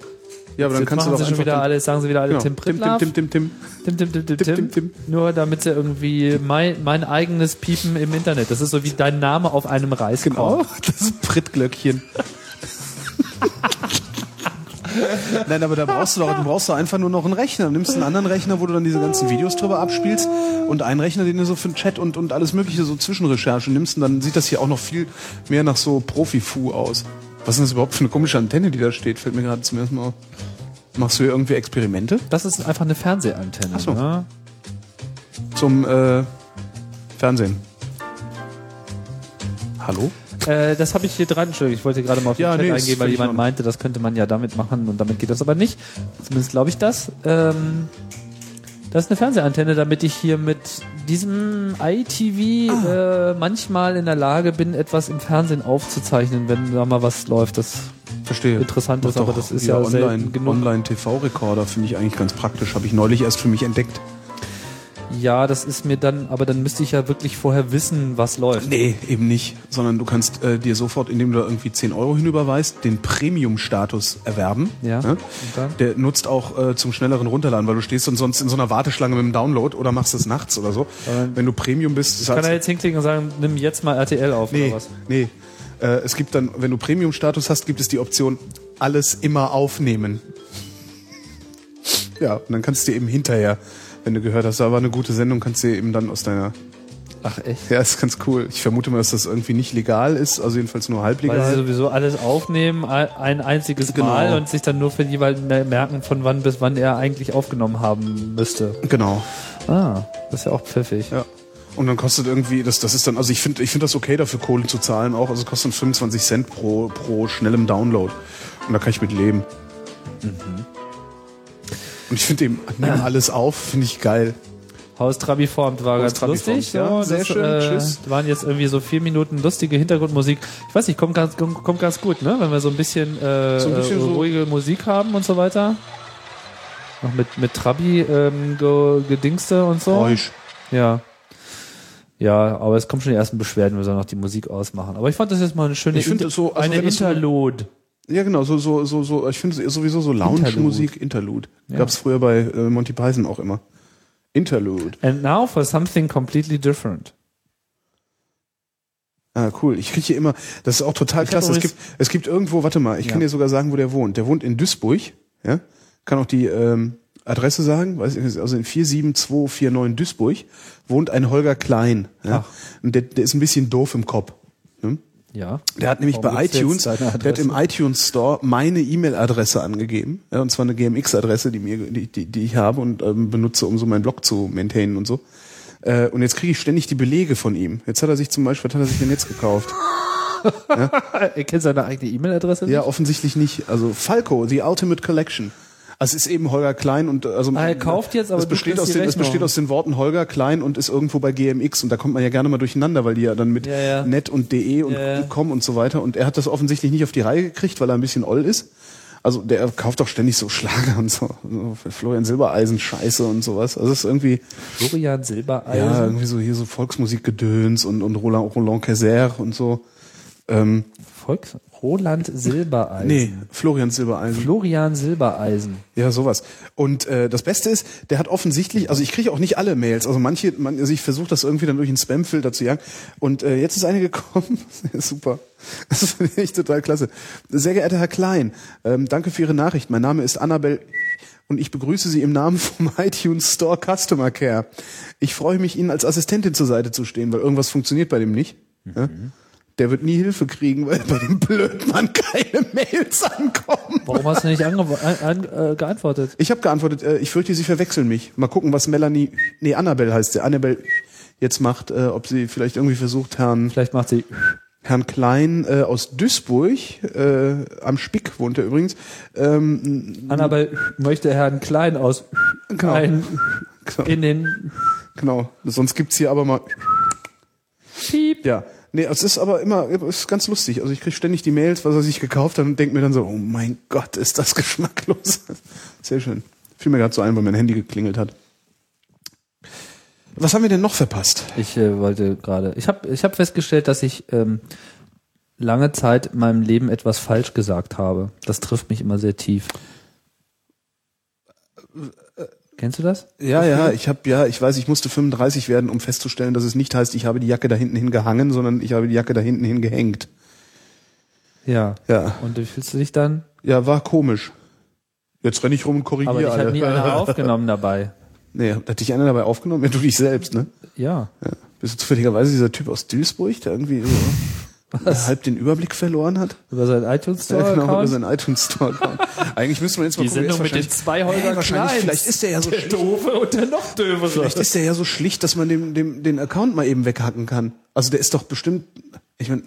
[SPEAKER 2] Ja, aber dann
[SPEAKER 3] Jetzt
[SPEAKER 2] kannst du doch
[SPEAKER 3] machen sie schon
[SPEAKER 2] einfach
[SPEAKER 3] wieder
[SPEAKER 2] dann-
[SPEAKER 3] alle, sagen sie wieder alle
[SPEAKER 2] Genau.
[SPEAKER 3] Tim
[SPEAKER 2] Tim,
[SPEAKER 3] Pritlove.
[SPEAKER 2] Tim, Tim, Tim, Tim.
[SPEAKER 3] Tim, Tim, Tim, Tim, Tim,
[SPEAKER 2] Tim, Tim.
[SPEAKER 3] Nur damit sie irgendwie mein, mein eigenes Piepen im Internet. Das ist so wie Genau. dein Name auf einem Reiskorn.
[SPEAKER 2] Genau, das Prittglöckchen. Nein, aber da brauchst du doch, du brauchst doch einfach nur noch einen Rechner. Nimmst einen anderen Rechner, wo du dann diese ganzen Videos drüber abspielst und einen Rechner, den du so für den Chat und, und alles mögliche so Zwischenrecherche nimmst und dann sieht das hier auch noch viel mehr nach so Profifu aus. Was ist das überhaupt für eine komische Antenne, die da steht? Fällt mir gerade zum ersten Mal auf. Machst du hier irgendwie Experimente
[SPEAKER 3] Das ist einfach eine Fernsehantenne.
[SPEAKER 2] so.
[SPEAKER 3] Ne?
[SPEAKER 2] zum äh, Fernsehen? Hallo?
[SPEAKER 3] Äh, das habe ich hier dran. Entschuldigung, ich wollte gerade mal auf den
[SPEAKER 2] Ja,
[SPEAKER 3] Chat
[SPEAKER 2] nee, das
[SPEAKER 3] eingehen, weil
[SPEAKER 2] finde ich
[SPEAKER 3] jemand
[SPEAKER 2] auch.
[SPEAKER 3] meinte, das könnte man ja damit machen und damit geht das aber nicht. Zumindest glaube ich das. Ähm, das ist eine Fernsehantenne, damit ich hier mit diesem ITV
[SPEAKER 2] Ah.
[SPEAKER 3] äh, manchmal in der Lage bin, etwas im Fernsehen aufzuzeichnen, wenn da mal was läuft. Das
[SPEAKER 2] Verstehe.
[SPEAKER 3] Interessant ist, aber das ist ja selten
[SPEAKER 2] online,
[SPEAKER 3] genug.
[SPEAKER 2] online TV-Recorder finde ich eigentlich ganz praktisch. Habe ich neulich erst für mich entdeckt.
[SPEAKER 3] ja, das ist mir dann, aber dann müsste ich ja wirklich vorher wissen, was läuft.
[SPEAKER 2] Nee, eben nicht. Sondern du kannst äh, dir sofort, indem du da irgendwie 10 Euro hinüberweist, den Premium-Status erwerben.
[SPEAKER 3] Ja.
[SPEAKER 2] Ne?
[SPEAKER 3] Und dann?
[SPEAKER 2] Der nutzt auch äh, zum schnelleren Runterladen, weil du stehst und sonst in so einer Warteschlange mit dem Download oder machst es nachts oder so. Wenn du Premium bist,
[SPEAKER 3] Kann
[SPEAKER 2] sagst-
[SPEAKER 3] er jetzt hinklicken und sagen, nimm jetzt mal RTL auf
[SPEAKER 2] Nee,
[SPEAKER 3] oder was?
[SPEAKER 2] nee. Äh, es gibt dann, wenn du Premium-Status hast, gibt es die Option, alles immer aufnehmen. Ja, und dann kannst du dir eben hinterher, wenn du gehört hast, da war eine gute Sendung, kannst du dir eben dann aus deiner.
[SPEAKER 3] Ach echt?
[SPEAKER 2] Ja, ist ganz cool. Ich vermute mal, dass das irgendwie nicht legal ist, also jedenfalls nur halblegal.
[SPEAKER 3] Weil sie sowieso alles aufnehmen, ein- ein einziges
[SPEAKER 2] Genau.
[SPEAKER 3] Mal und sich dann nur für jeweils merken, von wann bis wann er eigentlich aufgenommen haben müsste.
[SPEAKER 2] genau.
[SPEAKER 3] Ah, das ist ja auch pfiffig.
[SPEAKER 2] Ja. Und dann kostet irgendwie, das, das ist dann, also ich finde ich find das okay, dafür Kohle zu zahlen auch. Also kostet 25 Cent pro, pro schnellem Download. Und da kann ich mit leben. Und ich finde eben, nimm alles auf, finde ich geil.
[SPEAKER 3] Haus Trabi formt war
[SPEAKER 2] Haus
[SPEAKER 3] ganz
[SPEAKER 2] Trabi
[SPEAKER 3] lustig.
[SPEAKER 2] formt, ja.
[SPEAKER 3] so, äh,
[SPEAKER 2] Sehr schön, tschüss.
[SPEAKER 3] Waren jetzt irgendwie so vier Minuten lustige Hintergrundmusik. Ich weiß nicht, kommt ganz, kommt, kommt ganz gut, ne? Wenn wir so ein bisschen, äh,
[SPEAKER 2] So ein bisschen
[SPEAKER 3] äh,
[SPEAKER 2] so-
[SPEAKER 3] ruhige Musik haben und so weiter. Noch mit, mit Trabi ähm, ge, gedingste und so.
[SPEAKER 2] Euch.
[SPEAKER 3] Ja. Ja, aber es kommen schon die ersten Beschwerden, wir sollen noch die Musik ausmachen. Aber ich fand das jetzt mal eine schöne
[SPEAKER 2] Ich finde
[SPEAKER 3] Inter-
[SPEAKER 2] das so- also
[SPEAKER 3] eine
[SPEAKER 2] wenn das so-
[SPEAKER 3] Interlude.
[SPEAKER 2] Ja, genau, so, so, so, so ich finde sowieso so Lounge-Musik, Interlude. Gab's früher bei äh, Monty Python auch immer. Interlude.
[SPEAKER 3] And now for something completely different.
[SPEAKER 2] Ah, cool. Ich kriege hier immer, das ist auch total
[SPEAKER 3] hab
[SPEAKER 2] klasse. Es
[SPEAKER 3] übrigens-
[SPEAKER 2] gibt, es gibt irgendwo, warte mal, ich kann dir sogar sagen, wo der wohnt. Der wohnt in Duisburg, ja. Kann auch die ähm, Adresse sagen, weiß ich, also in 47249 Duisburg wohnt ein Holger Klein. Ja? Und der, der ist ein bisschen doof im Kopf. Ne?
[SPEAKER 3] Ja.
[SPEAKER 2] Der hat nämlich
[SPEAKER 3] Warum
[SPEAKER 2] bei
[SPEAKER 3] gibt's Oh, jetzt
[SPEAKER 2] iTunes,
[SPEAKER 3] deine
[SPEAKER 2] der hat
[SPEAKER 3] Adresse?
[SPEAKER 2] im iTunes Store meine E-Mail-Adresse angegeben. Ja, und zwar eine GMX-Adresse, die, mir, die, die, die ich habe und ähm, benutze, um so meinen Blog zu maintainen und so. Äh, und jetzt kriege ich ständig die Belege von ihm. Jetzt hat er sich zum Beispiel, was hat er sich denn jetzt gekauft? Äh,
[SPEAKER 3] Er kennt seine eigene E-Mail-Adresse?
[SPEAKER 2] ja, offensichtlich nicht. Also Falco, The Ultimate Collection. Also es ist eben Holger Klein und äh, also
[SPEAKER 3] Ah, er kauft jetzt, aber
[SPEAKER 2] es
[SPEAKER 3] du
[SPEAKER 2] besteht
[SPEAKER 3] kriegst
[SPEAKER 2] aus
[SPEAKER 3] die
[SPEAKER 2] den, es
[SPEAKER 3] Rechnung.
[SPEAKER 2] besteht aus den Worten Holger Klein und ist irgendwo bei GMX und da kommt man ja gerne mal durcheinander, weil die ja dann mit
[SPEAKER 3] Ja, ja.
[SPEAKER 2] net und de und
[SPEAKER 3] Ja, ja.
[SPEAKER 2] com und so weiter und er hat das offensichtlich nicht auf die Reihe gekriegt, weil er ein bisschen oll ist. Also der kauft auch ständig so Schlager und so, so Florian Silbereisen Scheiße und sowas. Also es ist irgendwie
[SPEAKER 3] Florian Silbereisen.
[SPEAKER 2] ja, irgendwie so hier so Volksmusikgedöns und und Roland Roland Caser und so. Ähm,
[SPEAKER 3] Volks Roland Silbereisen.
[SPEAKER 2] nee, Florian Silbereisen.
[SPEAKER 3] Florian Silbereisen.
[SPEAKER 2] Ja, sowas. Und äh, das Beste ist, der hat offensichtlich, also ich kriege auch nicht alle Mails, also manche, man, also ich versuche das irgendwie dann durch einen Spamfilter zu jagen. Und äh, jetzt ist eine gekommen, super, das finde ich total klasse. Sehr geehrter Herr Klein, ähm, danke für Ihre Nachricht. Mein Name ist Annabel und ich begrüße Sie im Namen vom iTunes Store Customer Care. Ich freue mich, Ihnen als Assistentin zur Seite zu stehen, weil irgendwas funktioniert bei dem nicht. Ja? Der wird nie Hilfe kriegen, weil bei dem Blödmann keine Mails ankommen.
[SPEAKER 3] Warum hast du nicht ange an, an, äh, geantwortet?
[SPEAKER 2] Ich habe geantwortet, äh, ich fürchte, Sie verwechseln mich. Mal gucken, was Melanie, nee, Annabelle heißt sie, Annabelle jetzt macht, äh, ob sie vielleicht irgendwie versucht, Herrn,
[SPEAKER 3] Vielleicht macht sie
[SPEAKER 2] Herrn Klein äh, aus Duisburg, äh, am Spick wohnt er übrigens, ähm,
[SPEAKER 3] Annabel möchte Herrn Klein aus Klein in den
[SPEAKER 2] genau, sonst gibt's hier aber mal,
[SPEAKER 3] Piep.
[SPEAKER 2] ja. Nee, es ist aber immer, es ist ganz lustig. Also ich krieg ständig die Mails, was er sich gekauft hat und denk mir dann so, oh mein Gott, ist das geschmacklos. Sehr schön. Fiel mir gerade so ein, weil mein Handy geklingelt hat. Was haben wir denn noch verpasst?
[SPEAKER 3] Ich äh, wollte gerade. Ich habe ich hab festgestellt, dass ich ähm, lange Zeit in meinem Leben etwas falsch gesagt habe. Das trifft mich immer sehr tief. Kennst du das?
[SPEAKER 2] Ja, ja, ich habe ja, ich weiß, ich musste 35 werden, um festzustellen, dass es nicht heißt, ich habe die Jacke da hinten hingehangen, sondern ich habe die Jacke da hinten hingehängt.
[SPEAKER 3] Ja.
[SPEAKER 2] Ja.
[SPEAKER 3] Und wie fühlst du dich dann?
[SPEAKER 2] Ja, war komisch. Jetzt renne ich rum und korrigiere
[SPEAKER 3] Aber ich
[SPEAKER 2] alle.
[SPEAKER 3] hat nie einer aufgenommen dabei.
[SPEAKER 2] Nee, hat dich einer dabei aufgenommen? Ja, du dich selbst, ne?
[SPEAKER 3] Ja.
[SPEAKER 2] Ja. Bist du zufälligerweise dieser Typ aus Duisburg, der irgendwie so halb den Überblick verloren hat?
[SPEAKER 3] Über sein iTunes Store.
[SPEAKER 2] Ja, genau, über
[SPEAKER 3] Account.
[SPEAKER 2] seinen iTunes Store. Account. Eigentlich müsste man jetzt mal
[SPEAKER 3] Die
[SPEAKER 2] gucken, wer
[SPEAKER 3] Sendung
[SPEAKER 2] ist
[SPEAKER 3] mit den
[SPEAKER 2] wahrscheinlich-
[SPEAKER 3] zwei Holger
[SPEAKER 2] Hey, wahrscheinlich,
[SPEAKER 3] Kleins.
[SPEAKER 2] Vielleicht ist der ja so
[SPEAKER 3] der
[SPEAKER 2] schlicht.
[SPEAKER 3] Doofe und der noch döfere.
[SPEAKER 2] Vielleicht ist der ja so schlicht, dass man dem, dem, den Account mal eben weghacken kann. Also der ist doch bestimmt, ich meine,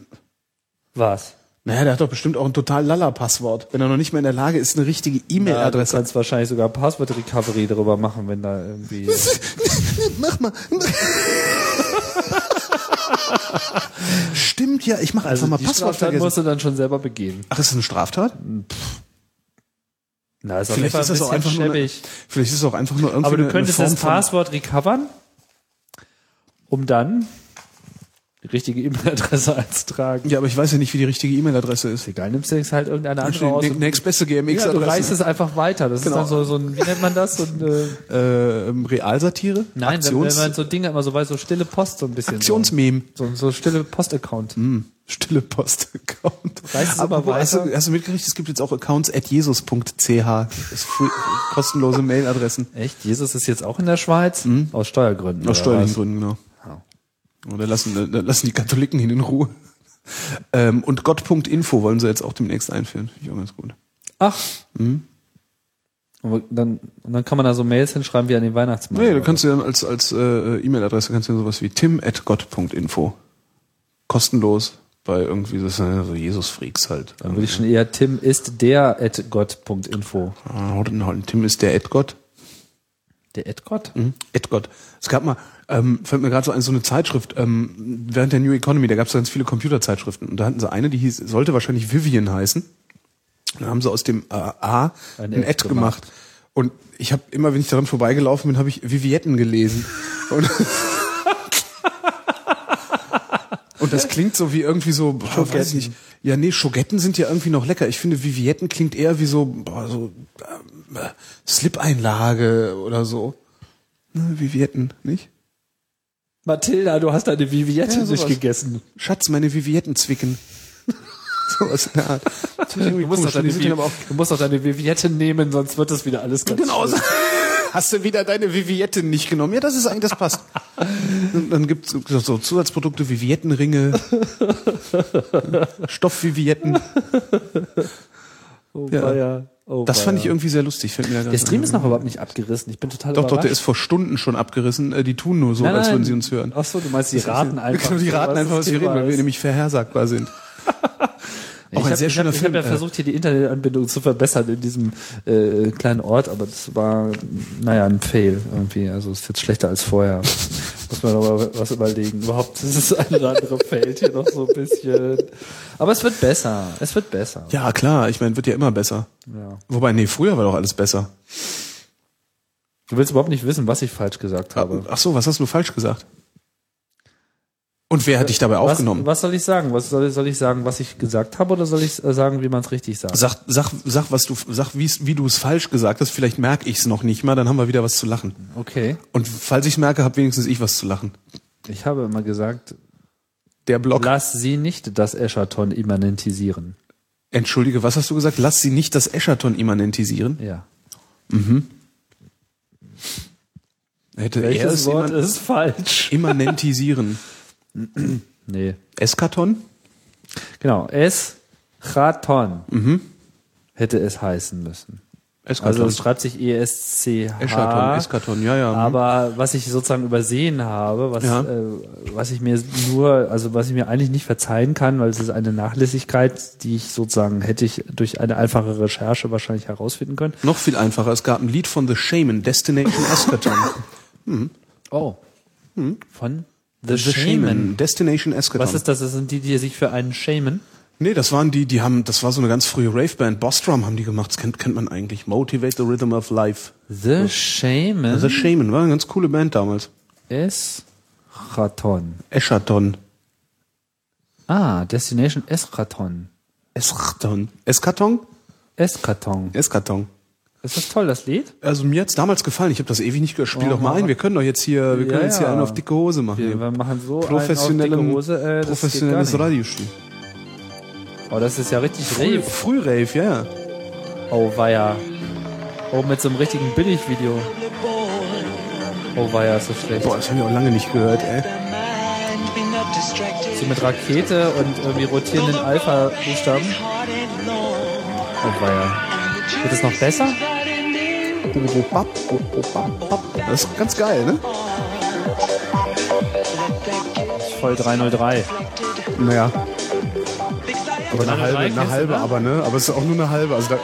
[SPEAKER 3] Was?
[SPEAKER 2] naja, der hat doch bestimmt auch ein total lala Passwort, wenn er noch nicht mehr in der Lage ist, eine richtige
[SPEAKER 3] Ja, du
[SPEAKER 2] E-Mail-Adresse.
[SPEAKER 3] kannst wahrscheinlich sogar Passwort-Recovery darüber machen, wenn da irgendwie...
[SPEAKER 2] mach mal. Stimmt ja, ich mache einfach
[SPEAKER 3] Also
[SPEAKER 2] mal
[SPEAKER 3] die
[SPEAKER 2] Passwort
[SPEAKER 3] Straftat musst
[SPEAKER 2] vergessen.
[SPEAKER 3] du dann schon selber begehen.
[SPEAKER 2] Ach, ist das eine Straftat?
[SPEAKER 3] Na, ist
[SPEAKER 2] Vielleicht ist das auch einfach nur eine,
[SPEAKER 3] schäbig.
[SPEAKER 2] vielleicht ist es auch einfach nur irgendwie
[SPEAKER 3] Aber du
[SPEAKER 2] eine- eine
[SPEAKER 3] könntest
[SPEAKER 2] Form
[SPEAKER 3] das
[SPEAKER 2] von-
[SPEAKER 3] Passwort recovern, um dann die richtige E-Mail-Adresse einzutragen.
[SPEAKER 2] Ja, aber ich weiß ja nicht, wie die richtige E-Mail-Adresse ist.
[SPEAKER 3] Egal, nimmst du jetzt halt irgendeine andere aus.
[SPEAKER 2] Die
[SPEAKER 3] und-
[SPEAKER 2] nächst beste GMX
[SPEAKER 3] ja, du reißt
[SPEAKER 2] Adresse.
[SPEAKER 3] es einfach weiter. Das
[SPEAKER 2] Genau.
[SPEAKER 3] ist dann so, so ein, wie nennt man das? So ein, äh,
[SPEAKER 2] Äh, ähm, Realsatire?
[SPEAKER 3] nein, wenn, wenn
[SPEAKER 2] Aktions
[SPEAKER 3] man so Dinge immer so weiß, so stille Post so ein bisschen.
[SPEAKER 2] Aktionsmeme.
[SPEAKER 3] So, so, so stille Post-Account.
[SPEAKER 2] Stille Post-Account.
[SPEAKER 3] Reißt es aber
[SPEAKER 2] hast
[SPEAKER 3] weiter?
[SPEAKER 2] du, hast du mitgekriegt, es gibt jetzt auch Accounts at jesus.ch. Das ist free, kostenlose Mailadressen.
[SPEAKER 3] Echt? Jesus ist jetzt auch in der Schweiz? Mhm. Aus Steuergründen.
[SPEAKER 2] Aus
[SPEAKER 3] oder
[SPEAKER 2] steuerlichen
[SPEAKER 3] was?
[SPEAKER 2] Gründen, genau. Oder lassen, da- da lassen die Katholiken ihn in Ruhe. Ähm, und Gott.info wollen sie jetzt auch demnächst einführen. Finde ich auch ganz gut.
[SPEAKER 3] Ach. Mhm. Und dann, und dann kann man da so Mails hinschreiben wie an den Weihnachtsmann.
[SPEAKER 2] Nee, du kannst dir dann als, als äh, E-Mail-Adresse kannst du dir sowas wie tim at gott.info. Kostenlos bei irgendwie das sind ja so Jesus-Freaks halt.
[SPEAKER 3] Dann würde ich schon eher Tim ist der at gott.info.
[SPEAKER 2] Ah, haut in den Haaren. Tim ist der at gott.
[SPEAKER 3] Der at gott?
[SPEAKER 2] Mhm. Edgott. Es gab mal, ähm, fällt mir gerade so ein, so eine Zeitschrift, ähm, während der New Economy, da gab es ganz viele Computerzeitschriften und da hatten sie eine, die hieß, sollte wahrscheinlich Vivian heißen. Da haben sie aus dem äh, A
[SPEAKER 3] Ein
[SPEAKER 2] ein,
[SPEAKER 3] Ad
[SPEAKER 2] Ad gemacht. Und ich habe immer, wenn ich daran vorbeigelaufen bin, habe ich Vivietten gelesen. Und, und das klingt so wie irgendwie so, boah, weiß nicht. Ja, nee, Schogetten sind ja irgendwie noch lecker. Ich finde, Vivietten klingt eher wie so, boah, so ähm, äh, Slip-Einlage oder so. Ne, Vivietten, nicht?
[SPEAKER 3] Mathilda, du hast deine Viviette
[SPEAKER 2] Ja, sowas.
[SPEAKER 3] nicht gegessen.
[SPEAKER 2] Schatz, meine Vivietten zwicken. Sowas in der Art. Das ist irgendwie
[SPEAKER 3] Du musst,
[SPEAKER 2] komisch.
[SPEAKER 3] doch deine,
[SPEAKER 2] Die sind
[SPEAKER 3] Vi-
[SPEAKER 2] dann aber auch-
[SPEAKER 3] du musst doch deine Viviette nehmen, sonst wird das wieder alles ganz
[SPEAKER 2] Genau.
[SPEAKER 3] schlimm.
[SPEAKER 2] so. Hast du wieder deine Viviette nicht genommen? Ja, das ist eigentlich, das passt. Und dann gibt's so Zusatzprodukte, Viviettenringe, Stoffvivietten.
[SPEAKER 3] Oh,
[SPEAKER 2] Ja.
[SPEAKER 3] weia. Oh,
[SPEAKER 2] Das fand ich
[SPEAKER 3] weia.
[SPEAKER 2] irgendwie sehr lustig, fällt mir da gerade
[SPEAKER 3] Der Stream
[SPEAKER 2] ein.
[SPEAKER 3] ist noch überhaupt nicht abgerissen. Ich bin total
[SPEAKER 2] Doch, doch,
[SPEAKER 3] überrascht.
[SPEAKER 2] der ist vor Stunden schon abgerissen. Äh, Die tun nur so,
[SPEAKER 3] Nein,
[SPEAKER 2] als
[SPEAKER 3] nein.
[SPEAKER 2] würden sie uns hören.
[SPEAKER 3] Ach so, du meinst, die raten einfach.
[SPEAKER 2] Die raten einfach, was
[SPEAKER 3] das
[SPEAKER 2] wir reden, weil
[SPEAKER 3] Thema
[SPEAKER 2] wir
[SPEAKER 3] ist.
[SPEAKER 2] nämlich verhersagbar sind. Auch ein
[SPEAKER 3] ich
[SPEAKER 2] sehr
[SPEAKER 3] habe
[SPEAKER 2] schöner
[SPEAKER 3] hab, ich hab
[SPEAKER 2] Film.
[SPEAKER 3] ja
[SPEAKER 2] äh,
[SPEAKER 3] versucht, hier die Internetanbindung zu verbessern in diesem äh, kleinen Ort, aber das war, naja, ein Fail irgendwie. Also ist jetzt schlechter als vorher. Muss man aber was überlegen. Überhaupt ist es ein oder andere Feld hier noch so ein bisschen. Aber es wird besser. Es wird besser.
[SPEAKER 2] Ja, klar, ich meine, wird ja immer besser.
[SPEAKER 3] Ja.
[SPEAKER 2] Wobei, nee, früher war doch alles besser.
[SPEAKER 3] Du willst überhaupt nicht wissen, was ich falsch gesagt habe.
[SPEAKER 2] Ach so, was hast du falsch gesagt? Und wer hat dich dabei
[SPEAKER 3] Was,
[SPEAKER 2] aufgenommen?
[SPEAKER 3] was soll ich sagen? Was soll, soll ich sagen, was ich gesagt habe oder soll ich äh, sagen, wie man es richtig sagt?
[SPEAKER 2] Sag, sag, sag, was du, sag, wie's- wie du es falsch gesagt hast. Vielleicht merke ich es noch nicht mal, dann haben wir wieder was zu lachen.
[SPEAKER 3] Okay.
[SPEAKER 2] Und falls ich merke, habe wenigstens ich was zu lachen.
[SPEAKER 3] Ich habe immer gesagt,
[SPEAKER 2] Der Blog.
[SPEAKER 3] lass sie nicht das Eschaton immanentisieren.
[SPEAKER 2] Entschuldige, was hast du gesagt? Lass sie nicht das Eschaton immanentisieren.
[SPEAKER 3] Ja.
[SPEAKER 2] Hätte er
[SPEAKER 3] Welches
[SPEAKER 2] es
[SPEAKER 3] Wort
[SPEAKER 2] imman-
[SPEAKER 3] ist falsch?
[SPEAKER 2] immanentisieren.
[SPEAKER 3] Nee.
[SPEAKER 2] Eskaton?
[SPEAKER 3] Genau. Es Chaton hätte es heißen müssen. Also es schreibt sich ESCH.
[SPEAKER 2] Eschaton, Eskaton, ja, ja. mhm.
[SPEAKER 3] Aber was ich sozusagen übersehen habe, was,
[SPEAKER 2] Ja.
[SPEAKER 3] äh, was ich mir nur, also was ich mir eigentlich nicht verzeihen kann, weil es ist eine Nachlässigkeit, die ich sozusagen hätte ich durch eine einfache Recherche wahrscheinlich herausfinden können.
[SPEAKER 2] noch viel einfacher. Es gab ein Lied von The Shaman, Destination Eskaton.
[SPEAKER 3] Oh. Von The,
[SPEAKER 2] The
[SPEAKER 3] Shaman.
[SPEAKER 2] Shaman, Destination Eskaton.
[SPEAKER 3] Was ist das? Das sind die, die sich für einen shamen.
[SPEAKER 2] Nee, das waren die, die haben, das war so eine ganz frühe Rave-Band. Boss Drum haben die gemacht, das kennt, kennt man eigentlich. Motivate the Rhythm of Life.
[SPEAKER 3] The Shaman.
[SPEAKER 2] The Shaman war eine ganz coole Band damals.
[SPEAKER 3] Eschaton.
[SPEAKER 2] Eschaton.
[SPEAKER 3] Ah, Destination Eschaton.
[SPEAKER 2] Eschaton. Eskaton?
[SPEAKER 3] Eschaton.
[SPEAKER 2] Eskaton.
[SPEAKER 3] Ist das toll, das Lied?
[SPEAKER 2] Also mir hat's damals gefallen. Ich habe das ewig nicht gehört. Spiel doch mal ein. Wir können doch jetzt hier, wir können
[SPEAKER 3] Oh, Ja,
[SPEAKER 2] jetzt hier
[SPEAKER 3] ja.
[SPEAKER 2] einen auf dicke Hose machen.
[SPEAKER 3] Wir,
[SPEAKER 2] Hier.
[SPEAKER 3] wir machen so
[SPEAKER 2] Professionellem-
[SPEAKER 3] einen auf dicke Hose. Äh, das geht gar
[SPEAKER 2] professionelles
[SPEAKER 3] nicht.
[SPEAKER 2] Radiospiel.
[SPEAKER 3] Oh, das ist ja richtig
[SPEAKER 2] Früh-
[SPEAKER 3] Rave.
[SPEAKER 2] Frührave, ja. ja.
[SPEAKER 3] Oh, weia. Oh, mit so einem richtigen Billigvideo. Oh, war ja so schlecht.
[SPEAKER 2] Boah, das haben wir auch lange nicht gehört, ey.
[SPEAKER 3] So mit Rakete und irgendwie rotierenden Alpha-Buchstaben. Oh, war ja. Wird es noch besser?
[SPEAKER 2] Das ist ganz geil, ne?
[SPEAKER 3] Voll 303.
[SPEAKER 2] Naja,
[SPEAKER 3] Aber
[SPEAKER 2] eine halbe, eine halbe aber, ne? Aber es ist auch nur eine halbe. Also da,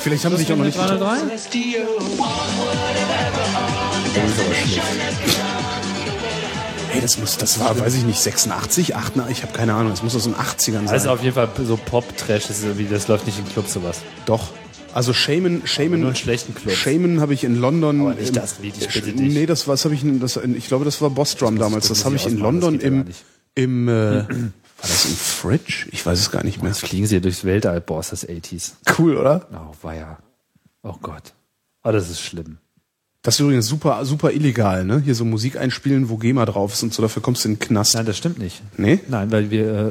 [SPEAKER 2] vielleicht haben sie sich auch noch nicht...
[SPEAKER 3] 303?
[SPEAKER 2] Ey, das muss, das war, weiß ich nicht, 86, 88, ich habe keine Ahnung, das muss aus den 80ern sein.
[SPEAKER 3] Also auf jeden Fall so Pop-Trash, das, ist irgendwie- das läuft nicht im Club sowas.
[SPEAKER 2] Doch. Also Shaman, Shaman,
[SPEAKER 3] Nur in schlechten Clubs.
[SPEAKER 2] Shaman habe ich in London.
[SPEAKER 3] Aber nicht
[SPEAKER 2] im-
[SPEAKER 3] das Lied, ich bitte dich.
[SPEAKER 2] Nee, das war, das habe ich, in- das, in- ich glaube, das war Boss Drum damals.
[SPEAKER 3] das
[SPEAKER 2] Das habe
[SPEAKER 3] muss ich
[SPEAKER 2] ich in
[SPEAKER 3] ausmachen, das
[SPEAKER 2] London
[SPEAKER 3] geht ja
[SPEAKER 2] im,
[SPEAKER 3] gar nicht. Mhm.
[SPEAKER 2] im, äh, war das im Fridge? Ich weiß es gar nicht mehr.
[SPEAKER 3] Jetzt fliegen sie durchs Weltall, boah, ist das 80s.
[SPEAKER 2] Cool, oder?
[SPEAKER 3] Oh, war ja. Oh Gott. Oh, das ist schlimm.
[SPEAKER 2] Das ist übrigens super, super illegal, ne? Hier so Musik einspielen, wo GEMA drauf ist und so, dafür kommst du in den Knast.
[SPEAKER 3] Nein, das stimmt nicht.
[SPEAKER 2] Nee?
[SPEAKER 3] Nein, weil wir äh,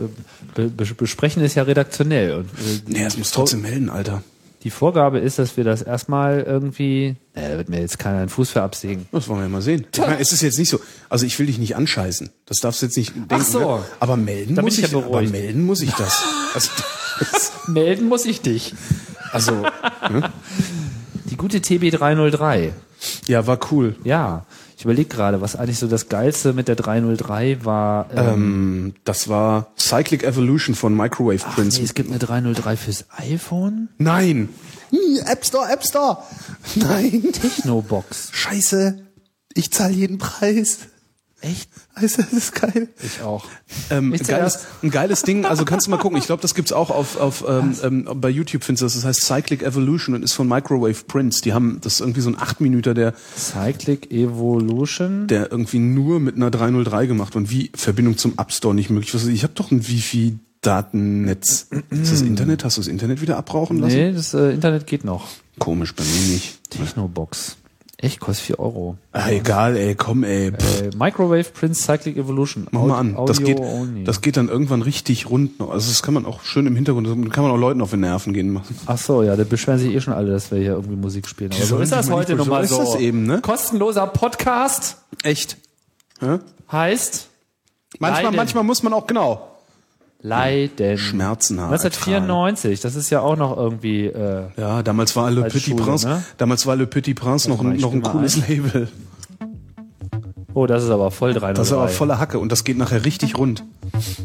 [SPEAKER 3] be bes- besprechen es ja redaktionell. Und, äh,
[SPEAKER 2] Nee, das muss trotzdem melden, Alter.
[SPEAKER 3] die Vorgabe ist, dass wir das erstmal irgendwie. Äh, da wird mir jetzt keiner einen Fuß für absägen.
[SPEAKER 2] Das wollen wir mal sehen. Ich meine, es ist jetzt nicht so. Also ich will dich nicht anscheißen. Das darfst du jetzt nicht denken.
[SPEAKER 3] so.
[SPEAKER 2] ne? Aber melden
[SPEAKER 3] Da bin
[SPEAKER 2] muss
[SPEAKER 3] ich
[SPEAKER 2] ich,
[SPEAKER 3] ja
[SPEAKER 2] aber
[SPEAKER 3] beruhigt.
[SPEAKER 2] melden muss ich das. Also, das
[SPEAKER 3] Melden muss ich dich.
[SPEAKER 2] also
[SPEAKER 3] Die gute TB303.
[SPEAKER 2] Ja, war cool.
[SPEAKER 3] Ja. Ich überlege gerade, was eigentlich so das Geilste mit der 303 war. Ähm,
[SPEAKER 2] Das war Cyclic Evolution von Microwave
[SPEAKER 3] ach,
[SPEAKER 2] Prince.
[SPEAKER 3] nee, es gibt eine 303 fürs iPhone.
[SPEAKER 2] Nein! Hm, App Store, App Store! Nein!
[SPEAKER 3] Technobox.
[SPEAKER 2] Scheiße! Ich zahle jeden Preis!
[SPEAKER 3] Echt?
[SPEAKER 2] Also, das ist geil.
[SPEAKER 3] Ich auch.
[SPEAKER 2] Ähm,
[SPEAKER 3] Ich
[SPEAKER 2] geiles,
[SPEAKER 3] zuerst.
[SPEAKER 2] ein geiles Ding, also kannst du mal gucken. Ich glaube, das gibt's auch auf, auf ähm, ähm, bei YouTube findest du das. Das heißt Cyclic Evolution und ist von Microwave Prince. Die haben das ist irgendwie so ein 8-Minüter, der,
[SPEAKER 3] Cyclic Evolution.
[SPEAKER 2] der irgendwie nur mit einer 303 gemacht und wie Verbindung zum App Store nicht möglich. Was- Ich habe doch ein Wifi Datennetz. Ist das Internet? Hast du das Internet wieder abrauchen lassen?
[SPEAKER 3] Nee, das äh, Internet geht noch.
[SPEAKER 2] Komisch, bei mir nicht.
[SPEAKER 3] Technobox. Echt, kostet 4 Euro.
[SPEAKER 2] Ah, egal, ey, komm, ey. Pff,
[SPEAKER 3] Äh, Microwave Prince Cyclic Evolution.
[SPEAKER 2] mach mal an. Das geht,
[SPEAKER 3] only.
[SPEAKER 2] das geht dann irgendwann richtig rund. noch. Also das kann man auch schön im Hintergrund, das kann man auch Leuten auf den Nerven gehen machen.
[SPEAKER 3] Ach so, ja, da beschweren sich eh schon alle, dass wir hier irgendwie Musik spielen. Aber so
[SPEAKER 2] sollen
[SPEAKER 3] ist
[SPEAKER 2] sich
[SPEAKER 3] das
[SPEAKER 2] mal
[SPEAKER 3] heute
[SPEAKER 2] nicht- so
[SPEAKER 3] nochmal
[SPEAKER 2] ist
[SPEAKER 3] so.
[SPEAKER 2] das eben, ne?
[SPEAKER 3] Kostenloser Podcast
[SPEAKER 2] Echt?
[SPEAKER 3] heißt
[SPEAKER 2] Manchmal,
[SPEAKER 3] Leiden.
[SPEAKER 2] manchmal muss man auch, genau.
[SPEAKER 3] Leiden.
[SPEAKER 2] Schmerzen haben.
[SPEAKER 3] 1994, das ist ja auch noch irgendwie äh,
[SPEAKER 2] Ja, damals war Le
[SPEAKER 3] Als
[SPEAKER 2] Petit
[SPEAKER 3] Schule,
[SPEAKER 2] Prince,
[SPEAKER 3] ne?
[SPEAKER 2] damals war Le Petit Prince noch
[SPEAKER 3] mal,
[SPEAKER 2] ein,
[SPEAKER 3] ich
[SPEAKER 2] noch ein
[SPEAKER 3] spiel mal
[SPEAKER 2] cooles Label.
[SPEAKER 3] Oh, das ist aber voll 303.
[SPEAKER 2] Das ist aber voller Hacke und das geht nachher richtig rund.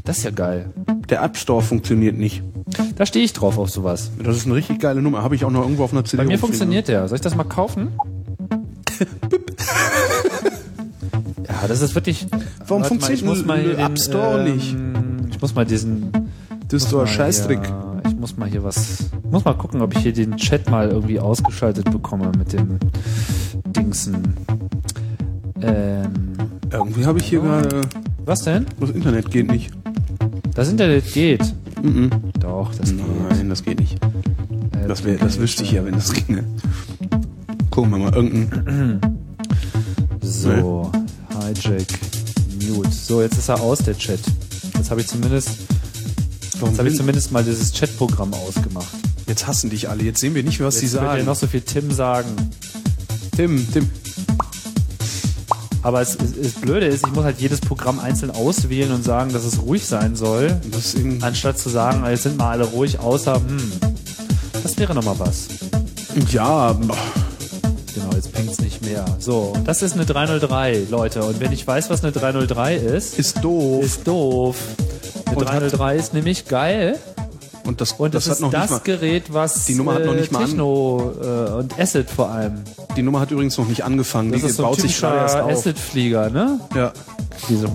[SPEAKER 3] Das ist ja geil.
[SPEAKER 2] Der App Store funktioniert nicht.
[SPEAKER 3] Da stehe ich drauf auf sowas.
[SPEAKER 2] Das ist eine richtig geile Nummer. Habe ich auch noch irgendwo auf einer CD.
[SPEAKER 3] Bei mir
[SPEAKER 2] rumfliegen.
[SPEAKER 3] funktioniert der. Soll ich das mal kaufen? ja, das ist wirklich.
[SPEAKER 2] Warum
[SPEAKER 3] Warte mal,
[SPEAKER 2] funktioniert
[SPEAKER 3] ich muss mal hier
[SPEAKER 2] Le App
[SPEAKER 3] den,
[SPEAKER 2] Store
[SPEAKER 3] ähm,
[SPEAKER 2] nicht?
[SPEAKER 3] Ich muss mal diesen.
[SPEAKER 2] Das ist doch ein
[SPEAKER 3] mal
[SPEAKER 2] Scheißtrick.
[SPEAKER 3] Hier, ich muss mal hier was. Muss mal gucken, ob ich hier den Chat mal irgendwie ausgeschaltet bekomme mit dem Dingsen. Ähm,
[SPEAKER 2] Irgendwie habe ich hier gerade,
[SPEAKER 3] was denn?
[SPEAKER 2] das Internet geht nicht.
[SPEAKER 3] Das Internet geht. Doch, das geht.
[SPEAKER 2] Mhm. Nein, das geht nicht.
[SPEAKER 3] Äh,
[SPEAKER 2] Das, wär, das wüsste ich ja, wenn das ginge. Gucken wir mal, irgendein.
[SPEAKER 3] So, hijack, mute. So, jetzt ist er aus, der Chat. Jetzt habe ich zumindest. Jetzt habe ich zumindest mal dieses Chatprogramm ausgemacht.
[SPEAKER 2] Mhm. Jetzt hassen dich alle, jetzt sehen wir nicht, mehr, was
[SPEAKER 3] Jetzt
[SPEAKER 2] die
[SPEAKER 3] wird ja
[SPEAKER 2] sagen.
[SPEAKER 3] noch so viel Tim sagen.
[SPEAKER 2] Tim, Tim.
[SPEAKER 3] Aber es, es, es Blöde ist, ich muss halt jedes Programm einzeln auswählen und sagen, dass es ruhig sein soll.
[SPEAKER 2] Das ist eben,
[SPEAKER 3] Anstatt zu sagen, jetzt sind mal alle ruhig, außer, hm, das wäre nochmal was.
[SPEAKER 2] ja,
[SPEAKER 3] Oh.
[SPEAKER 2] boah.
[SPEAKER 3] Genau, jetzt pingt's nicht mehr. So, das ist eine 303, Leute. Und wenn ich weiß, was eine 303 ist,
[SPEAKER 2] ist doof.
[SPEAKER 3] ist doof. Eine
[SPEAKER 2] Und hat-
[SPEAKER 3] 303 ist nämlich geil.
[SPEAKER 2] und das,
[SPEAKER 3] Und das,
[SPEAKER 2] das hat
[SPEAKER 3] ist
[SPEAKER 2] noch
[SPEAKER 3] das
[SPEAKER 2] nicht mal,
[SPEAKER 3] Gerät, was
[SPEAKER 2] Die Nummer hat noch nicht mal an-
[SPEAKER 3] Techno äh, und Acid vor allem.
[SPEAKER 2] Die Nummer hat übrigens noch nicht angefangen.
[SPEAKER 3] Das
[SPEAKER 2] die
[SPEAKER 3] ist so ein
[SPEAKER 2] baut sich gerade erst
[SPEAKER 3] typischer
[SPEAKER 2] auf.
[SPEAKER 3] Acid-Flieger, ne?
[SPEAKER 2] Ja.
[SPEAKER 3] Diese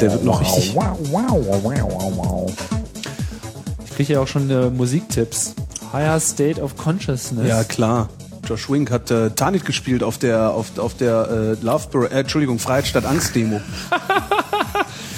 [SPEAKER 2] Der wird noch richtig.
[SPEAKER 3] Ich kriege ja auch schon äh, Musiktipps. Higher State of Consciousness.
[SPEAKER 2] Ja, klar. Josh Wink hat äh, Tanit gespielt auf der auf, auf der äh, Love äh, Entschuldigung, Freiheit statt Angst Demo.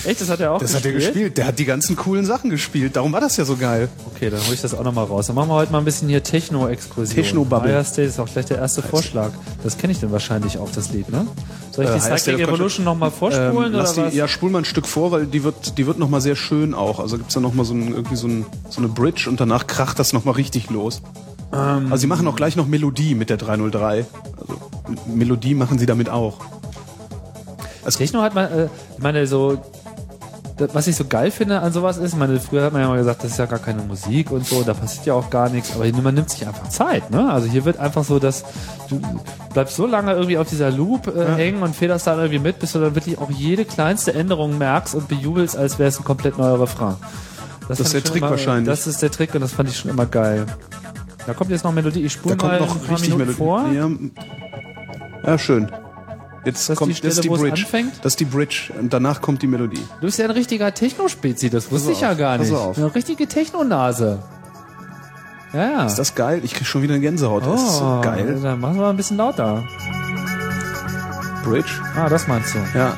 [SPEAKER 3] Echt, das hat er auch
[SPEAKER 2] Das hat er
[SPEAKER 3] gespielt?
[SPEAKER 2] gespielt. Der hat die ganzen coolen Sachen gespielt. Darum war das ja so geil.
[SPEAKER 3] Okay, dann hole ich das auch nochmal raus. Dann machen wir heute mal ein bisschen hier Techno-Exkursion.
[SPEAKER 2] Techno-Bubble.
[SPEAKER 3] Higher State ist auch gleich der erste Vorschlag. Das kenne ich dann wahrscheinlich auch, das Lied, ne? Soll ich
[SPEAKER 2] Äh, Higher
[SPEAKER 3] die
[SPEAKER 2] State
[SPEAKER 3] Cyclic
[SPEAKER 2] of
[SPEAKER 3] Evolution nochmal
[SPEAKER 2] Ähm,
[SPEAKER 3] vorspulen oder
[SPEAKER 2] lass die,
[SPEAKER 3] was?
[SPEAKER 2] ja, spul mal ein Stück vor, weil die wird, die wird nochmal sehr schön auch. Also gibt's da nochmal so, ein, irgendwie so, ein, so eine Bridge und danach kracht das nochmal richtig los.
[SPEAKER 3] Ähm.
[SPEAKER 2] Also sie machen auch gleich noch Melodie mit der 303. Also M- Melodie machen sie damit auch.
[SPEAKER 3] Techno hat man, äh, ich meine, so, das, was ich so geil finde an sowas ist, ich meine, früher hat man ja mal gesagt, das ist ja gar keine Musik und so, da passiert ja auch gar nichts, aber hier, man nimmt sich einfach Zeit, ne? Also hier wird einfach so, dass du bleibst so lange irgendwie auf dieser Loop äh, hängen und federst da irgendwie mit, bis du dann wirklich auch jede kleinste Änderung merkst und bejubelst, als wäre es ein komplett neuer Refrain.
[SPEAKER 2] Das ist
[SPEAKER 3] fand
[SPEAKER 2] der
[SPEAKER 3] ich schon
[SPEAKER 2] Trick
[SPEAKER 3] immer,
[SPEAKER 2] wahrscheinlich.
[SPEAKER 3] Das ist der Trick und das fand ich schon immer geil. Da kommt jetzt noch Melodie. Ich spule
[SPEAKER 2] Da
[SPEAKER 3] mal
[SPEAKER 2] kommt
[SPEAKER 3] ein
[SPEAKER 2] noch
[SPEAKER 3] paar
[SPEAKER 2] richtig
[SPEAKER 3] Minuten
[SPEAKER 2] Melodie.
[SPEAKER 3] vor.
[SPEAKER 2] Ja, ja, schön. Jetzt
[SPEAKER 3] Das ist
[SPEAKER 2] kommt
[SPEAKER 3] die Stelle,
[SPEAKER 2] das ist die
[SPEAKER 3] wo es
[SPEAKER 2] Bridge.
[SPEAKER 3] anfängt?
[SPEAKER 2] Das ist die Bridge. Und danach kommt die Melodie.
[SPEAKER 3] Du bist ja ein richtiger Technospezi, das wusste
[SPEAKER 2] Pass
[SPEAKER 3] ich ja
[SPEAKER 2] auf,
[SPEAKER 3] gar
[SPEAKER 2] pass
[SPEAKER 3] nicht.
[SPEAKER 2] auf.
[SPEAKER 3] Eine richtige Technonase. Ja, ja.
[SPEAKER 2] Ist das geil? Ich krieg schon wieder eine Gänsehaut. Das ist
[SPEAKER 3] Oh.
[SPEAKER 2] so geil.
[SPEAKER 3] Dann machen wir mal ein bisschen lauter.
[SPEAKER 2] Bridge.
[SPEAKER 3] Ah, das meinst du.
[SPEAKER 2] Ja.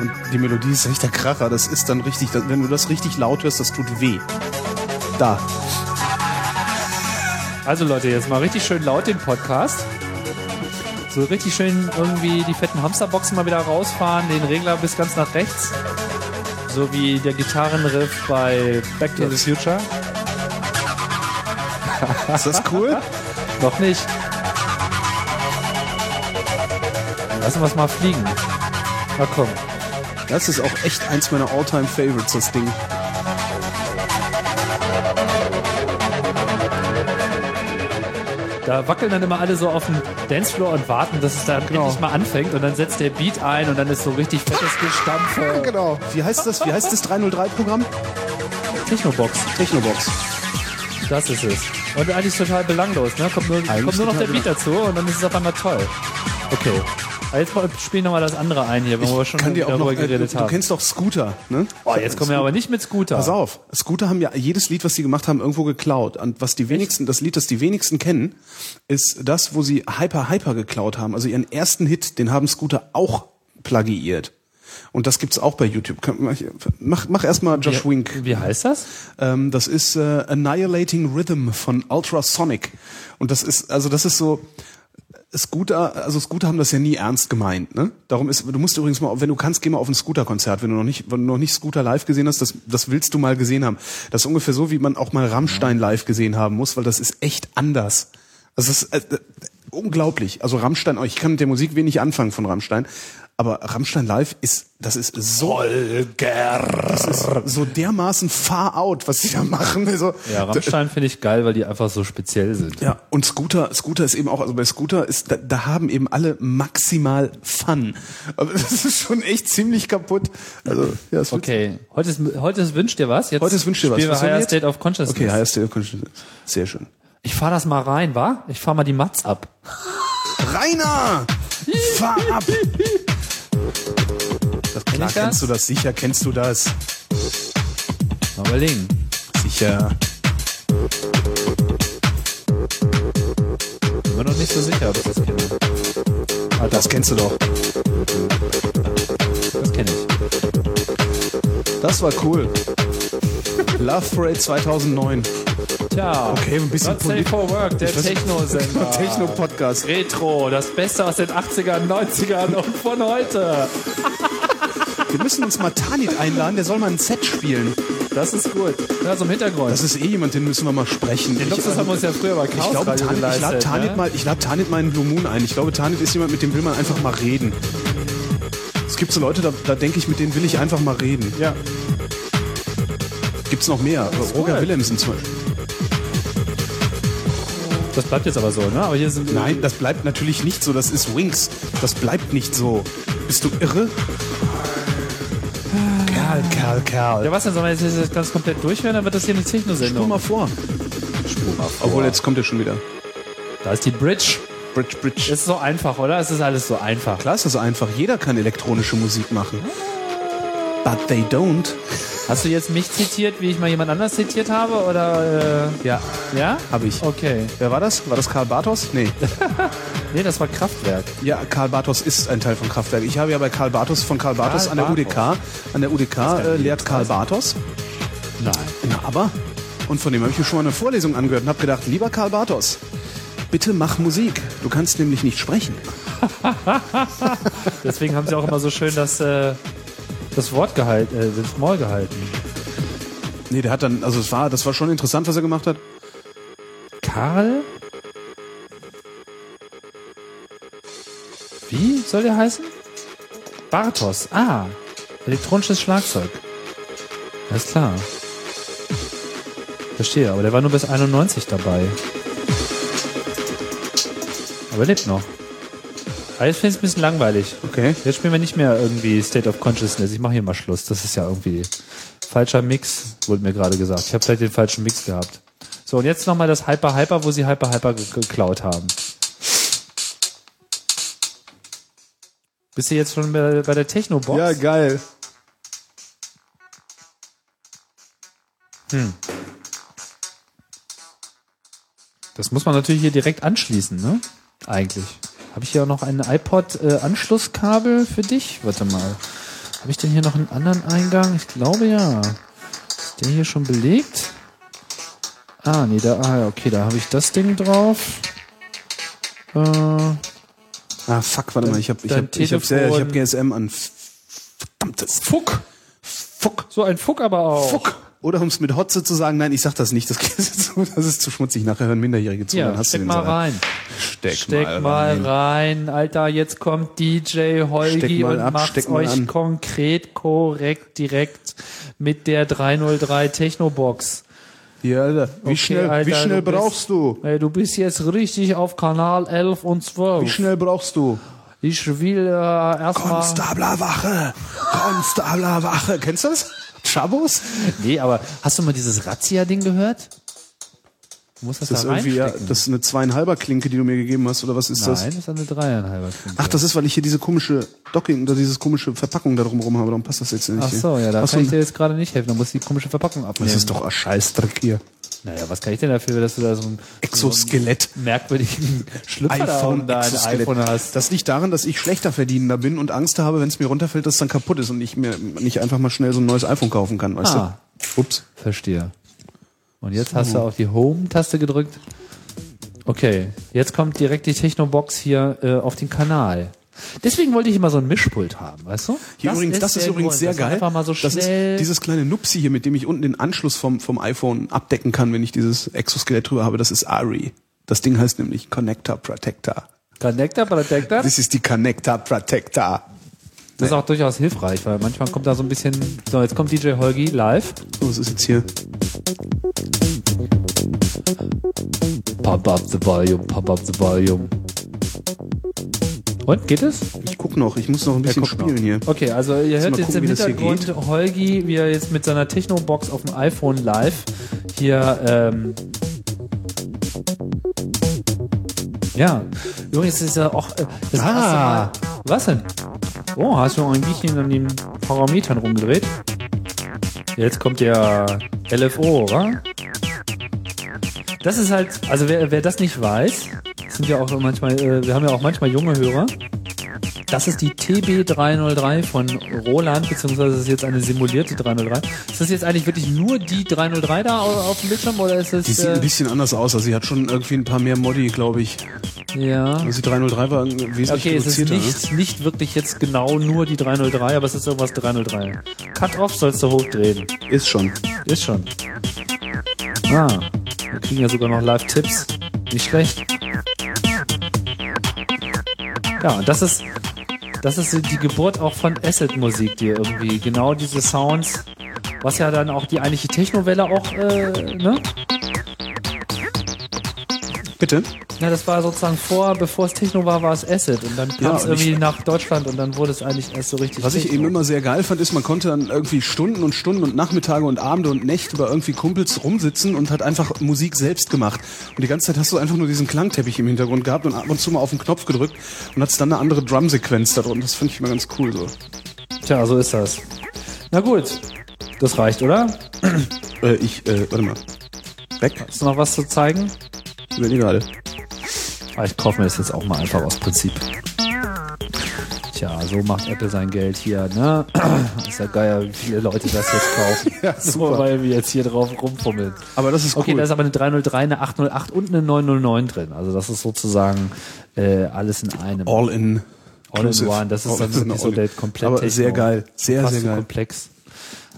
[SPEAKER 2] Und die Melodie ist richtig der Kracher. Das ist dann richtig, das- wenn du das richtig laut hörst, das tut weh. Da.
[SPEAKER 3] Also Leute, jetzt mal richtig schön laut den Podcast. So richtig schön irgendwie die fetten Hamsterboxen mal wieder rausfahren, den Regler bis ganz nach rechts. So wie der Gitarrenriff bei Back to the Future.
[SPEAKER 2] Ist das cool?
[SPEAKER 3] Noch nicht. Lassen wir es mal fliegen. Na komm.
[SPEAKER 2] Das ist auch echt eins meiner all-time favorites, das Ding.
[SPEAKER 3] Da wackeln dann immer alle so auf dem Dancefloor und warten, dass es dann
[SPEAKER 2] Genau.
[SPEAKER 3] endlich mal anfängt und dann setzt der Beat ein und dann ist so richtig fettes Gestampfe.
[SPEAKER 2] Genau. Wie heißt das? Wie heißt das 303-Programm?
[SPEAKER 3] Technobox,
[SPEAKER 2] Technobox.
[SPEAKER 3] das ist es. Und eigentlich total belanglos, ne? Kommt nur,
[SPEAKER 2] Eigentlich
[SPEAKER 3] kommt nur noch der
[SPEAKER 2] total
[SPEAKER 3] Beat dazu und dann ist es auf einmal toll. Okay. Aber jetzt mal- spielen wir mal das andere ein hier, wenn wir schon
[SPEAKER 2] Kann dir auch noch,
[SPEAKER 3] darüber
[SPEAKER 2] äh, du,
[SPEAKER 3] geredet
[SPEAKER 2] du
[SPEAKER 3] haben.
[SPEAKER 2] kennst doch Scooter, ne?
[SPEAKER 3] Oh, jetzt kommen wir aber nicht mit Scooter.
[SPEAKER 2] Pass auf, Scooter haben ja jedes Lied, was sie gemacht haben, irgendwo geklaut. Und was die wenigsten, das Lied, das die wenigsten kennen, ist das, wo sie Hyper Hyper geklaut haben. Also ihren ersten Hit, den haben Scooter auch plagiiert. Und das gibt's auch bei YouTube. Kann- mach- Mach, mach erstmal Josh
[SPEAKER 3] Wie-
[SPEAKER 2] Wink.
[SPEAKER 3] Wie heißt das?
[SPEAKER 2] Ähm, das ist äh, Annihilating Rhythm von Ultrasonic. Und das ist, also das ist so. Scooter, also Scooter haben das ja nie ernst gemeint, ne? Darum ist, du musst übrigens mal, wenn du kannst, geh mal auf ein Scooter-Konzert, wenn du noch nicht, wenn du noch nicht Scooter live gesehen hast, das, das willst du mal gesehen haben. Das ist ungefähr so, wie man auch mal Rammstein live gesehen haben muss, weil das ist echt anders. Das ist äh, äh, unglaublich. Also Rammstein, ich kann mit der Musik wenig anfangen von Rammstein, aber Rammstein live ist, das ist so das ist so dermaßen far out, was sie da machen. Also,
[SPEAKER 3] Ja, Rammstein finde ich geil, weil die einfach so speziell sind.
[SPEAKER 2] ja, und Scooter, Scooter ist eben auch, also bei Scooter ist, da, da haben eben alle maximal Fun. Aber das ist schon echt ziemlich kaputt. Also, ja, es wird-
[SPEAKER 3] Okay, heute ist, heute ist Wünsch dir was. Jetzt
[SPEAKER 2] Heute ist Wünsch dir was.
[SPEAKER 3] spielen
[SPEAKER 2] Was haben
[SPEAKER 3] Wir
[SPEAKER 2] wir
[SPEAKER 3] Higher
[SPEAKER 2] jetzt?
[SPEAKER 3] State of Consciousness.
[SPEAKER 2] Okay, Higher State of Consciousness. Sehr schön.
[SPEAKER 3] Ich fahr das mal rein, wa? Ich fahr mal die Mats ab.
[SPEAKER 2] Rainer! Fahr ab! Das, klar,
[SPEAKER 3] ich das?
[SPEAKER 2] kennst du das? Sicher kennst du das?
[SPEAKER 3] Mal überlegen.
[SPEAKER 2] Sicher.
[SPEAKER 3] Bin mir noch nicht so sicher, ob ich das kenne.
[SPEAKER 2] Ah, das kennst du doch.
[SPEAKER 3] Das kenne ich.
[SPEAKER 2] Das war cool. Love Parade 2009.
[SPEAKER 3] Tja.
[SPEAKER 2] Okay, ein bisschen
[SPEAKER 3] Not safe
[SPEAKER 2] polit-
[SPEAKER 3] for work, der
[SPEAKER 2] Ich weiß-
[SPEAKER 3] Techno-Sender.
[SPEAKER 2] Techno-Podcast.
[SPEAKER 3] Retro, das Beste aus den 80ern, 90ern und von heute.
[SPEAKER 2] Wir müssen uns mal Tanit einladen, der soll mal ein Set spielen.
[SPEAKER 3] Das ist gut. Ja, so im Hintergrund.
[SPEAKER 2] Das ist eh jemand, den müssen wir mal sprechen.
[SPEAKER 3] den Luxus haben wir uns ja früher bei
[SPEAKER 2] ich
[SPEAKER 3] Chaos
[SPEAKER 2] glaube,
[SPEAKER 3] Radio
[SPEAKER 2] Tanit, ich lade
[SPEAKER 3] geleistet.
[SPEAKER 2] Tanit
[SPEAKER 3] ne?
[SPEAKER 2] mal, ich lade Tanit mal in Blue Moon ein. Ich glaube, Tanit ist jemand, mit dem will man einfach mal reden. Es gibt so Leute, da, da denke ich, mit denen will ich einfach mal reden.
[SPEAKER 3] Ja.
[SPEAKER 2] Gibt's noch mehr? Roger
[SPEAKER 3] cool.
[SPEAKER 2] Willemsen zum Beispiel.
[SPEAKER 3] Das bleibt jetzt aber so, ne? Aber hier sind
[SPEAKER 2] Nein, das bleibt natürlich nicht so. Das ist Wings. Das bleibt nicht so. Bist du irre? Kerl, Kerl, Kerl.
[SPEAKER 3] Ja, was denn? Sollen wir jetzt das ganz komplett durchhören? Dann wird das hier eine
[SPEAKER 2] Spur mal
[SPEAKER 3] Techno-Sendung.
[SPEAKER 2] vor. Obwohl, jetzt kommt er schon wieder.
[SPEAKER 3] Da ist die Bridge.
[SPEAKER 2] Bridge, Bridge.
[SPEAKER 3] Das ist so einfach, oder? Es ist alles so einfach.
[SPEAKER 2] Klar ist das einfach. Jeder kann elektronische Musik machen. But they don't.
[SPEAKER 3] Hast du jetzt mich zitiert, wie ich mal jemand anders zitiert habe? Oder, äh,
[SPEAKER 2] Ja.
[SPEAKER 3] ja?
[SPEAKER 2] Hab ich.
[SPEAKER 3] Okay.
[SPEAKER 2] Wer war das? War das Karl Bartos? Nee.
[SPEAKER 3] Nee, das war Kraftwerk.
[SPEAKER 2] Ja, Karl Bartos ist ein Teil von Kraftwerk. Ich habe ja bei Karl Bartos von Karl Bartos
[SPEAKER 3] Karl
[SPEAKER 2] an der
[SPEAKER 3] Bartos.
[SPEAKER 2] UDK. An der UDK äh, lehrt Karl Bartos.
[SPEAKER 3] Nein.
[SPEAKER 2] Na, aber. Und von dem habe ich mir schon mal eine Vorlesung angehört und habe gedacht, lieber Karl Bartos, bitte mach Musik. Du kannst nämlich nicht sprechen.
[SPEAKER 3] Deswegen haben sie auch immer so schön das, äh, das Wort gehalten, äh, das Maul gehalten.
[SPEAKER 2] Nee, der hat dann, also es war, das war schon interessant, was er gemacht hat.
[SPEAKER 3] Karl. Wie soll der heißen? Bartos. Ah, elektronisches Schlagzeug. Alles klar. Verstehe, aber der war nur bis 91 dabei. Aber lebt noch. Aber jetzt finde ich es ein bisschen langweilig.
[SPEAKER 2] Okay.
[SPEAKER 3] Jetzt spielen wir nicht mehr irgendwie State of Consciousness. Ich mache hier mal Schluss. Das ist ja irgendwie falscher Mix, wurde mir gerade gesagt. Ich habe vielleicht den falschen Mix gehabt. So, und jetzt nochmal das Hyper Hyper, wo sie Hyper Hyper ge- geklaut haben. Bist du jetzt schon bei bei der Techno-Box?
[SPEAKER 2] Ja, geil.
[SPEAKER 3] Hm. Das muss man natürlich hier direkt anschließen, ne? Eigentlich. Habe ich hier auch noch ein iPod-Anschlusskabel für dich? Warte mal. Habe ich denn hier noch einen anderen Eingang? Ich glaube ja. Ist der hier schon belegt? Ah, nee, da, ah, ja, okay, da habe ich das Ding drauf. Äh,
[SPEAKER 2] Ah, fuck, warte mal, ich habe ich
[SPEAKER 3] Dein
[SPEAKER 2] hab, ich hab, sehr, ich
[SPEAKER 3] Telefon-
[SPEAKER 2] hab GSM an. Verdammtes. Fuck. Fuck.
[SPEAKER 3] so ein Fuck aber auch.
[SPEAKER 2] Fuck. Oder um es mit Hotze zu sagen, nein, ich sag das nicht, das, geht zu, das ist zu schmutzig. Nachher hören Minderjährige zu,
[SPEAKER 3] Ja, steck
[SPEAKER 2] den
[SPEAKER 3] mal
[SPEAKER 2] Salat.
[SPEAKER 3] rein.
[SPEAKER 2] Steck,
[SPEAKER 3] Steck mal rein. Alter, jetzt kommt DJ
[SPEAKER 2] Steck
[SPEAKER 3] Holgi
[SPEAKER 2] mal
[SPEAKER 3] und
[SPEAKER 2] ab,
[SPEAKER 3] macht's
[SPEAKER 2] steck mal
[SPEAKER 3] euch
[SPEAKER 2] an.
[SPEAKER 3] konkret, korrekt, direkt mit der 303 Technobox.
[SPEAKER 2] Ja, Alter. Wie
[SPEAKER 3] Okay,
[SPEAKER 2] schnell,
[SPEAKER 3] Alter,
[SPEAKER 2] wie schnell
[SPEAKER 3] du bist-
[SPEAKER 2] brauchst du?
[SPEAKER 3] Ey, du bist jetzt richtig auf Kanal 11 und
[SPEAKER 2] Wie
[SPEAKER 3] 12.
[SPEAKER 2] schnell brauchst du?
[SPEAKER 3] Ich will äh, erstmal...
[SPEAKER 2] Konstablerwache! Konstablerwache! Kennst du das? Chabos?
[SPEAKER 3] Nee, aber hast du mal dieses Razzia-Ding gehört? Du musst das,
[SPEAKER 2] Das ist
[SPEAKER 3] da
[SPEAKER 2] irgendwie, ja,
[SPEAKER 3] reinstecken.
[SPEAKER 2] das ist eine zweieinhalber Klinke, die du mir gegeben hast, oder was ist das?
[SPEAKER 3] Nein, das ist eine dreieinhalber.
[SPEAKER 2] Ach, das ist, weil ich hier diese komische Docking oder dieses komische Verpackung da drumrum habe, darum passt das jetzt nicht.
[SPEAKER 3] Ach
[SPEAKER 2] hier.
[SPEAKER 3] so, ja, da
[SPEAKER 2] Ach so,
[SPEAKER 3] kann ich dir jetzt gerade nicht helfen. Da muss die komische Verpackung abnehmen.
[SPEAKER 2] Das ist doch ein Scheißdreck hier.
[SPEAKER 3] Naja, was kann ich denn dafür, dass du da so ein...
[SPEAKER 2] Exoskelett.
[SPEAKER 3] merkwürdigen Schlüpfer da
[SPEAKER 2] iPhone,
[SPEAKER 3] um dein
[SPEAKER 2] Exoskelett.
[SPEAKER 3] iPhone hast.
[SPEAKER 2] Das liegt daran, dass ich schlechter verdienender bin und Angst habe, wenn es mir runterfällt, dass es dann kaputt ist und ich mir nicht einfach mal schnell so ein neues iPhone kaufen kann, weißt
[SPEAKER 3] Ah.
[SPEAKER 2] du? Ups.
[SPEAKER 3] Verstehe. Und jetzt hast du auf die Home-Taste gedrückt. Okay, jetzt kommt direkt die Technobox hier äh, auf den Kanal. Deswegen wollte ich immer so ein Mischpult haben, weißt du?
[SPEAKER 2] Hier übrigens, das ist
[SPEAKER 3] der
[SPEAKER 2] übrigens
[SPEAKER 3] Grund,
[SPEAKER 2] sehr
[SPEAKER 3] dass man
[SPEAKER 2] geil.
[SPEAKER 3] Einfach mal so
[SPEAKER 2] das
[SPEAKER 3] schnell
[SPEAKER 2] ist dieses kleine Nupsi hier, mit dem ich unten den Anschluss vom, vom iPhone abdecken kann, wenn ich dieses Exoskelett drüber habe. Das ist Ari. Das Ding heißt nämlich Connector Protector.
[SPEAKER 3] Connector, Protector.
[SPEAKER 2] Das ist die Connector Protector.
[SPEAKER 3] Das ist auch durchaus hilfreich, weil manchmal kommt da so ein bisschen. So, jetzt kommt DJ Holgi live.
[SPEAKER 2] So, was ist jetzt hier?
[SPEAKER 3] Pump up the volume, pump up the volume. Und geht es?
[SPEAKER 2] Ich guck noch, ich muss noch ein bisschen
[SPEAKER 3] guckt
[SPEAKER 2] spielen
[SPEAKER 3] noch.
[SPEAKER 2] hier.
[SPEAKER 3] Okay, also ihr hört
[SPEAKER 2] mal
[SPEAKER 3] jetzt
[SPEAKER 2] gucken,
[SPEAKER 3] im
[SPEAKER 2] wie das hier
[SPEAKER 3] Hintergrund Holgi, wie er jetzt mit seiner Techno-Box auf dem iPhone live hier. Ähm, ja, übrigens ist ja auch äh, das
[SPEAKER 2] Ah.
[SPEAKER 3] erste Mal. Was denn? Oh, hast du ein bisschen an den Parametern rumgedreht? Jetzt kommt der LFO, oder? Das ist halt, also wer, wer das nicht weiß, sind ja auch manchmal, äh, wir haben ja auch manchmal junge Hörer. Das ist die TB303 von Roland, beziehungsweise es ist jetzt eine simulierte 303. Ist das jetzt eigentlich wirklich nur die 303 da au- auf dem Bildschirm oder ist es.
[SPEAKER 2] Die sieht
[SPEAKER 3] äh,
[SPEAKER 2] ein bisschen anders aus, also sie hat schon irgendwie ein paar mehr Modi, glaube ich.
[SPEAKER 3] ja.
[SPEAKER 2] Also die 303 war wesentlich
[SPEAKER 3] Okay, es ist
[SPEAKER 2] reduzierter. ne?
[SPEAKER 3] nicht, nicht wirklich jetzt genau nur die 303, aber es ist irgendwas 303. Cut-off sollst du hochdrehen.
[SPEAKER 2] Ist schon.
[SPEAKER 3] Ist schon. Ah, wir kriegen ja sogar noch Live-Tipps. Nicht schlecht. Ja, und das ist, das ist die Geburt auch von Acid-Musik, die irgendwie genau diese Sounds, was ja dann auch die eigentliche Technowelle auch, äh, ne?
[SPEAKER 2] Bitte?
[SPEAKER 3] Ja, das war sozusagen vor, bevor es Techno war, war es Acid. Und dann kam es
[SPEAKER 2] und ich-
[SPEAKER 3] irgendwie nach Deutschland und dann wurde es eigentlich erst so richtig.
[SPEAKER 2] Was ich
[SPEAKER 3] Techno.
[SPEAKER 2] eben immer sehr geil fand, ist, man konnte dann irgendwie Stunden und Stunden und Nachmittage und Abende und Nächte bei irgendwie Kumpels rumsitzen und hat einfach Musik selbst gemacht. Und die ganze Zeit hast du einfach nur diesen Klangteppich im Hintergrund gehabt und ab und zu mal auf den Knopf gedrückt und hattest dann eine andere Drumsequenz da drin. Das fand ich immer ganz cool so.
[SPEAKER 3] Tja, so ist das. Na gut, das reicht, oder?
[SPEAKER 2] Äh, ich, äh, warte mal. Weg?
[SPEAKER 3] Hast du noch was zu zeigen?
[SPEAKER 2] Überlege gerade.
[SPEAKER 3] Aber ich kaufe mir das jetzt auch mal einfach aus Prinzip. Tja, so macht Apple sein Geld hier, ne? Ist ja geil, wie viele Leute das jetzt kaufen.
[SPEAKER 2] Ja, super.
[SPEAKER 3] So, weil wir jetzt hier drauf rumfummeln.
[SPEAKER 2] Aber das ist
[SPEAKER 3] Okay,
[SPEAKER 2] cool.
[SPEAKER 3] da ist aber eine 303, eine 808 und eine 909 drin. Also das ist sozusagen äh, alles in einem.
[SPEAKER 2] All in.
[SPEAKER 3] All in one. Das ist
[SPEAKER 2] All
[SPEAKER 3] dann
[SPEAKER 2] in,
[SPEAKER 3] wirklich so
[SPEAKER 2] all in.
[SPEAKER 3] der komplett
[SPEAKER 2] Aber sehr
[SPEAKER 3] Techno.
[SPEAKER 2] geil. Sehr,
[SPEAKER 3] Fast
[SPEAKER 2] sehr
[SPEAKER 3] so
[SPEAKER 2] geil.
[SPEAKER 3] komplex.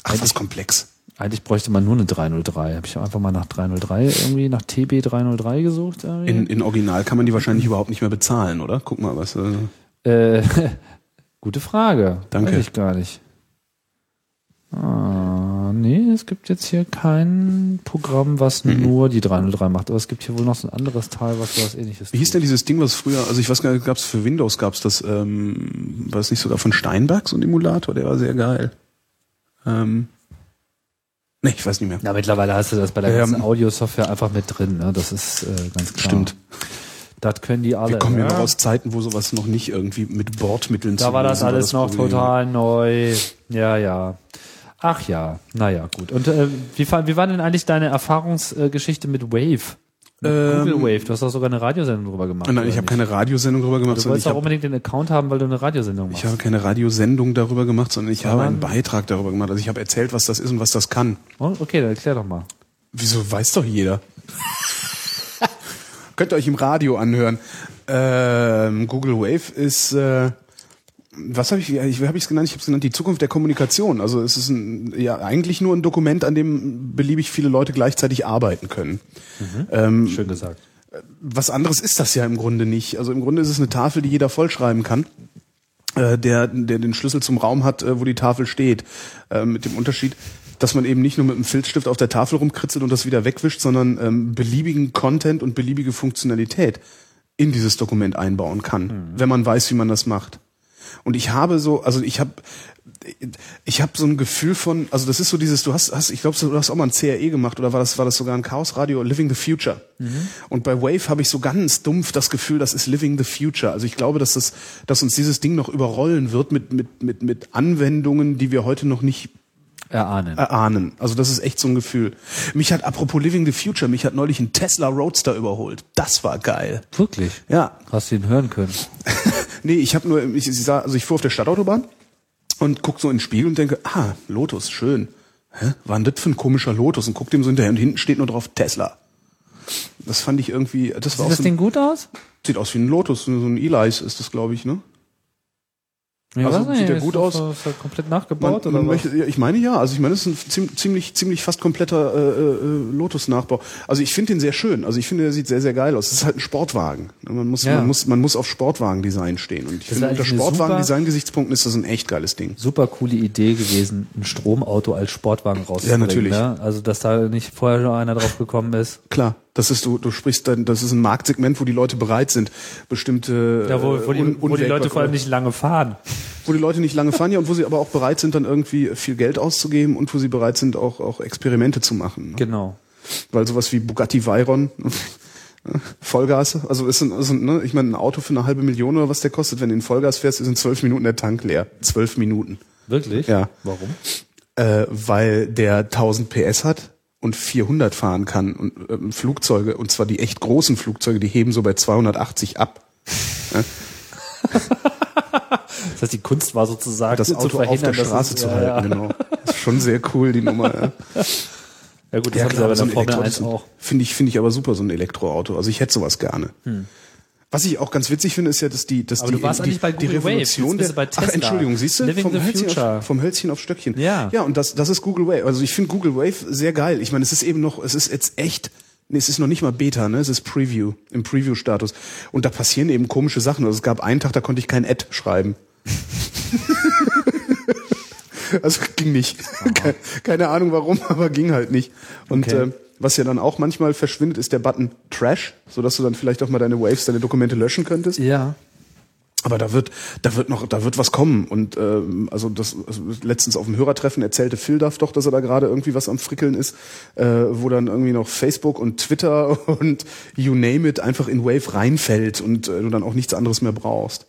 [SPEAKER 2] Ach, was komplex.
[SPEAKER 3] Eigentlich bräuchte man nur eine 303. Habe ich einfach mal nach 303 irgendwie, nach TB 303 gesucht. irgendwie.
[SPEAKER 2] In, in Original kann man die wahrscheinlich überhaupt nicht mehr bezahlen, oder? Guck mal, was. Äh,
[SPEAKER 3] Äh, gute Frage.
[SPEAKER 2] Danke.
[SPEAKER 3] Weiß ich gar nicht. Ah, nee, es gibt jetzt hier kein Programm, was
[SPEAKER 2] Mhm.
[SPEAKER 3] nur die 303 macht. Aber es gibt hier wohl noch so ein anderes Teil, was sowas ähnliches
[SPEAKER 2] wie hieß
[SPEAKER 3] tut.
[SPEAKER 2] denn dieses Ding, was früher, also ich weiß gar nicht, gab's für Windows gab's das, ähm, war es nicht sogar von Steinberg, so ein Emulator, der war sehr geil. Ähm, nee, ich weiß nicht mehr.
[SPEAKER 3] Na, mittlerweile hast du das bei der
[SPEAKER 2] Ja,
[SPEAKER 3] ganzen
[SPEAKER 2] ähm,
[SPEAKER 3] Audio-Software einfach mit drin. Ne? Das ist äh, ganz klar.
[SPEAKER 2] Stimmt.
[SPEAKER 3] Das können die alle.
[SPEAKER 2] Wir kommen ja
[SPEAKER 3] ne?
[SPEAKER 2] noch aus Zeiten, wo sowas noch nicht irgendwie mit Bordmitteln
[SPEAKER 3] Da war das
[SPEAKER 2] lösen
[SPEAKER 3] alles noch
[SPEAKER 2] Problem.
[SPEAKER 3] total neu. Ja, ja. Ach ja, naja, gut. Und äh, wie, fa- wie war denn eigentlich deine Erfahrungsgeschichte mit Wave? Mit Google Wave, du hast doch sogar eine Radiosendung drüber gemacht.
[SPEAKER 2] Ähm, Nein,
[SPEAKER 3] oder
[SPEAKER 2] ich habe
[SPEAKER 3] nicht?
[SPEAKER 2] keine Radiosendung darüber gemacht,
[SPEAKER 3] Du
[SPEAKER 2] sondern
[SPEAKER 3] wolltest
[SPEAKER 2] ich
[SPEAKER 3] auch
[SPEAKER 2] habe
[SPEAKER 3] unbedingt den Account haben, weil du eine Radiosendung machst.
[SPEAKER 2] Ich habe keine Radiosendung darüber gemacht, sondern ich habe einen
[SPEAKER 3] Sondern?
[SPEAKER 2] Beitrag darüber gemacht. Also ich habe erzählt, was das ist und was das kann.
[SPEAKER 3] Oh, okay, dann erklär doch mal.
[SPEAKER 2] Wieso weiß doch jeder? Könnt ihr euch im Radio anhören. Ähm, Google Wave ist, äh, was habe ich, ich habe ich es genannt? Ich habe es genannt, die Zukunft der Kommunikation. Also es ist ein, ja eigentlich nur ein Dokument, an dem beliebig viele Leute gleichzeitig arbeiten können.
[SPEAKER 3] Schön gesagt.
[SPEAKER 2] was anderes ist das ja im Grunde nicht. Also im Grunde ist es eine Tafel, die jeder vollschreiben kann. äh, Der, der den Schlüssel zum Raum hat, äh, wo die Tafel steht. Äh, Mit dem Unterschied, dass man eben nicht nur mit einem Filzstift auf der Tafel rumkritzelt und das wieder wegwischt, sondern ähm, beliebigen Content und beliebige Funktionalität in dieses Dokument einbauen kann, wenn man weiß, wie man das macht. Und ich habe so, also ich habe ich habe so ein Gefühl von, also das ist so dieses, du hast, hast ich glaube, du hast auch mal ein CRE gemacht oder war das, war das sogar ein Chaos Radio, Living the Future. Und bei Wave habe ich so ganz dumpf das Gefühl, das ist Living the Future. Also ich glaube, dass das, dass uns dieses Ding noch überrollen wird mit, mit, mit, mit Anwendungen, die wir heute noch nicht
[SPEAKER 3] Erahnen.
[SPEAKER 2] erahnen. Also das ist echt so ein Gefühl. Mich hat, apropos Living the Future, mich hat neulich ein Tesla Roadster überholt. Das war geil.
[SPEAKER 3] Wirklich?
[SPEAKER 2] Ja,
[SPEAKER 3] Hast du ihn hören können?
[SPEAKER 2] Nee, ich habe nur, ich, ich sah, also ich fuhr auf der Stadtautobahn und guck so in den Spiegel und denke, ah, Lotus, schön. Hä? War denn das für ein komischer Lotus? Und guck dem so hinterher und hinten steht nur drauf Tesla. Das fand ich irgendwie, das war
[SPEAKER 3] Sieht
[SPEAKER 2] auch
[SPEAKER 3] das
[SPEAKER 2] so ein,
[SPEAKER 3] Ding gut aus?
[SPEAKER 2] sieht aus wie ein Lotus, so ein Elias ist das, glaube ich, ne?
[SPEAKER 3] Ja,
[SPEAKER 2] Also, sieht der gut
[SPEAKER 3] ist
[SPEAKER 2] aus?
[SPEAKER 3] das- Ist das komplett
[SPEAKER 2] Man,
[SPEAKER 3] nachgebaut
[SPEAKER 2] man
[SPEAKER 3] oder was?
[SPEAKER 2] möchte, ja, ich meine ja, also ich meine, das ist ein ziem- ziemlich, ziemlich fast kompletter äh, äh, Lotus-Nachbau. Also ich finde den sehr schön. Also ich finde, der sieht sehr, sehr geil aus. Es ist halt ein Sportwagen. Man muss,
[SPEAKER 3] Ja.
[SPEAKER 2] man muss, man muss auf Sportwagen-Design stehen. Und ich
[SPEAKER 3] ist
[SPEAKER 2] finde, unter
[SPEAKER 3] eigentlich eine super-
[SPEAKER 2] Sportwagen-Design-Gesichtspunkten ist das ein echt geiles Ding.
[SPEAKER 3] Super coole Idee gewesen, ein Stromauto als Sportwagen rauszubringen.
[SPEAKER 2] natürlich.
[SPEAKER 3] Ne? Also, dass da nicht vorher schon einer drauf gekommen ist.
[SPEAKER 2] Klar, das ist du, du sprichst dann, das ist ein Marktsegment, wo die Leute bereit sind, bestimmte
[SPEAKER 3] Ja, wo, wo,
[SPEAKER 2] äh,
[SPEAKER 3] die,
[SPEAKER 2] un-
[SPEAKER 3] wo die Leute vor allem
[SPEAKER 2] unwägbar-
[SPEAKER 3] nicht lange fahren.
[SPEAKER 2] wo die Leute nicht lange fahren, ja, und wo sie aber auch bereit sind, dann irgendwie viel Geld auszugeben und wo sie bereit sind, auch auch Experimente zu machen, ne?
[SPEAKER 3] Genau.
[SPEAKER 2] weil sowas wie Bugatti Veyron ne, Vollgas, also ist ein, ist ein ne, ich meine, ein Auto für eine halbe Million oder was der kostet, wenn du in Vollgas fährst, ist in zwölf Minuten der Tank leer. Zwölf Minuten.
[SPEAKER 3] Wirklich?
[SPEAKER 2] Ja.
[SPEAKER 3] Warum?
[SPEAKER 2] äh, weil der 1000 PS hat und 400 fahren kann und ähm, Flugzeuge und zwar die echt großen Flugzeuge, die heben so bei 280 ab.
[SPEAKER 3] Das heißt, die Kunst war sozusagen,
[SPEAKER 2] Das Auto auf der
[SPEAKER 3] dass
[SPEAKER 2] Straße
[SPEAKER 3] es-
[SPEAKER 2] zu
[SPEAKER 3] ja,
[SPEAKER 2] halten,
[SPEAKER 3] Ja,
[SPEAKER 2] genau. Das ist schon sehr cool die Nummer. Ja,
[SPEAKER 3] ja gut, das haben sie aber in der Formel 1 auch.
[SPEAKER 2] Finde ich finde ich aber super so ein Elektroauto. Also ich hätte sowas gerne. Was ich auch ganz witzig finde, ist ja, dass die, dass
[SPEAKER 3] Hm. Aber
[SPEAKER 2] die,
[SPEAKER 3] du warst
[SPEAKER 2] die,
[SPEAKER 3] eigentlich bei
[SPEAKER 2] die
[SPEAKER 3] Google Wave,
[SPEAKER 2] Revolution
[SPEAKER 3] jetzt bist
[SPEAKER 2] der,
[SPEAKER 3] du bei Tesla.
[SPEAKER 2] Ach, Entschuldigung, siehst du,
[SPEAKER 3] Living
[SPEAKER 2] vom
[SPEAKER 3] the
[SPEAKER 2] Hölzchen,
[SPEAKER 3] future.
[SPEAKER 2] auf, vom Hölzchen auf Stöckchen.
[SPEAKER 3] Ja.
[SPEAKER 2] Ja, und das, das ist Google Wave. Also ich finde Google Wave sehr geil. Ich meine, es ist eben noch, es ist jetzt echt, nee, es ist noch nicht mal Beta, ne, es ist Preview, im Preview-Status. Und da passieren eben komische Sachen. Also es gab einen Tag, da konnte ich kein Ad schreiben. Also ging nicht. Ke- Keine Ahnung warum, aber ging halt nicht. Und
[SPEAKER 3] Okay.
[SPEAKER 2] äh, was ja dann auch manchmal verschwindet, ist der Button Trash, sodass du dann vielleicht auch mal deine Waves, deine Dokumente löschen könntest.
[SPEAKER 3] Ja.
[SPEAKER 2] Aber da wird, da wird noch, da wird was kommen. Und ähm, also das also letztens auf dem Hörertreffen erzählte Phil Duff doch, dass er da gerade irgendwie was am Frickeln ist, äh, wo dann irgendwie noch Facebook und Twitter und you name it einfach in Wave reinfällt und äh, du dann auch nichts anderes mehr brauchst.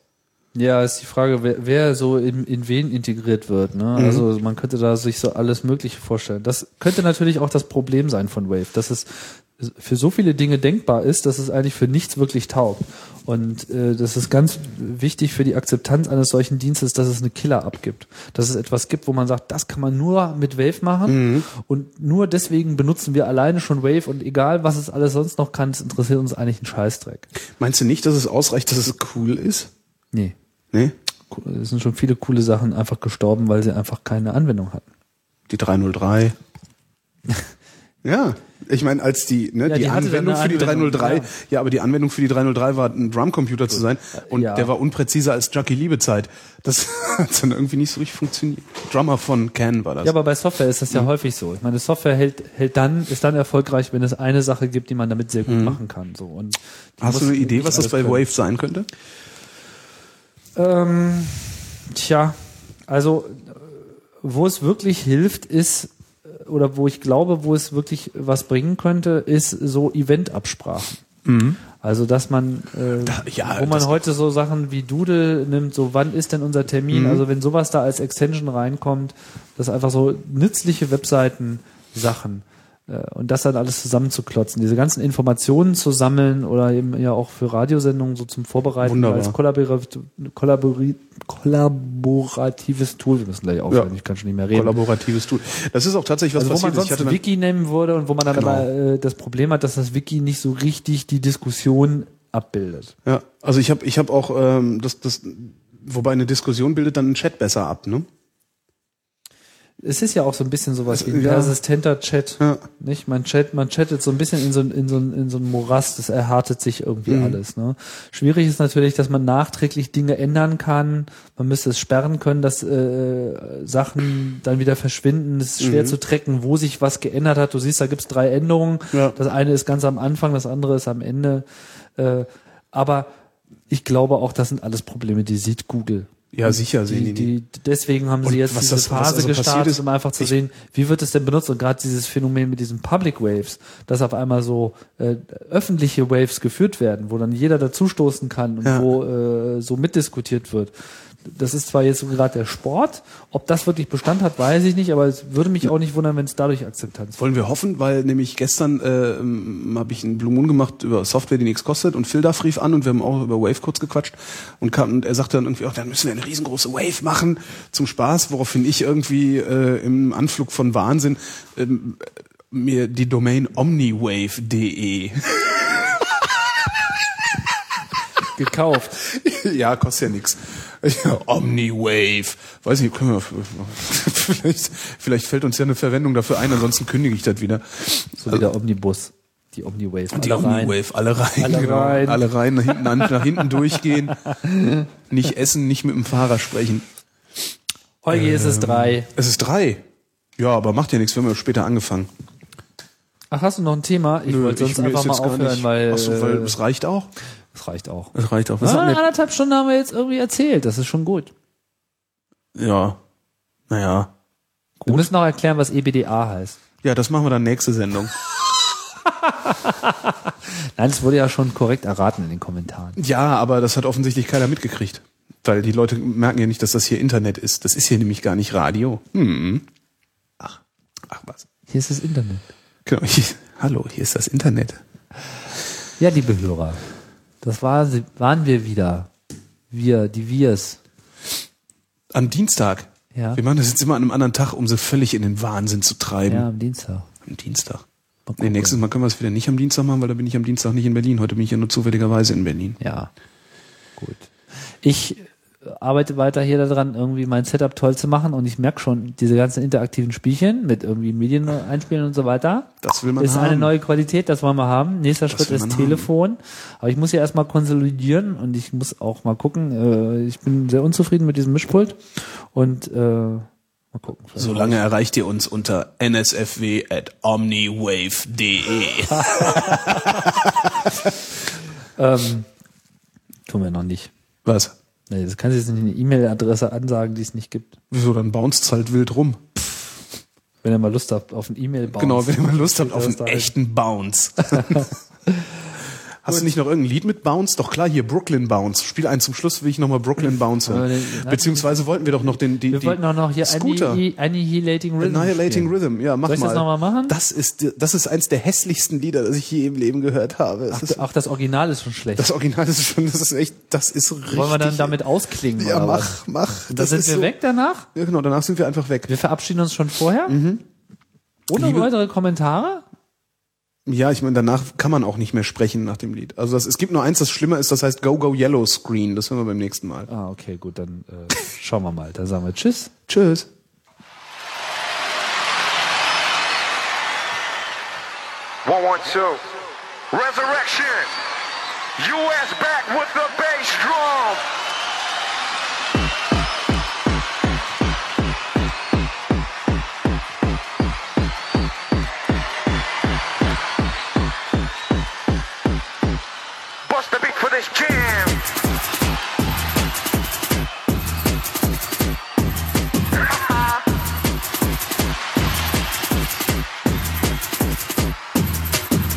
[SPEAKER 3] Ja, ist die Frage, wer, wer so in, in wen integriert wird. Ne? Also man könnte da sich so alles Mögliche vorstellen. Das könnte natürlich auch das Problem sein von Wave, dass es für so viele Dinge denkbar ist, dass es eigentlich für nichts wirklich taugt. Und äh, das ist ganz wichtig für die Akzeptanz eines solchen Dienstes, dass es eine Killer abgibt. Dass es etwas gibt, wo man sagt, das kann man nur mit Wave machen und nur deswegen benutzen wir alleine schon Wave und egal, was es alles sonst noch kann, es interessiert uns eigentlich einen Scheißdreck.
[SPEAKER 2] Meinst du nicht, dass es ausreicht, dass es cool ist?
[SPEAKER 3] Nee.
[SPEAKER 2] Nee?
[SPEAKER 3] es sind schon viele coole Sachen einfach gestorben, weil sie einfach keine Anwendung hatten.
[SPEAKER 2] Die 303. Ja, ich meine, als die, ne,
[SPEAKER 3] Ja,
[SPEAKER 2] die,
[SPEAKER 3] die hatte dann
[SPEAKER 2] Anwendung
[SPEAKER 3] eine
[SPEAKER 2] für die
[SPEAKER 3] Anwendung,
[SPEAKER 2] 303, ja.
[SPEAKER 3] ja.
[SPEAKER 2] aber die Anwendung für die 303 war ein Drumcomputer zu sein und
[SPEAKER 3] Ja.
[SPEAKER 2] der war unpräziser als Jackie Liebezeit. Das hat dann irgendwie nicht so richtig funktioniert. Drummer von Can war das.
[SPEAKER 3] Ja, aber bei Software ist das ja häufig so. Ich meine, Software hält, hält dann, ist dann erfolgreich, wenn es eine Sache gibt, die man damit sehr gut machen kann. So. Und die
[SPEAKER 2] Hast du
[SPEAKER 3] muss
[SPEAKER 2] eine Idee,
[SPEAKER 3] nicht
[SPEAKER 2] was das
[SPEAKER 3] alles
[SPEAKER 2] bei
[SPEAKER 3] können.
[SPEAKER 2] Wave sein könnte?
[SPEAKER 3] Ähm, tja, also äh, wo es wirklich hilft, ist äh, oder wo ich glaube, wo es wirklich was bringen könnte, ist so Eventabsprachen. Also dass man, äh,
[SPEAKER 2] Mhm. ja,
[SPEAKER 3] wo man
[SPEAKER 2] das-
[SPEAKER 3] heute so Sachen wie Doodle nimmt, so wann ist denn unser Termin?
[SPEAKER 2] Mhm.
[SPEAKER 3] Also wenn sowas da als Extension reinkommt, das einfach so nützliche Webseiten-Sachen äh, und das dann alles zusammenzuklotzen, diese ganzen Informationen zu sammeln oder eben ja auch für Radiosendungen so zum Vorbereiten
[SPEAKER 2] Wunderbar.
[SPEAKER 3] als kollaborat- kollabori- kollaboratives Tool. Wir müssen gleich aufhören,
[SPEAKER 2] Ja.
[SPEAKER 3] ich kann schon nicht mehr reden.
[SPEAKER 2] Kollaboratives Tool. Das ist auch tatsächlich was
[SPEAKER 3] Also wo
[SPEAKER 2] passiert
[SPEAKER 3] man
[SPEAKER 2] ist.
[SPEAKER 3] sonst
[SPEAKER 2] Ich hatte
[SPEAKER 3] ein
[SPEAKER 2] dann-
[SPEAKER 3] Wiki nehmen würde und wo man dann
[SPEAKER 2] Genau.
[SPEAKER 3] aber äh, das Problem hat, dass das Wiki nicht so richtig die Diskussion abbildet.
[SPEAKER 2] Ja, also ich habe ich hab auch ähm, das, das, wobei eine Diskussion bildet dann einen Chat besser ab, ne?
[SPEAKER 3] Es ist ja auch so ein bisschen sowas wie ein
[SPEAKER 2] ja.
[SPEAKER 3] persistenter Chat.
[SPEAKER 2] Ja.
[SPEAKER 3] Nicht? Man, chat, man chattet so ein bisschen in so, ein- in so, ein- in so ein Morast, das erhartet sich irgendwie
[SPEAKER 2] Mhm.
[SPEAKER 3] alles. Ne? Schwierig ist natürlich, dass man nachträglich Dinge ändern kann. Man müsste es sperren können, dass äh, Sachen dann wieder verschwinden. Es ist schwer
[SPEAKER 2] Mhm.
[SPEAKER 3] zu tracken, wo sich was geändert hat. Du siehst, da gibt's drei Änderungen.
[SPEAKER 2] Ja.
[SPEAKER 3] Das eine ist ganz am Anfang, das andere ist am Ende. Äh, aber ich glaube auch, das sind alles Probleme, die sieht Google.
[SPEAKER 2] Ja, sicher sehen
[SPEAKER 3] Die,
[SPEAKER 2] die nie.
[SPEAKER 3] die, deswegen haben
[SPEAKER 2] Und
[SPEAKER 3] sie jetzt
[SPEAKER 2] was
[SPEAKER 3] diese
[SPEAKER 2] das- was
[SPEAKER 3] Phase
[SPEAKER 2] also passiert
[SPEAKER 3] gestartet,
[SPEAKER 2] ist,
[SPEAKER 3] um einfach zu
[SPEAKER 2] ich-
[SPEAKER 3] sehen, wie wird es denn benutzt und gerade dieses Phänomen mit diesen Public Waves, dass auf einmal so äh, öffentliche Waves geführt werden, wo dann jeder dazustoßen kann und
[SPEAKER 2] Ja.
[SPEAKER 3] wo äh, so mitdiskutiert wird. Das ist zwar jetzt so gerade der Sport, ob das wirklich Bestand hat, weiß ich nicht, aber es würde mich auch nicht wundern, wenn es dadurch Akzeptanz
[SPEAKER 2] Wollen wir hoffen, weil nämlich gestern äh, habe ich einen Blue Moon gemacht über Software, die nichts kostet und Phil Duff rief an und wir haben auch über Wave kurz gequatscht und, kam, und er sagte dann irgendwie, oh, dann müssen wir eine riesengroße Wave machen zum Spaß, woraufhin ich irgendwie äh, im Anflug von Wahnsinn ähm, mir die Domain omniwave.de
[SPEAKER 3] gekauft.
[SPEAKER 2] ja, kostet ja nix. Ja, Omniwave. Weiß nicht, können wir, vielleicht, vielleicht fällt uns ja eine Verwendung dafür ein, ansonsten kündige ich das wieder.
[SPEAKER 3] So wie der Omnibus, die Omniwave.
[SPEAKER 2] Die
[SPEAKER 3] alle rein.
[SPEAKER 2] Omniwave, alle rein.
[SPEAKER 3] Alle
[SPEAKER 2] genau.
[SPEAKER 3] rein.
[SPEAKER 2] Alle rein, nach hinten, an, nach hinten durchgehen. Nicht essen, nicht mit dem Fahrer sprechen.
[SPEAKER 3] Heute ist
[SPEAKER 2] Ähm,
[SPEAKER 3] es drei.
[SPEAKER 2] Es ist drei. Ja, aber macht ja nichts, wir haben ja später angefangen.
[SPEAKER 3] Ach, hast du noch ein Thema? Ich wollte
[SPEAKER 2] ich-
[SPEAKER 3] sonst
[SPEAKER 2] mir
[SPEAKER 3] einfach
[SPEAKER 2] ist
[SPEAKER 3] mal
[SPEAKER 2] jetzt gar
[SPEAKER 3] aufhören,
[SPEAKER 2] nicht-
[SPEAKER 3] weil,
[SPEAKER 2] Ach so, weil
[SPEAKER 3] äh,
[SPEAKER 2] es reicht auch.
[SPEAKER 3] es reicht auch.
[SPEAKER 2] Es reicht auch. Was
[SPEAKER 3] Ah,
[SPEAKER 2] hat denn-
[SPEAKER 3] anderthalb Stunden haben wir jetzt irgendwie erzählt. Das ist schon gut.
[SPEAKER 2] ja. Naja.
[SPEAKER 3] Wir müssen noch erklären, was E EBDA heißt.
[SPEAKER 2] Ja, das machen wir dann nächste Sendung.
[SPEAKER 3] Nein, es wurde ja schon korrekt erraten in den Kommentaren.
[SPEAKER 2] Ja, aber das hat offensichtlich keiner mitgekriegt. Weil die Leute merken ja nicht, dass das hier Internet ist. Das ist hier nämlich gar nicht Radio. Hm. Ach, ach was.
[SPEAKER 3] Hier ist das Internet.
[SPEAKER 2] Genau. Hier, hallo, hier ist das Internet.
[SPEAKER 3] Ja, liebe Hörer, das war, waren wir wieder. Wir, die Wirs.
[SPEAKER 2] Am Dienstag.
[SPEAKER 3] Ja.
[SPEAKER 2] Wir machen das jetzt immer an einem anderen Tag, um sie völlig in den Wahnsinn zu treiben.
[SPEAKER 3] Ja, am Dienstag.
[SPEAKER 2] Am Dienstag.
[SPEAKER 3] Mal
[SPEAKER 2] Nee,
[SPEAKER 3] gucken.
[SPEAKER 2] nächstes Mal können wir es wieder nicht am Dienstag machen, weil da bin ich am Dienstag nicht in Berlin. Heute bin ich ja nur zufälligerweise in Berlin.
[SPEAKER 3] Ja. Gut. Ich äh, arbeite weiter hier daran, irgendwie mein Setup toll zu machen und ich merke schon, diese ganzen interaktiven Spielchen mit irgendwie Medien einspielen und so weiter.
[SPEAKER 2] Das will man
[SPEAKER 3] ist eine
[SPEAKER 2] haben.
[SPEAKER 3] neue Qualität, das wollen wir haben. Nächster Schritt
[SPEAKER 2] will
[SPEAKER 3] ist
[SPEAKER 2] man
[SPEAKER 3] Telefon. Aber ich muss ja erstmal konsolidieren und ich muss auch mal gucken. Äh, Ich bin sehr unzufrieden mit diesem Mischpult und äh, mal gucken.
[SPEAKER 2] Solange erreicht ihr uns unter nsfw at omniwave.de.
[SPEAKER 3] Ähm, tun wir noch nicht.
[SPEAKER 2] Was?
[SPEAKER 3] Nee, das kannst du jetzt nicht in eine E-Mail-Adresse ansagen, die es nicht gibt.
[SPEAKER 2] Wieso, dann bounced halt wild rum.
[SPEAKER 3] Wenn ihr mal Lust habt auf ein E-Mail-Bounce.
[SPEAKER 2] Genau, wenn ihr mal Lust habt auf
[SPEAKER 3] Das
[SPEAKER 2] einen
[SPEAKER 3] da
[SPEAKER 2] echten Bounce. Hast du nicht noch irgendein Lied mit Bounce? Doch klar, hier Brooklyn Bounce. Spiel einen zum Schluss, will ich nochmal Brooklyn Bounce
[SPEAKER 3] Aber
[SPEAKER 2] hören.
[SPEAKER 3] den- nein,
[SPEAKER 2] Beziehungsweise wollten wir doch noch den die,
[SPEAKER 3] Wir
[SPEAKER 2] die
[SPEAKER 3] wollten auch noch hier E-
[SPEAKER 2] Scooter.
[SPEAKER 3] Annihi Annihilating Rhythm.
[SPEAKER 2] Annihilating
[SPEAKER 3] spielen.
[SPEAKER 2] Rhythm. Ja, mach
[SPEAKER 3] Soll ich
[SPEAKER 2] mal.
[SPEAKER 3] das noch mal machen?
[SPEAKER 2] Das ist die- das ist eins der hässlichsten Lieder, das ich je im Leben gehört habe. Es ist,
[SPEAKER 3] Auch das Original ist schon schlecht.
[SPEAKER 2] das Original ist schon, das ist echt, das ist richtig.
[SPEAKER 3] Wollen wir dann damit ausklingen?
[SPEAKER 2] Ja,
[SPEAKER 3] oder
[SPEAKER 2] mach, mach.
[SPEAKER 3] Da
[SPEAKER 2] Das
[SPEAKER 3] sind
[SPEAKER 2] ist
[SPEAKER 3] wir
[SPEAKER 2] so,
[SPEAKER 3] weg danach?
[SPEAKER 2] Ja, genau, danach sind wir einfach weg.
[SPEAKER 3] Wir verabschieden uns schon vorher? Ohne
[SPEAKER 2] Mhm. Liebe-
[SPEAKER 3] weitere Kommentare?
[SPEAKER 2] Ja, ich meine, danach kann man auch nicht mehr sprechen nach dem Lied. Also das, es gibt nur eins, das schlimmer ist, das heißt Go Go Yellow Screen. Das hören wir beim nächsten Mal.
[SPEAKER 3] Ah, okay, gut, dann äh, schauen wir mal. Dann sagen wir Tschüss.
[SPEAKER 2] Tschüss.
[SPEAKER 5] 112. Resurrection. U.S. back with the bass drum. Bust the beat for this jam.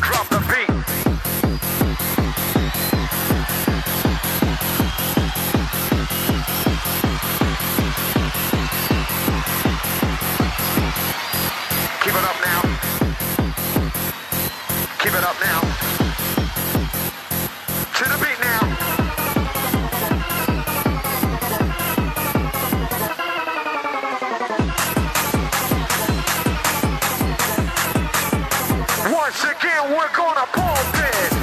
[SPEAKER 5] Drop the beat. Keep it up now. Keep it up now. To the beat now. Once again, we're gonna pump it.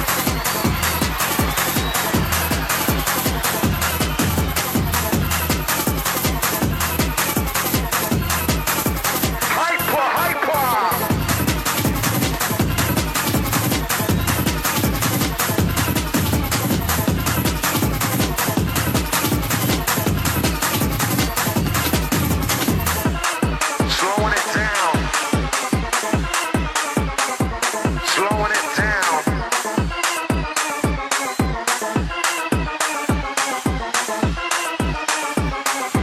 [SPEAKER 5] Hyper, hyper. Slowing it down. Slowing it down.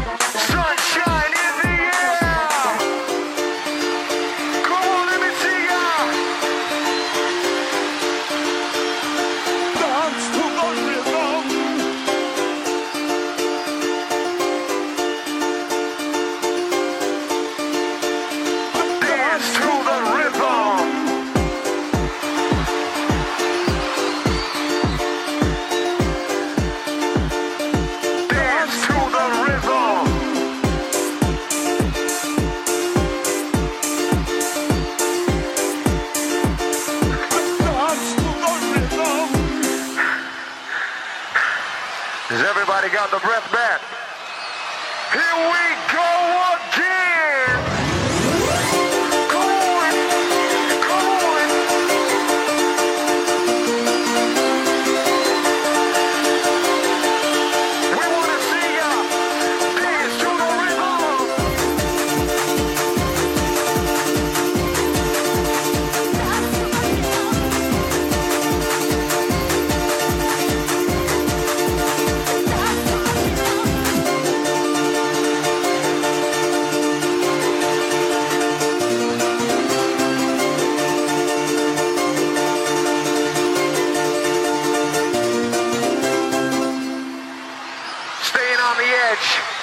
[SPEAKER 5] Sunshine in the air. Come on, let me see ya.
[SPEAKER 1] Dance to the rhythm.
[SPEAKER 5] Dance to the rhythm. Dance to the rhythm.
[SPEAKER 1] Dance to the rhythm.
[SPEAKER 5] Has everybody got the breath back? Here we go again. Come on. Come on. We want to see ya dance to the rhythm. Staying on the edge.